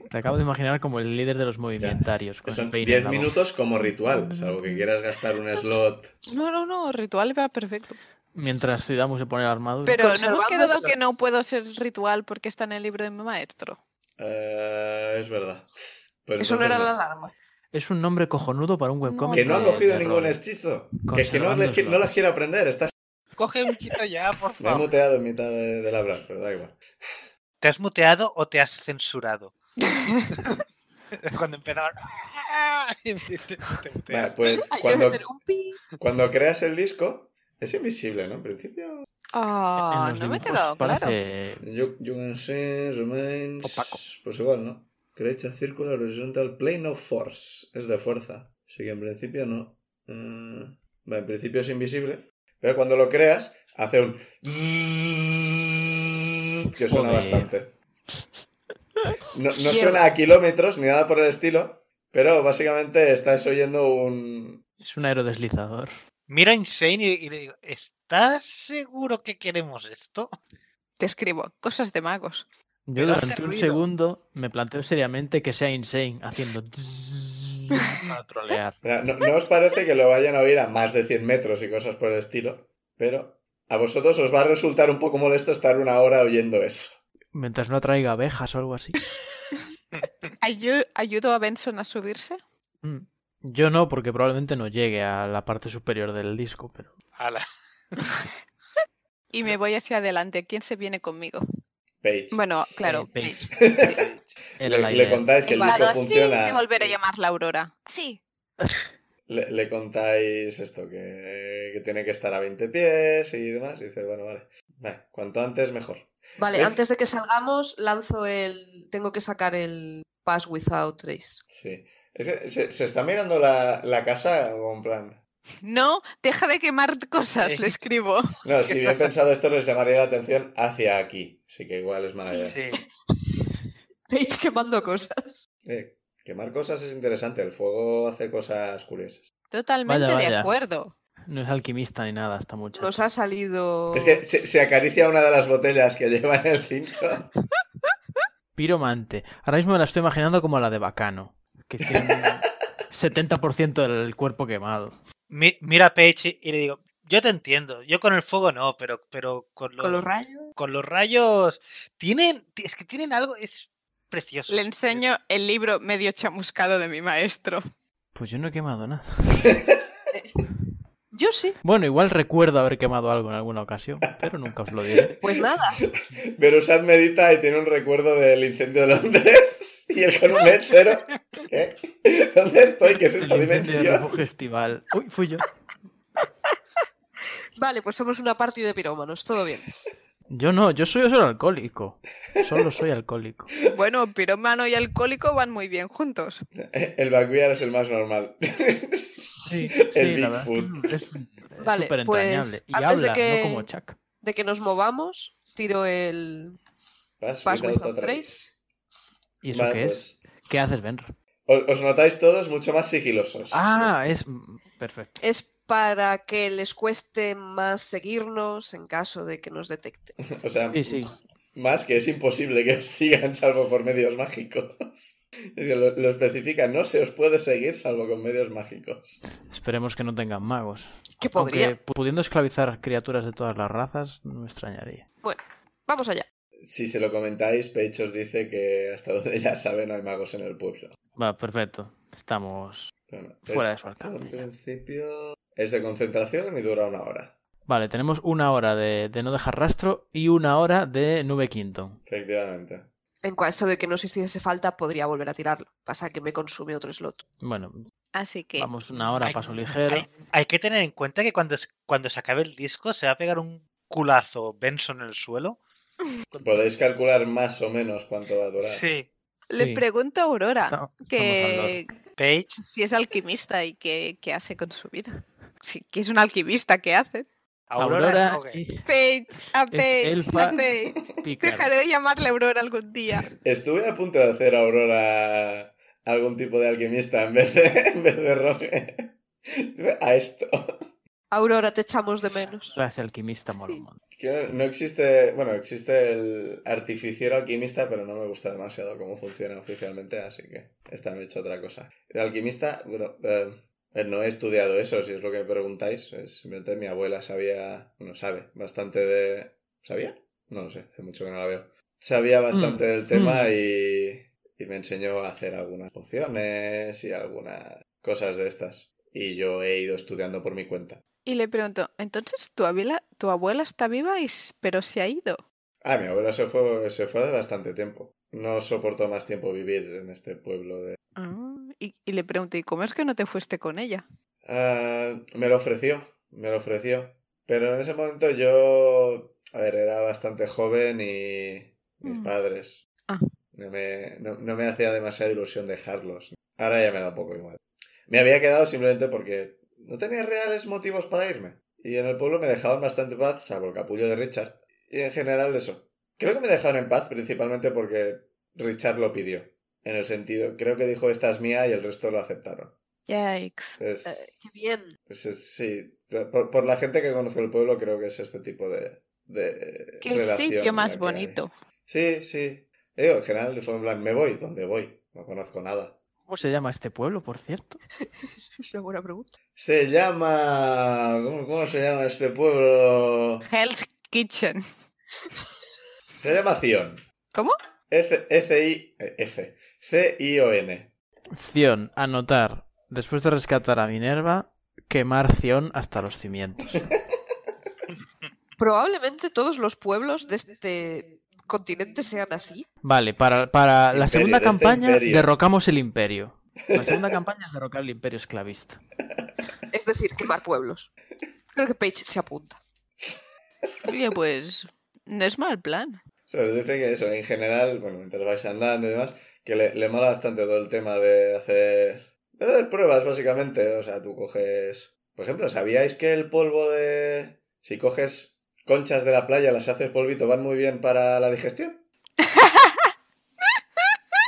[SPEAKER 6] Te acabo de imaginar como el líder de los movimentarios. Con el
[SPEAKER 1] Son
[SPEAKER 6] peine en
[SPEAKER 1] 10
[SPEAKER 6] la boca.
[SPEAKER 1] minutos como ritual, salvo que quieras gastar un slot
[SPEAKER 5] No, no, no, ritual va perfecto.
[SPEAKER 6] Mientras Suidamu se pone la armadura.
[SPEAKER 5] Pero no hemos
[SPEAKER 4] Conservando
[SPEAKER 5] quedado
[SPEAKER 4] esas-
[SPEAKER 5] que no puedo hacer ritual porque está en el libro de mi maestro.
[SPEAKER 1] Eh, es verdad. Pues
[SPEAKER 4] Eso no era
[SPEAKER 1] entonces
[SPEAKER 4] la
[SPEAKER 1] no.
[SPEAKER 4] alarma.
[SPEAKER 6] Es un nombre cojonudo para un webcomic.
[SPEAKER 1] Que no ha
[SPEAKER 5] han
[SPEAKER 6] de-
[SPEAKER 1] cogido
[SPEAKER 6] de
[SPEAKER 1] ningún
[SPEAKER 6] rol.
[SPEAKER 1] hechizo. Que, que no,
[SPEAKER 6] Conservando
[SPEAKER 1] las qui-
[SPEAKER 6] slot.
[SPEAKER 1] no las quiere aprender. Estás...
[SPEAKER 2] Coge un chito ya, por
[SPEAKER 1] Me he
[SPEAKER 2] favor.
[SPEAKER 1] muteado en mitad de, de la hablar, pero da igual.
[SPEAKER 2] ¿Te has muteado o te has censurado? Cuando empezaban. y te- te muteas.
[SPEAKER 1] Vale, pues
[SPEAKER 4] Hay que
[SPEAKER 1] cuando,
[SPEAKER 4] meter un pi.
[SPEAKER 1] cuando creas el disco, es invisible, ¿no? En principio.
[SPEAKER 5] Ah,
[SPEAKER 6] En los
[SPEAKER 5] no me he
[SPEAKER 6] dibujos
[SPEAKER 5] quedado claro.
[SPEAKER 6] parece-
[SPEAKER 1] You, you can see remains.
[SPEAKER 8] Opaco.
[SPEAKER 1] Pues igual, ¿no? Creature a circular horizontal plane of force. Es de fuerza. Así que en principio no. Eh, vale, en principio es invisible. Pero cuando lo creas, hace un. Que suena
[SPEAKER 6] Joder.
[SPEAKER 1] bastante. No, no
[SPEAKER 4] Mierda.
[SPEAKER 1] suena a kilómetros ni nada por el estilo. Pero básicamente estás oyendo un.
[SPEAKER 6] Es un aerodeslizador.
[SPEAKER 2] Miro a Insane y, y le digo: ¿Estás seguro que queremos esto?
[SPEAKER 5] Te escribo, cosas de magos.
[SPEAKER 6] Yo
[SPEAKER 2] Pero hace
[SPEAKER 6] durante un
[SPEAKER 2] ruido.
[SPEAKER 6] segundo me planteo seriamente que sea insane haciendo tss para trolear.
[SPEAKER 1] O sea, No, no os parece que lo vayan a oír a más de 100 metros y cosas por el estilo. Pero a vosotros os va a resultar un poco molesto estar una hora oyendo eso.
[SPEAKER 8] Mientras no atraiga abejas o algo así.
[SPEAKER 5] Ayu- ¿Ayudo a Benson a subirse?
[SPEAKER 8] Mm. Yo no, porque probablemente no llegue a la parte superior del disco, pero...
[SPEAKER 2] Ala.
[SPEAKER 5] Y me voy hacia adelante. ¿Quién se viene conmigo?
[SPEAKER 1] Page.
[SPEAKER 5] Bueno, claro.
[SPEAKER 6] Page.
[SPEAKER 5] Paige.
[SPEAKER 6] Eh, Era
[SPEAKER 1] le,
[SPEAKER 6] la
[SPEAKER 1] le
[SPEAKER 6] idea.
[SPEAKER 1] contáis que el
[SPEAKER 5] Vale,
[SPEAKER 1] disco
[SPEAKER 5] sí, te
[SPEAKER 1] funciona.
[SPEAKER 5] volveré a llamar la Aurora. Sí.
[SPEAKER 1] Le, le contáis esto, que, que tiene que estar a 20 pies y demás. Y dice, bueno, vale. Vale, cuanto antes mejor.
[SPEAKER 4] Vale,
[SPEAKER 1] ¿Ves?
[SPEAKER 4] antes de que salgamos, lanzo el. Tengo que sacar el Pass Without Trace.
[SPEAKER 1] Sí. Es que se, se está mirando la, la casa o en plan.
[SPEAKER 5] No, deja de quemar cosas, le escribo.
[SPEAKER 1] No, si bien pensado esto les llamaría la atención hacia aquí. Así que igual es mala idea.
[SPEAKER 2] Sí.
[SPEAKER 4] Paige quemando cosas.
[SPEAKER 1] Eh, quemar cosas es interesante. El fuego hace cosas curiosas.
[SPEAKER 5] Totalmente
[SPEAKER 6] Vaya,
[SPEAKER 5] de
[SPEAKER 6] vaya.
[SPEAKER 5] acuerdo.
[SPEAKER 6] No es alquimista ni nada esta muchacha.
[SPEAKER 4] Nos ha
[SPEAKER 5] Oh.
[SPEAKER 4] salido.
[SPEAKER 1] Es que se, se acaricia una de las botellas que lleva en el cinto.
[SPEAKER 8] Piromante. Ahora mismo me la estoy imaginando como la de Bacano.
[SPEAKER 6] Que tiene un 70% del cuerpo quemado.
[SPEAKER 2] Mi- mira a Paige y le digo, yo te entiendo, yo con el fuego no, pero, pero con, los,
[SPEAKER 4] Con los rayos.
[SPEAKER 2] con los rayos tienen, es que tienen algo, es precioso.
[SPEAKER 5] Le enseño el libro medio chamuscado de mi maestro.
[SPEAKER 8] Pues yo no he quemado nada.
[SPEAKER 4] Eh, Yo sí.
[SPEAKER 8] Bueno, igual recuerdo haber quemado algo en alguna ocasión, pero nunca os lo diré.
[SPEAKER 4] Pues nada.
[SPEAKER 1] Berusat medita y tiene un recuerdo del incendio de Londres y el con un mechero. ¿Qué? ¿Dónde estoy? ¿Qué es
[SPEAKER 6] El
[SPEAKER 1] esta
[SPEAKER 6] incendio del
[SPEAKER 1] dimensión?
[SPEAKER 6] refugio estival. Uy, fui yo.
[SPEAKER 4] Vale, pues somos una party de pirómanos. Todo bien.
[SPEAKER 8] Yo no, yo soy solo alcohólico. Solo soy alcohólico.
[SPEAKER 5] Bueno, pirómano y alcohólico van muy bien juntos.
[SPEAKER 1] El Backyard es el más normal.
[SPEAKER 6] Sí,
[SPEAKER 1] El
[SPEAKER 6] la verdad
[SPEAKER 1] Bigfoot.
[SPEAKER 6] Es, que es
[SPEAKER 4] Vale,
[SPEAKER 6] súper
[SPEAKER 4] pues,
[SPEAKER 6] entrañable. Y
[SPEAKER 4] antes de
[SPEAKER 6] habla,
[SPEAKER 4] que-
[SPEAKER 6] no como Chuck.
[SPEAKER 4] De que nos movamos, tiro el
[SPEAKER 1] Vas,
[SPEAKER 4] Pass
[SPEAKER 1] cuidado,
[SPEAKER 4] Without
[SPEAKER 1] otra vez.
[SPEAKER 4] Trace.
[SPEAKER 6] ¿Y eso
[SPEAKER 1] Vale,
[SPEAKER 6] qué es?
[SPEAKER 1] pues,
[SPEAKER 6] ¿Qué haces, Benro?
[SPEAKER 1] os- Os notáis todos mucho más sigilosos.
[SPEAKER 6] Ah, es perfecto.
[SPEAKER 4] Es para que les cueste más seguirnos en caso de que nos detecten.
[SPEAKER 1] O sea,
[SPEAKER 6] Sí, sí.
[SPEAKER 1] Más que es imposible que os sigan salvo por medios mágicos. Es que lo, lo especifica, no se os puede seguir salvo con medios mágicos.
[SPEAKER 8] Esperemos que no tengan magos.
[SPEAKER 4] Que podría.
[SPEAKER 8] Aunque pudiendo esclavizar criaturas de todas las razas, no me extrañaría.
[SPEAKER 4] Vamos allá.
[SPEAKER 1] Si se lo comentáis, Peich os dice que hasta donde ya sabe no hay magos en el pueblo.
[SPEAKER 6] Va, perfecto. Estamos
[SPEAKER 1] Bueno, es-
[SPEAKER 6] fuera de su alcance.
[SPEAKER 1] En
[SPEAKER 6] ya.
[SPEAKER 1] principio es de concentración y dura una hora.
[SPEAKER 8] Vale, tenemos una hora de, de no dejar rastro y una hora de nube Quinton.
[SPEAKER 1] Efectivamente.
[SPEAKER 4] En caso de que nos hiciese falta, podría volver a tirarlo. Pasa que me consume otro slot.
[SPEAKER 8] Bueno,
[SPEAKER 5] Así que
[SPEAKER 8] vamos una hora a
[SPEAKER 2] Ay,
[SPEAKER 8] paso ligero.
[SPEAKER 2] Hay, hay que tener en cuenta que cuando, se- cuando se acabe el disco se va a pegar un culazo Benson en el suelo.
[SPEAKER 1] Podéis calcular más o menos cuánto va a durar.
[SPEAKER 2] Sí.
[SPEAKER 5] le
[SPEAKER 6] Sí.
[SPEAKER 5] pregunto a Aurora
[SPEAKER 6] Estamos- estamos al
[SPEAKER 5] que
[SPEAKER 2] Paige
[SPEAKER 5] si es alquimista y qué, qué hace con su vida. Si que es un alquimista, ¿qué hace?
[SPEAKER 6] loro.
[SPEAKER 2] Aurora,
[SPEAKER 6] Aurora,
[SPEAKER 2] ok.
[SPEAKER 6] y
[SPEAKER 5] Paige, a Paige,
[SPEAKER 6] elfa.
[SPEAKER 5] a Paige.
[SPEAKER 6] Picard.
[SPEAKER 5] Dejaré de llamarle Aurora algún día.
[SPEAKER 1] Estuve a punto de hacer a Aurora algún tipo de alquimista en vez de, en vez de Roger. A esto.
[SPEAKER 4] Aurora, te echamos de menos.
[SPEAKER 6] Clase alquimista mola un montón.
[SPEAKER 1] Que no existe, bueno, existe el artificiero alquimista, pero no me gusta demasiado cómo funciona oficialmente, así que está han hecho otra cosa. El alquimista, bueno, eh, eh, no he estudiado eso, si es lo que preguntáis, es simplemente mi abuela sabía, bueno, sabe bastante de... ¿Sabía? No lo sé, hace mucho que no la veo. Sabía bastante del tema y, y me enseñó a hacer algunas pociones y algunas cosas de estas. Y yo he ido estudiando por mi cuenta.
[SPEAKER 5] Y le pregunto, entonces tu abuela, tu abuela está viva, y s- pero se ha ido.
[SPEAKER 1] Ah, mi abuela se fue, se fue hace bastante tiempo. No soportó más tiempo vivir en este pueblo de...
[SPEAKER 5] Ah, y, y le pregunto, ¿y cómo es que no te fuiste con ella?
[SPEAKER 1] Ah, me lo ofreció, me lo ofreció. Pero en ese momento yo... A ver, era bastante joven y mis
[SPEAKER 5] Mm.
[SPEAKER 1] padres.
[SPEAKER 5] Ah.
[SPEAKER 1] No me, no, no me hacía demasiada ilusión dejarlos. Ahora ya me da un poco igual. Me había quedado simplemente porque no tenía reales motivos para irme. Y en el pueblo me dejaban bastante paz, salvo el capullo de Richard. Y en general eso. Creo que me dejaron en paz principalmente porque Richard lo pidió. En el sentido, creo que dijo esta es mía y el resto lo aceptaron.
[SPEAKER 5] Yikes.
[SPEAKER 1] Es-
[SPEAKER 4] Eh, qué bien.
[SPEAKER 1] es- es- sí, por, por la gente que conozco el pueblo creo que es este tipo de... de
[SPEAKER 5] Qué
[SPEAKER 1] relación eh.
[SPEAKER 5] sitio
[SPEAKER 1] la
[SPEAKER 5] más
[SPEAKER 1] que hay.
[SPEAKER 5] bonito.
[SPEAKER 1] Sí, sí. Digo, en general fue en plan, me voy, ¿dónde voy? No conozco nada.
[SPEAKER 6] ¿Cómo se llama este pueblo, por cierto?
[SPEAKER 4] Es una buena pregunta.
[SPEAKER 1] Se llama... ¿Cómo, cómo se llama este pueblo?
[SPEAKER 5] Hell's Kitchen.
[SPEAKER 1] Se llama Zion.
[SPEAKER 5] ¿Cómo?
[SPEAKER 1] F, F, I, eh, F, C, I, O, N.
[SPEAKER 8] Cion, anotar. Después de rescatar a Minerva, quemar Cion hasta los cimientos.
[SPEAKER 4] Probablemente todos los pueblos de este continente sean así.
[SPEAKER 8] Vale, para, para la
[SPEAKER 1] Imperio,
[SPEAKER 8] segunda
[SPEAKER 1] de este
[SPEAKER 8] campaña
[SPEAKER 1] imperio.
[SPEAKER 8] derrocamos el imperio.
[SPEAKER 6] La segunda campaña es derrocar el imperio esclavista.
[SPEAKER 4] Es decir, quemar pueblos. Creo que Paige se apunta.
[SPEAKER 5] Oye, pues no es mal plan.
[SPEAKER 1] Se os dice que eso, en general, bueno, mientras vais andando y demás, que le, le mola bastante todo el tema de hacer, de hacer pruebas, básicamente. O sea, tú coges... Por ejemplo, ¿sabíais que el polvo de... Si coges conchas de la playa, las haces polvito, van muy bien para la digestión?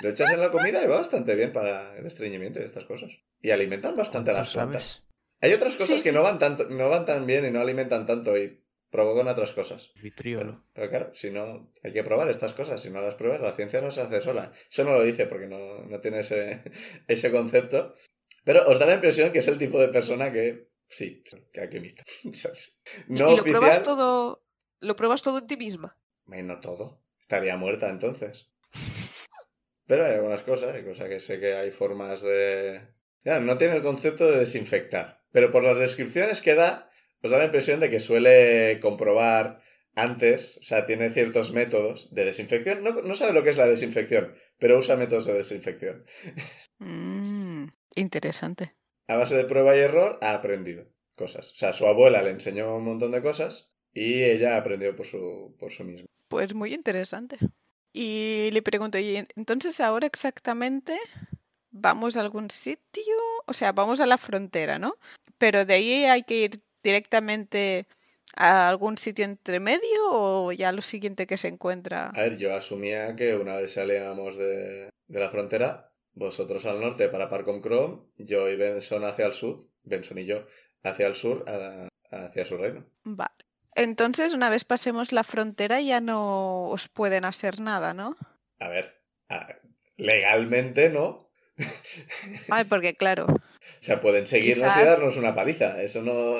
[SPEAKER 1] Lo echas en la comida y va bastante bien para el estreñimiento y estas cosas. Y alimentan bastante a las
[SPEAKER 8] ¿Sabes?
[SPEAKER 1] plantas. Hay otras cosas
[SPEAKER 4] Sí,
[SPEAKER 1] que
[SPEAKER 4] sí.
[SPEAKER 1] No, van tanto, no van tan bien y no alimentan tanto y provocan otras cosas.
[SPEAKER 6] Vitriolo.
[SPEAKER 1] Pero claro, si no, hay que probar estas cosas. Si no las pruebas, la ciencia no se hace sola. Eso no lo dice porque no, no tiene ese, ese concepto. Pero os da la impresión que es el tipo de persona que, sí, que alquimista. ¿sabes? No
[SPEAKER 4] y lo pruebas
[SPEAKER 1] oficial-
[SPEAKER 4] todo. Lo pruebas todo en ti misma.
[SPEAKER 1] Bueno, todo. Estaría muerta entonces. Pero hay algunas cosas, hay cosas que sé que hay formas de... Ya, no tiene el concepto de desinfectar. Pero por las descripciones que da, os da la impresión de que suele comprobar antes, o sea, tiene ciertos métodos de desinfección. No, no sabe lo que es la desinfección, pero usa métodos de desinfección.
[SPEAKER 5] Mm, interesante.
[SPEAKER 1] A base de prueba y error ha aprendido cosas. O sea, su abuela le enseñó un montón de cosas y ella aprendió por su, por su misma.
[SPEAKER 5] Pues muy interesante. Y le pregunto, ¿y en- entonces ahora exactamente vamos a algún sitio? O sea, vamos a la frontera, ¿no? Pero de ahí hay que ir directamente a algún sitio entre medio o ya lo siguiente que se encuentra.
[SPEAKER 1] A ver, yo asumía que una vez salíamos de, de la frontera, vosotros al norte para Parcom Chrome, yo y Benson hacia el sur, Benson y yo hacia el sur, a- hacia su reino.
[SPEAKER 5] Vale. Entonces, una vez pasemos la frontera ya no os pueden hacer nada, ¿no?
[SPEAKER 1] A ver, a- legalmente no.
[SPEAKER 5] Ay, porque claro,
[SPEAKER 1] O sea, pueden seguirnos y
[SPEAKER 5] Quizás-
[SPEAKER 1] darnos una paliza. Eso no.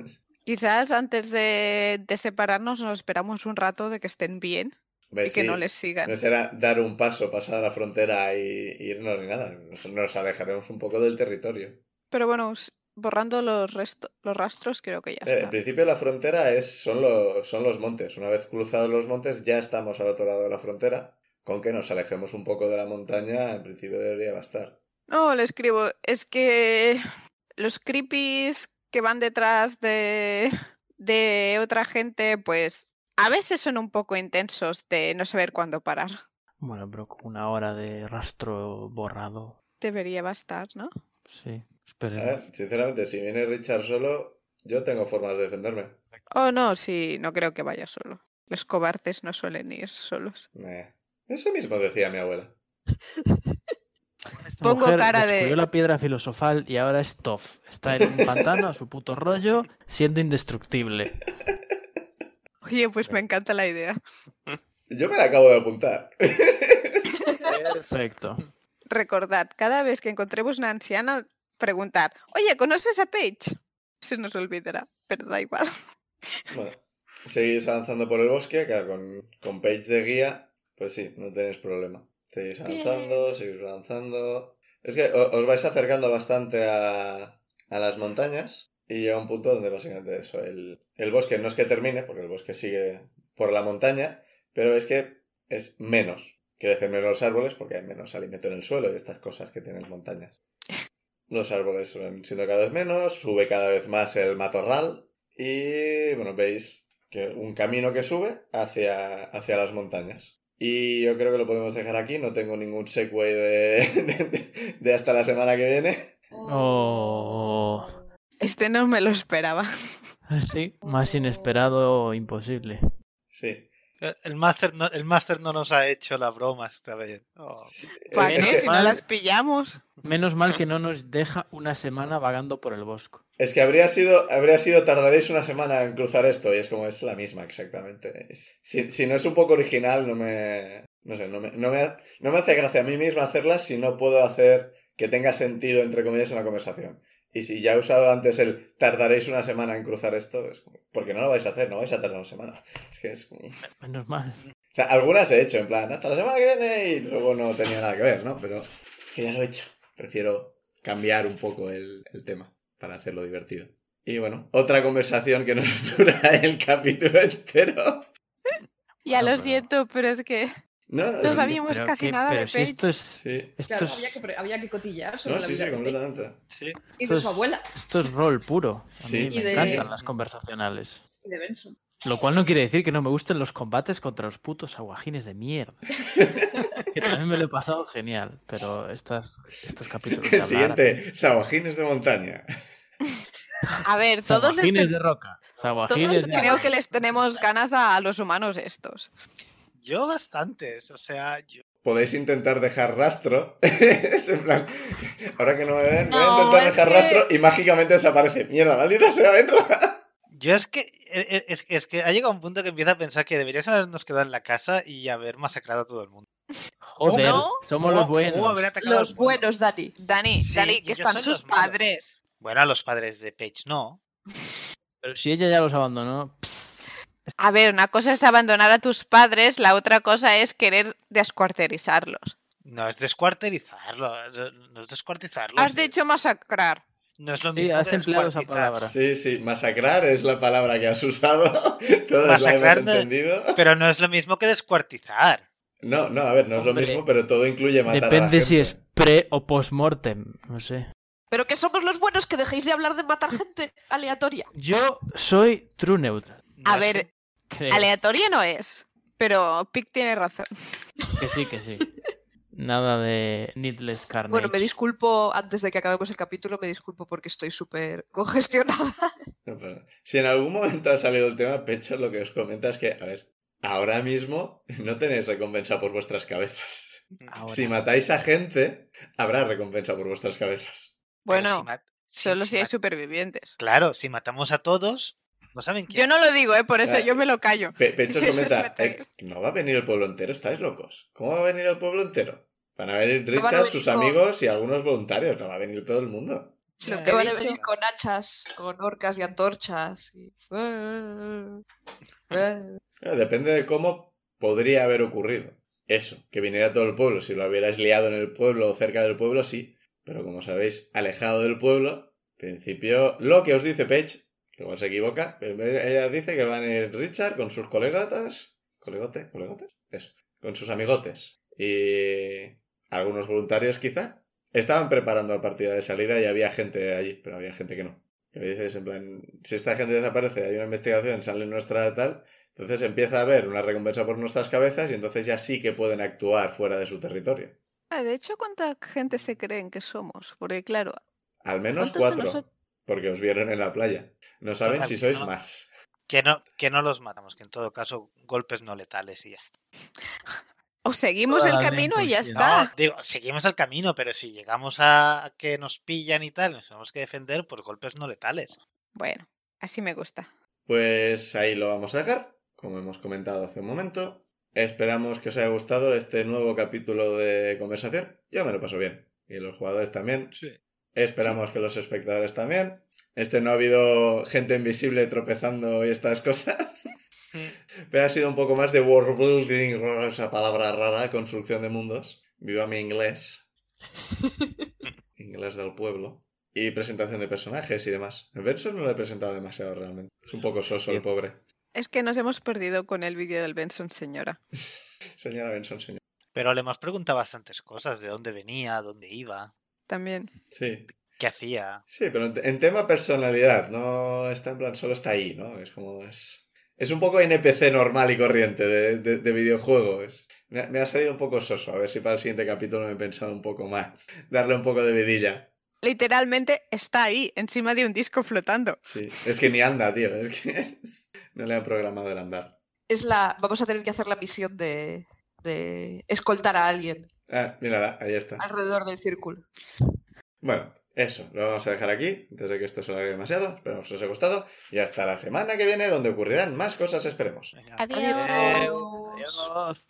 [SPEAKER 5] quizás antes de, de separarnos nos esperamos un rato de que estén bien
[SPEAKER 1] Hombre,
[SPEAKER 5] y que no
[SPEAKER 1] Pues sí,
[SPEAKER 5] les sigan.
[SPEAKER 1] No será dar un paso, pasar la frontera y y irnos ni nada. Nos, nos alejaremos un poco del territorio.
[SPEAKER 5] Pero bueno, s- borrando los, resto- los rastros creo que ya
[SPEAKER 1] Eh,
[SPEAKER 5] está.
[SPEAKER 1] En principio la frontera es, son, los, son los montes. Una vez cruzados los montes ya estamos al otro lado de la frontera. Con que nos alejemos un poco de la montaña, en principio debería bastar.
[SPEAKER 5] No, le escribo. Es que los creepies que van detrás de, de otra gente, pues a veces son un poco intensos de no saber cuándo parar.
[SPEAKER 8] Bueno, pero con una hora de rastro borrado.
[SPEAKER 5] Debería bastar, ¿no?
[SPEAKER 6] Sí.
[SPEAKER 1] A
[SPEAKER 6] Esperemos.
[SPEAKER 1] ver, sinceramente, si viene Richard solo, yo tengo formas de defenderme.
[SPEAKER 5] Oh, no, sí, no creo que vaya solo. Los cobardes no suelen ir solos.
[SPEAKER 1] Eh, Eso mismo decía mi abuela.
[SPEAKER 6] Esta
[SPEAKER 5] Pongo
[SPEAKER 6] mujer
[SPEAKER 5] cara de-
[SPEAKER 6] descubrió la piedra filosofal y ahora es tof. Está en un pantano a su puto rollo.
[SPEAKER 8] Siendo indestructible.
[SPEAKER 5] Oye, pues me encanta la idea.
[SPEAKER 1] Yo me la acabo de apuntar.
[SPEAKER 6] Perfecto.
[SPEAKER 5] Recordad, cada vez que encontremos una anciana, preguntad, oye, ¿conoces a Paige? Se nos olvidará, pero da igual.
[SPEAKER 1] Bueno, seguís avanzando por el bosque, claro, con, con Page de guía, pues sí, no tenéis problema. Seguís avanzando, seguís avanzando. Es que o- os vais acercando bastante a, a las montañas y llega un punto donde básicamente eso, el, el bosque no es que termine, porque el bosque sigue por la montaña, pero es que es menos. Crecen menos los árboles porque hay menos alimento en el suelo y estas cosas que tienen las montañas. Los árboles van siendo cada vez menos, sube cada vez más el matorral, y bueno, veis que un camino que sube hacia, hacia las montañas. Y yo creo que lo podemos dejar aquí. No tengo ningún segue de, de- de- de hasta la semana que viene.
[SPEAKER 8] Oh.
[SPEAKER 5] Este no me lo esperaba.
[SPEAKER 8] Sí, más inesperado imposible.
[SPEAKER 1] Sí.
[SPEAKER 2] El- Eh, El máster no, el máster no nos ha hecho la broma esta vez. Oh,
[SPEAKER 5] ¿Para
[SPEAKER 1] Es,
[SPEAKER 5] qué? Si
[SPEAKER 1] que,
[SPEAKER 5] no las pillamos.
[SPEAKER 6] Menos mal que no nos deja una semana vagando por el bosque.
[SPEAKER 1] es que habría sido, habría sido, tardaréis una semana en cruzar esto. Y es como, es la misma exactamente. Es- si, si no es un poco original, no me. No sé, no me, no me, ha- no me hace gracia a mí mismo hacerla si no puedo hacer que tenga sentido, entre comillas, en la conversación. Y si ya he usado antes el tardaréis una semana en cruzar esto, es como, porque no lo vais a hacer, no vais a tardar una semana. Es que es como- O
[SPEAKER 6] Menos mal.
[SPEAKER 1] sea, algunas he hecho, en plan, hasta la semana que viene y luego no tenía nada que ver, ¿no? Pero es que ya lo he hecho. Prefiero cambiar un poco el, el tema para hacerlo divertido. Y bueno, otra conversación que nos dura el capítulo entero.
[SPEAKER 8] Bueno,
[SPEAKER 5] Ya lo
[SPEAKER 8] pero-
[SPEAKER 5] siento, pero es que
[SPEAKER 1] No,
[SPEAKER 5] no
[SPEAKER 1] es-
[SPEAKER 5] sabíamos
[SPEAKER 6] Pero
[SPEAKER 5] casi
[SPEAKER 6] que-
[SPEAKER 5] nada
[SPEAKER 6] pero
[SPEAKER 5] de
[SPEAKER 6] si
[SPEAKER 5] Paige.
[SPEAKER 6] esto es...
[SPEAKER 1] Sí.
[SPEAKER 6] Esto
[SPEAKER 4] Claro,
[SPEAKER 6] es-
[SPEAKER 4] había que, pre- había que cotillar sobre
[SPEAKER 1] No,
[SPEAKER 4] la
[SPEAKER 1] sí,
[SPEAKER 4] vida
[SPEAKER 1] sí,
[SPEAKER 4] de Paige
[SPEAKER 1] completamente.
[SPEAKER 2] sí.
[SPEAKER 4] y
[SPEAKER 6] esto
[SPEAKER 4] de
[SPEAKER 6] es-
[SPEAKER 4] su abuela
[SPEAKER 6] Esto es rol puro. A mí
[SPEAKER 1] Sí.
[SPEAKER 4] Y
[SPEAKER 6] me
[SPEAKER 4] de-
[SPEAKER 6] encantan las conversacionales.
[SPEAKER 4] y de Benson.
[SPEAKER 6] Lo cual no quiere decir que no me gusten los combates contra los putos aguajines de mierda. que también me lo he pasado genial, pero estas, estos capítulos. de
[SPEAKER 1] El
[SPEAKER 6] hablar-
[SPEAKER 1] siguiente, Sabajines de montaña.
[SPEAKER 5] A ver, todos, les
[SPEAKER 6] Saguajines
[SPEAKER 5] ten-
[SPEAKER 6] de roca.
[SPEAKER 5] todos
[SPEAKER 6] Saguajines de
[SPEAKER 5] creo que les tenemos ganas a los humanos estos.
[SPEAKER 2] Yo bastantes, o sea, yo
[SPEAKER 1] podéis intentar dejar rastro. es en plan, ahora que no me ven, voy a
[SPEAKER 5] No,
[SPEAKER 1] intentar
[SPEAKER 5] es
[SPEAKER 1] dejar
[SPEAKER 5] que-
[SPEAKER 1] rastro y mágicamente desaparece. Mierda, maldita sea, entra.
[SPEAKER 2] Yo es que, es, es- es que ha llegado un punto que empiezo a pensar que deberíamos habernos quedado en la casa y haber masacrado a todo el mundo.
[SPEAKER 6] Joder,
[SPEAKER 5] ¿No?
[SPEAKER 6] somos
[SPEAKER 2] O-
[SPEAKER 6] los
[SPEAKER 2] o
[SPEAKER 6] buenos.
[SPEAKER 2] haber atacado a
[SPEAKER 4] Los buenos, Dani.
[SPEAKER 5] Dani,
[SPEAKER 2] Sí,
[SPEAKER 5] Dani, que
[SPEAKER 2] ellos
[SPEAKER 5] están
[SPEAKER 2] son
[SPEAKER 5] sus
[SPEAKER 2] los malos.
[SPEAKER 5] padres.
[SPEAKER 2] Bueno, a los padres de Paige no.
[SPEAKER 6] Pero si ella ya los abandonó. pss,
[SPEAKER 5] A ver, una cosa es abandonar a tus padres, la otra cosa es querer descuarterizarlos.
[SPEAKER 2] No es descuartizarlo. No es descuartizarlo.
[SPEAKER 5] Has dicho masacrar.
[SPEAKER 2] No es lo
[SPEAKER 6] Sí,
[SPEAKER 2] mismo.
[SPEAKER 6] has
[SPEAKER 2] que
[SPEAKER 6] empleado esa
[SPEAKER 2] descuartizar.
[SPEAKER 6] palabra.
[SPEAKER 1] Sí, sí, masacrar es la palabra que has usado. Todos la
[SPEAKER 2] Masacrar
[SPEAKER 1] hemos
[SPEAKER 2] no-
[SPEAKER 1] entendido.
[SPEAKER 2] Pero no es lo mismo que descuartizar.
[SPEAKER 1] No, no, a ver, no es lo
[SPEAKER 6] Hombre.
[SPEAKER 1] mismo, pero todo incluye matar a la
[SPEAKER 8] Depende si
[SPEAKER 1] gente.
[SPEAKER 8] es pre o post-mortem. No sé.
[SPEAKER 4] Pero que somos los buenos que dejéis de hablar de matar gente aleatoria.
[SPEAKER 8] Yo soy true neutral.
[SPEAKER 2] No
[SPEAKER 5] A
[SPEAKER 2] es
[SPEAKER 5] ver,
[SPEAKER 6] creo.
[SPEAKER 5] aleatoria no es. Pero Pic tiene razón.
[SPEAKER 8] Que sí, que sí. Nada de needless carnage.
[SPEAKER 4] Bueno, me disculpo antes de que acabemos el capítulo, me disculpo porque estoy súper congestionada.
[SPEAKER 1] No, pero si en algún momento ha salido el tema pecho, lo que os comenta es que, a ver, ahora mismo no tenéis recompensa por vuestras cabezas.
[SPEAKER 2] un-
[SPEAKER 8] Ahora.
[SPEAKER 1] Si matáis a gente, habrá recompensa por vuestras cabezas.
[SPEAKER 2] pero
[SPEAKER 5] Bueno,
[SPEAKER 2] si mat- si-
[SPEAKER 5] solo
[SPEAKER 2] si
[SPEAKER 5] si hay
[SPEAKER 2] mat-
[SPEAKER 5] supervivientes.
[SPEAKER 2] Claro, si matamos a todos, no saben quién.
[SPEAKER 5] Yo no lo digo, ¿eh? por eso
[SPEAKER 1] Claro.
[SPEAKER 5] yo me lo callo.
[SPEAKER 1] Pe- Pecho os
[SPEAKER 5] Eso es
[SPEAKER 1] comenta,
[SPEAKER 5] matar.
[SPEAKER 1] "Eh, no va a venir el pueblo entero, estáis locos. ¿Cómo va a venir el pueblo entero? Van a venir
[SPEAKER 4] van a
[SPEAKER 1] Richard,
[SPEAKER 4] venir
[SPEAKER 1] sus
[SPEAKER 4] con-
[SPEAKER 1] amigos y algunos voluntarios, no va a venir todo el mundo.
[SPEAKER 4] Lo
[SPEAKER 2] Ya,
[SPEAKER 4] que
[SPEAKER 5] he
[SPEAKER 4] van a
[SPEAKER 5] dicho.
[SPEAKER 4] venir con hachas, con orcas y antorchas. y-
[SPEAKER 1] Claro, depende de cómo podría haber ocurrido. Eso, que viniera todo el pueblo. Si lo hubierais liado en el pueblo o cerca del pueblo, sí. Pero como sabéis, alejado del pueblo, en principio, lo que os dice Paige, que igual se equivoca, pero ella dice que van a ir Richard con sus colegatas. ¿Colegote? ¿Colegotes? Eso. Con sus amigotes. Y algunos voluntarios, quizá. Estaban preparando la partida de salida y había gente allí, pero había gente que no. Que le dices, en plan, si esta gente desaparece, hay una investigación, sale nuestra tal, entonces empieza a haber una recompensa por nuestras cabezas y entonces ya sí que pueden actuar fuera de su territorio.
[SPEAKER 5] Ah, de hecho, ¿cuánta gente se creen que somos? Porque claro,
[SPEAKER 1] Al menos
[SPEAKER 5] ¿Cuántos de
[SPEAKER 1] cuatro,
[SPEAKER 5] nosot-
[SPEAKER 1] porque os vieron en la playa. No saben
[SPEAKER 2] Total,
[SPEAKER 1] si sois
[SPEAKER 2] no.
[SPEAKER 1] más.
[SPEAKER 2] Que no, que no los matamos, que en todo caso, golpes no letales y ya está.
[SPEAKER 5] o seguimos
[SPEAKER 6] Toda
[SPEAKER 5] el
[SPEAKER 6] la
[SPEAKER 5] camino y ya
[SPEAKER 6] desconfianza.
[SPEAKER 5] está.
[SPEAKER 2] No, digo, seguimos el camino, pero si llegamos a que nos pillan y tal, nos tenemos que defender por golpes no letales.
[SPEAKER 5] Bueno, así me gusta.
[SPEAKER 1] Pues ahí lo vamos a dejar, como hemos comentado hace un momento. Esperamos que os haya gustado este nuevo capítulo de conversación. Yo me lo paso bien. Y los jugadores también. Esperamos que los espectadores también. Este no ha habido gente invisible tropezando y estas cosas. Pero ha sido un poco más de world building, esa palabra rara, construcción de mundos. Viva mi inglés. inglés del pueblo. Y presentación de personajes y demás. El Benson no lo he presentado demasiado realmente. Es un poco soso el pobre.
[SPEAKER 5] Es que nos hemos perdido con el vídeo del Benson, señora.
[SPEAKER 1] Señora Benson, señor.
[SPEAKER 2] Pero le hemos preguntado bastantes cosas, de dónde venía, dónde iba,
[SPEAKER 5] También.
[SPEAKER 1] Sí.
[SPEAKER 2] qué hacía.
[SPEAKER 1] Sí, pero en, en tema personalidad, no está en plan, solo está ahí, ¿no? Es como es. Es un poco NPC normal y corriente de, de, de videojuego. Es- me, ha- me ha salido un poco soso. A ver si para el siguiente capítulo me he pensado un poco más. Darle un poco de vidilla.
[SPEAKER 5] Literalmente está ahí, encima de un disco flotando.
[SPEAKER 1] Sí, es que ni anda, tío. Es que no le han programado el andar.
[SPEAKER 4] Es la. Vamos a tener que hacer la misión de, de escoltar a alguien
[SPEAKER 1] Ah, mírala, ahí está.
[SPEAKER 4] alrededor del círculo.
[SPEAKER 1] Bueno, eso, lo vamos a dejar aquí, antes de que esto se alargue demasiado. Esperamos que os haya gustado. Y hasta la semana que viene, donde ocurrirán más cosas, esperemos.
[SPEAKER 2] Venga.
[SPEAKER 5] Adiós.
[SPEAKER 6] Adiós.